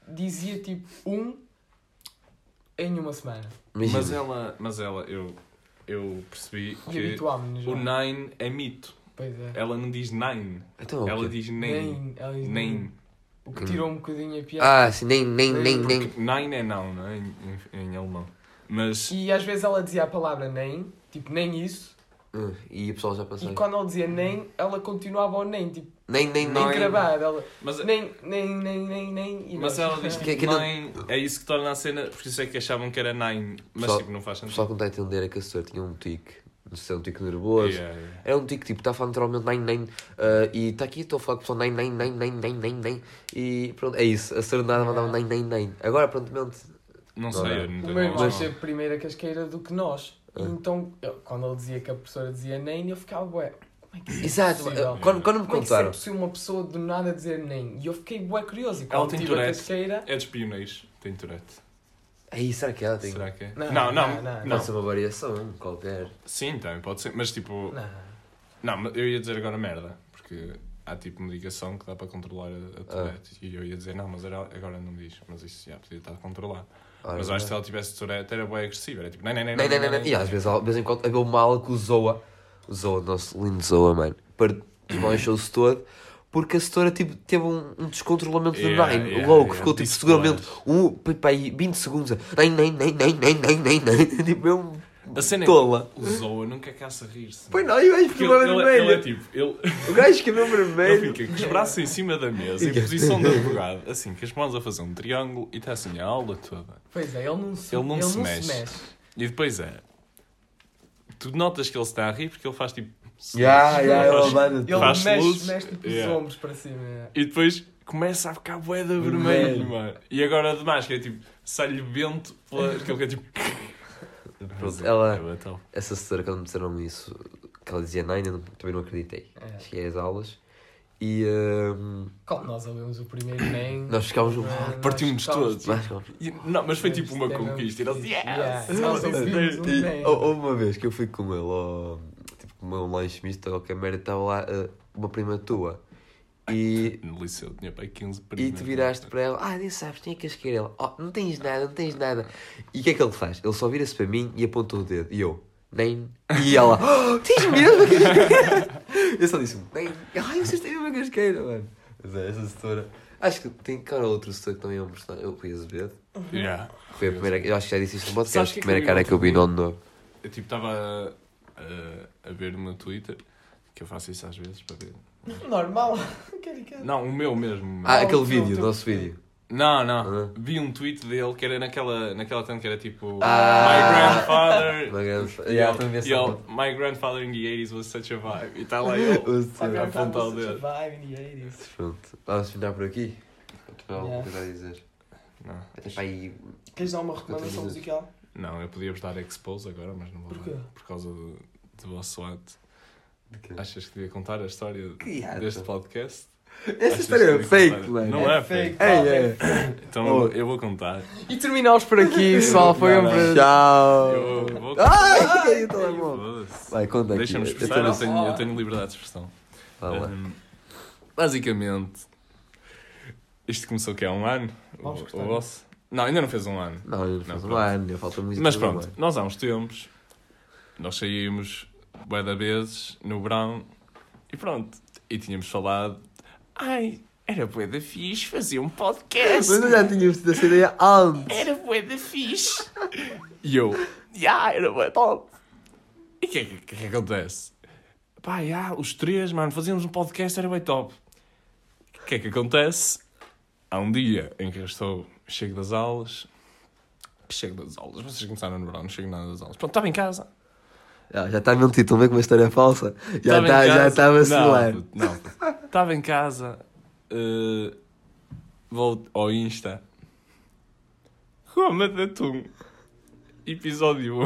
[SPEAKER 3] dizia tipo um em uma semana.
[SPEAKER 1] Imagina.
[SPEAKER 2] Mas ela, mas ela, eu, eu percebi
[SPEAKER 3] E
[SPEAKER 2] que
[SPEAKER 3] habituámos-nos.
[SPEAKER 2] o
[SPEAKER 3] já.
[SPEAKER 2] nine é mito.
[SPEAKER 3] Pois é.
[SPEAKER 2] Ela não diz nine,
[SPEAKER 1] Então,
[SPEAKER 2] ela
[SPEAKER 1] ok.
[SPEAKER 2] diz nem.
[SPEAKER 3] Nem, ela diz
[SPEAKER 2] Nem.
[SPEAKER 3] O que tirou um bocadinho a piada.
[SPEAKER 1] Ah, sim, nem, nem, nem,
[SPEAKER 3] Nem-
[SPEAKER 1] nem.
[SPEAKER 2] Nine é não, não é? Em, em- em alemão. Mas.
[SPEAKER 3] E às vezes ela dizia a palavra nem, tipo nem isso.
[SPEAKER 1] Hum, E o pessoal já
[SPEAKER 3] E
[SPEAKER 1] passou.
[SPEAKER 3] quando ela dizia nem, ela continuava ao nem, tipo
[SPEAKER 1] Nem, nem,
[SPEAKER 3] nem
[SPEAKER 1] nem.
[SPEAKER 3] gravada. Ela
[SPEAKER 2] Mas,
[SPEAKER 3] nem, nem, nem, nem, nem. e
[SPEAKER 2] mas
[SPEAKER 3] nós-
[SPEAKER 2] ela diz tipo,
[SPEAKER 1] Que- que não-
[SPEAKER 2] nine, é isso que torna a cena, porque isso é que achavam que era nine, mas
[SPEAKER 1] Pessoal-
[SPEAKER 2] tipo, não faz
[SPEAKER 1] O
[SPEAKER 2] sentido.
[SPEAKER 1] pessoal que não está a entender é que a senhora tinha um tique. Não sei, um tique nervoso.
[SPEAKER 2] Yeah, yeah.
[SPEAKER 1] Era um tique, tipo, está a falar naturalmente nem, nem. ah, e está aqui, estou a falar com o pessoal nem, nem, nem, nem, nem, nem, nem. E pronto, é isso. A senhora nada mandava nem, nem, nem. Agora, prontamente,
[SPEAKER 2] Não
[SPEAKER 1] Não,
[SPEAKER 2] sei,
[SPEAKER 1] não.
[SPEAKER 2] eu não
[SPEAKER 3] O
[SPEAKER 2] tenho
[SPEAKER 3] meu irmão
[SPEAKER 2] noção.
[SPEAKER 3] esteve primeiro a casqueira do que nós. E
[SPEAKER 1] Ah.
[SPEAKER 3] Então, eu- quando ele dizia que a professora dizia nem, eu ficava, ué, Como é que isso é
[SPEAKER 1] Exato,
[SPEAKER 3] possível?
[SPEAKER 1] quando, quando me
[SPEAKER 3] Como é que isso é
[SPEAKER 1] contaram.
[SPEAKER 3] possível uma pessoa do nada dizer nem? E eu fiquei bué curioso. E
[SPEAKER 2] Ela
[SPEAKER 3] quando
[SPEAKER 2] tem
[SPEAKER 3] tive a
[SPEAKER 2] Tourette.
[SPEAKER 3] casqueira...
[SPEAKER 2] É dos pioneiros, tem Tourette.
[SPEAKER 1] Aí, será que ela tem?
[SPEAKER 2] Será que é?
[SPEAKER 3] Não,
[SPEAKER 2] Não, não,
[SPEAKER 3] não,
[SPEAKER 2] não.
[SPEAKER 3] não.
[SPEAKER 1] Pode ser uma variação qualquer.
[SPEAKER 2] Sim, também pode ser, mas tipo. Não.
[SPEAKER 3] Não.
[SPEAKER 2] mas eu ia dizer agora merda, porque há tipo medicação que dá para controlar a,
[SPEAKER 1] Ah.
[SPEAKER 2] a Tourette. E eu ia dizer, não, mas era- agora não diz, mas isso já podia estar controlado.
[SPEAKER 1] Ora,
[SPEAKER 2] mas eu acho que se ela tivesse Tourette era bem agressiva, era tipo, nem, nem, nem,
[SPEAKER 1] Não, não, não, não. E às vezes, às vezes é enquanto havia uma aula que o Zoa, o Zoa, nosso lindo Zoa, mano, per- desmanchou-se todo. Porque a setora tipo, teve um, um descontrolamento
[SPEAKER 2] Yeah,
[SPEAKER 1] do Nine,
[SPEAKER 2] yeah,
[SPEAKER 1] louco,
[SPEAKER 2] yeah.
[SPEAKER 1] ficou tipo
[SPEAKER 2] Disse
[SPEAKER 1] seguramente um, pá, aí, 20 segundos a nem, nem, nem, nem, nem, nem, nem, nem, tipo, eu
[SPEAKER 2] A cena é
[SPEAKER 1] tola.
[SPEAKER 2] que o Zoa nunca caça rir-se.
[SPEAKER 1] Foi
[SPEAKER 2] mano.
[SPEAKER 1] não, e o gajo
[SPEAKER 2] é? Porque
[SPEAKER 1] ficou
[SPEAKER 2] ele, ele, ele é
[SPEAKER 1] vermelho.
[SPEAKER 2] tipo, ele,
[SPEAKER 1] O gajo ficou
[SPEAKER 2] ele
[SPEAKER 1] vermelho.
[SPEAKER 2] fica assim. com os braços em cima da mesa, em posição de advogado, assim, com as mãos a fazer um triângulo e está assim a aula toda.
[SPEAKER 3] Pois é, ele não se,
[SPEAKER 2] Ele não se
[SPEAKER 3] se
[SPEAKER 2] mexe.
[SPEAKER 3] mexe.
[SPEAKER 2] E depois é. Tu notas que ele está a rir porque ele faz tipo.
[SPEAKER 1] Ya, ya,
[SPEAKER 2] Ele
[SPEAKER 1] ele
[SPEAKER 2] faz-
[SPEAKER 1] manda
[SPEAKER 3] Ele
[SPEAKER 1] tudo.
[SPEAKER 2] Faz
[SPEAKER 3] mexe,
[SPEAKER 2] luzes.
[SPEAKER 3] mexe tipo
[SPEAKER 2] Yeah.
[SPEAKER 3] os ombros para cima. é.
[SPEAKER 2] E depois começa a ficar boeda vermelho, mano. E agora de máscara, tipo, sai-lhe vento pela. Aquele que é tipo.
[SPEAKER 1] Pronto, ela-
[SPEAKER 2] É brutal.
[SPEAKER 1] Essa setora, quando me disseram isso, que ela dizia Nine, eu não- também não acreditei.
[SPEAKER 3] É.
[SPEAKER 1] Cheguei às aulas e hum,
[SPEAKER 3] Como nós ouvimos o primeiro nem...
[SPEAKER 1] nós ficámos no.
[SPEAKER 3] Ah, nós
[SPEAKER 2] Partimos
[SPEAKER 3] ficámos,
[SPEAKER 2] todos.
[SPEAKER 1] Mas, calma.
[SPEAKER 2] E- não, mas foi
[SPEAKER 3] Mas
[SPEAKER 2] tipo uma
[SPEAKER 3] isto é
[SPEAKER 2] conquista. E
[SPEAKER 3] mesmo
[SPEAKER 2] nós, yes! assim,
[SPEAKER 3] fixe. Yeah. Nós ouvimos um
[SPEAKER 1] E,
[SPEAKER 3] nem.
[SPEAKER 1] hou- houve uma vez que eu fui com ele ao, tipo, comer um lanche misto ou qualquer merda, estava lá eh, uma prima tua e,
[SPEAKER 2] No liceu, tinha pai 15
[SPEAKER 1] e tu viraste para ela, ah, nem sabes, tinha que esquecer ele, oh, não tens nada, não tens nada. E o que é que ele faz? Ele só vira-se para mim e aponta o dedo, e eu, nem. E ela, oh, tens mesmo que Eu só disse, nem. Ai, vocês têm mesmo que casqueira, mano. Mas é, essa setora. Acho que tem cara outro setor que também é um personagem, o Rui Azevedo.
[SPEAKER 2] Yeah.
[SPEAKER 1] Foi a primeira, eu acho que já disse isto no
[SPEAKER 2] Sabes
[SPEAKER 1] podcast, a
[SPEAKER 2] que é que
[SPEAKER 1] primeira
[SPEAKER 2] eu vi
[SPEAKER 1] cara que eu vi no
[SPEAKER 2] outro
[SPEAKER 1] ano novo.
[SPEAKER 2] Eu tipo estava a, a ver no meu Twitter, que eu faço isso às vezes para ver.
[SPEAKER 3] Normal. é Caricado.
[SPEAKER 2] Não, o meu mesmo.
[SPEAKER 1] Ah,
[SPEAKER 3] Não,
[SPEAKER 1] aquele
[SPEAKER 3] não,
[SPEAKER 1] vídeo,
[SPEAKER 3] tipo-
[SPEAKER 1] nosso vídeo.
[SPEAKER 2] Não, não.
[SPEAKER 1] Ah.
[SPEAKER 2] Vi um tweet dele que era naquela, naquela tanto que era tipo
[SPEAKER 1] Ah.
[SPEAKER 2] My
[SPEAKER 1] Uma
[SPEAKER 2] grandfather.
[SPEAKER 1] grande.
[SPEAKER 2] E
[SPEAKER 1] Yeah,
[SPEAKER 2] ele-
[SPEAKER 1] também vi essa
[SPEAKER 2] e ele,
[SPEAKER 1] foto.
[SPEAKER 2] My grandfather in the 80s was such a vibe. E está lá ele.
[SPEAKER 1] Ouça.
[SPEAKER 2] Vai apontar o dedo.
[SPEAKER 3] dedo.
[SPEAKER 1] Pronto, vamos terminar por aqui. Eu tiver alguma
[SPEAKER 3] Yeah.
[SPEAKER 1] coisa a dizer.
[SPEAKER 2] Não,
[SPEAKER 1] Até para aí.
[SPEAKER 3] Queres dar uma
[SPEAKER 1] recomendação
[SPEAKER 3] recomendação
[SPEAKER 1] musical?
[SPEAKER 3] musical?
[SPEAKER 2] não eu podia-vos dar expose agora, mas não vou
[SPEAKER 3] Porquê?
[SPEAKER 2] dar. Por causa do, do vosso ato.
[SPEAKER 1] de quê?
[SPEAKER 2] Achas que devia contar a história
[SPEAKER 1] Que hiato.
[SPEAKER 2] deste podcast?
[SPEAKER 1] Esta história é
[SPEAKER 2] Achas que devia
[SPEAKER 1] fake,
[SPEAKER 2] contar?
[SPEAKER 1] mano.
[SPEAKER 2] Não é, fake.
[SPEAKER 1] É, é.
[SPEAKER 2] Então
[SPEAKER 1] Oh.
[SPEAKER 2] eu vou contar.
[SPEAKER 3] E terminamos por aqui, pessoal. Foi um
[SPEAKER 2] Não, não.
[SPEAKER 3] prazer.
[SPEAKER 1] Tchau.
[SPEAKER 2] Eu vou
[SPEAKER 1] Ah!
[SPEAKER 2] contar.
[SPEAKER 1] Ai, caiu o telemóvel.
[SPEAKER 2] Foda-se.
[SPEAKER 1] Vai, conta aqui.
[SPEAKER 2] Deixa-me
[SPEAKER 1] Eu Tá
[SPEAKER 2] expressar, eu
[SPEAKER 1] também-
[SPEAKER 2] tenho, eu tenho liberdade de expressão.
[SPEAKER 1] Fala.
[SPEAKER 2] Ahm, basicamente, isto começou que há um ano.
[SPEAKER 3] Vamos
[SPEAKER 2] o,
[SPEAKER 3] cortar.
[SPEAKER 2] o vosso. Não, ainda não fez um ano.
[SPEAKER 1] Não, eu não
[SPEAKER 2] Não,
[SPEAKER 1] fiz um
[SPEAKER 2] pronto.
[SPEAKER 1] ano, eu falta muito.
[SPEAKER 2] Mas
[SPEAKER 1] tempo,
[SPEAKER 2] pronto,
[SPEAKER 1] mano.
[SPEAKER 2] nós há uns tempos, nós saímos bué da vezes no verão e pronto. E tínhamos falado, ai, era bué da fixe fazer um
[SPEAKER 1] Mas eu
[SPEAKER 2] podcast.
[SPEAKER 1] já tínhamos tido essa ideia antes.
[SPEAKER 2] Era bué da fixe. E eu, já, era bué top. E o que, é que, que é que acontece? Pá, já, os três, mano, fazíamos um podcast, era bué top. O que é que acontece? Há um dia em que eu estou, chego das aulas, que chego das aulas, vocês começaram no verão, não chego nada das aulas. Pronto, estava em casa.
[SPEAKER 1] Já já está mentido, estão a ver como a história é falsa? Já
[SPEAKER 2] em
[SPEAKER 1] está- já tá
[SPEAKER 2] casa.
[SPEAKER 1] estava a celular.
[SPEAKER 2] Não, puto, não. puto. Estava em casa, eh, vou ao Insta, Roma de Atum, episódio 1.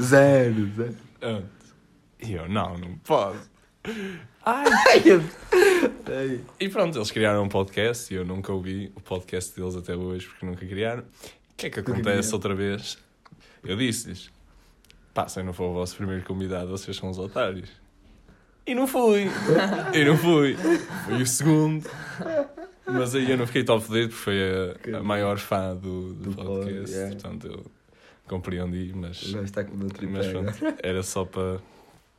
[SPEAKER 1] Zero, zero.
[SPEAKER 2] E eu, não, não posso. Ai,
[SPEAKER 1] Ai.
[SPEAKER 2] E pronto, eles criaram um podcast e eu nunca ouvi o podcast deles até hoje porque nunca criaram. O que é que acontece
[SPEAKER 1] criaram.
[SPEAKER 2] outra vez? Eu disse-lhes: pá, se eu não for o vosso primeiro convidado, vocês são os otários. E não fui. e não fui. Fui o segundo. Mas aí eu não fiquei tão fodido porque foi a, a maior fã do, do
[SPEAKER 1] Do pod,
[SPEAKER 2] podcast.
[SPEAKER 1] yeah.
[SPEAKER 2] Portanto, eu compreendi, mas.
[SPEAKER 1] O gajo está com o meu
[SPEAKER 2] Mas
[SPEAKER 1] tripé. agora.
[SPEAKER 2] pronto, era só para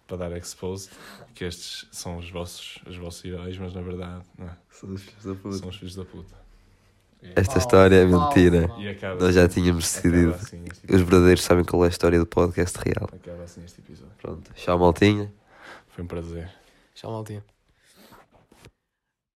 [SPEAKER 2] para dar expose, que estes são os vossos, os vossos heróis, mas na verdade não é,
[SPEAKER 1] São os filhos da puta.
[SPEAKER 2] são os filhos da puta.
[SPEAKER 1] Esta história é
[SPEAKER 3] Pausa,
[SPEAKER 1] mentira.
[SPEAKER 3] pausa.
[SPEAKER 2] E acaba,
[SPEAKER 1] Nós já tínhamos
[SPEAKER 2] acaba,
[SPEAKER 1] decidido.
[SPEAKER 2] assim, este
[SPEAKER 1] Os
[SPEAKER 2] episódio,
[SPEAKER 1] verdadeiros sabem qual é a história do podcast real.
[SPEAKER 2] acaba assim este episódio.
[SPEAKER 1] Pronto. Tchau, maltinha.
[SPEAKER 2] Foi um prazer.
[SPEAKER 3] Tchau, maltinha.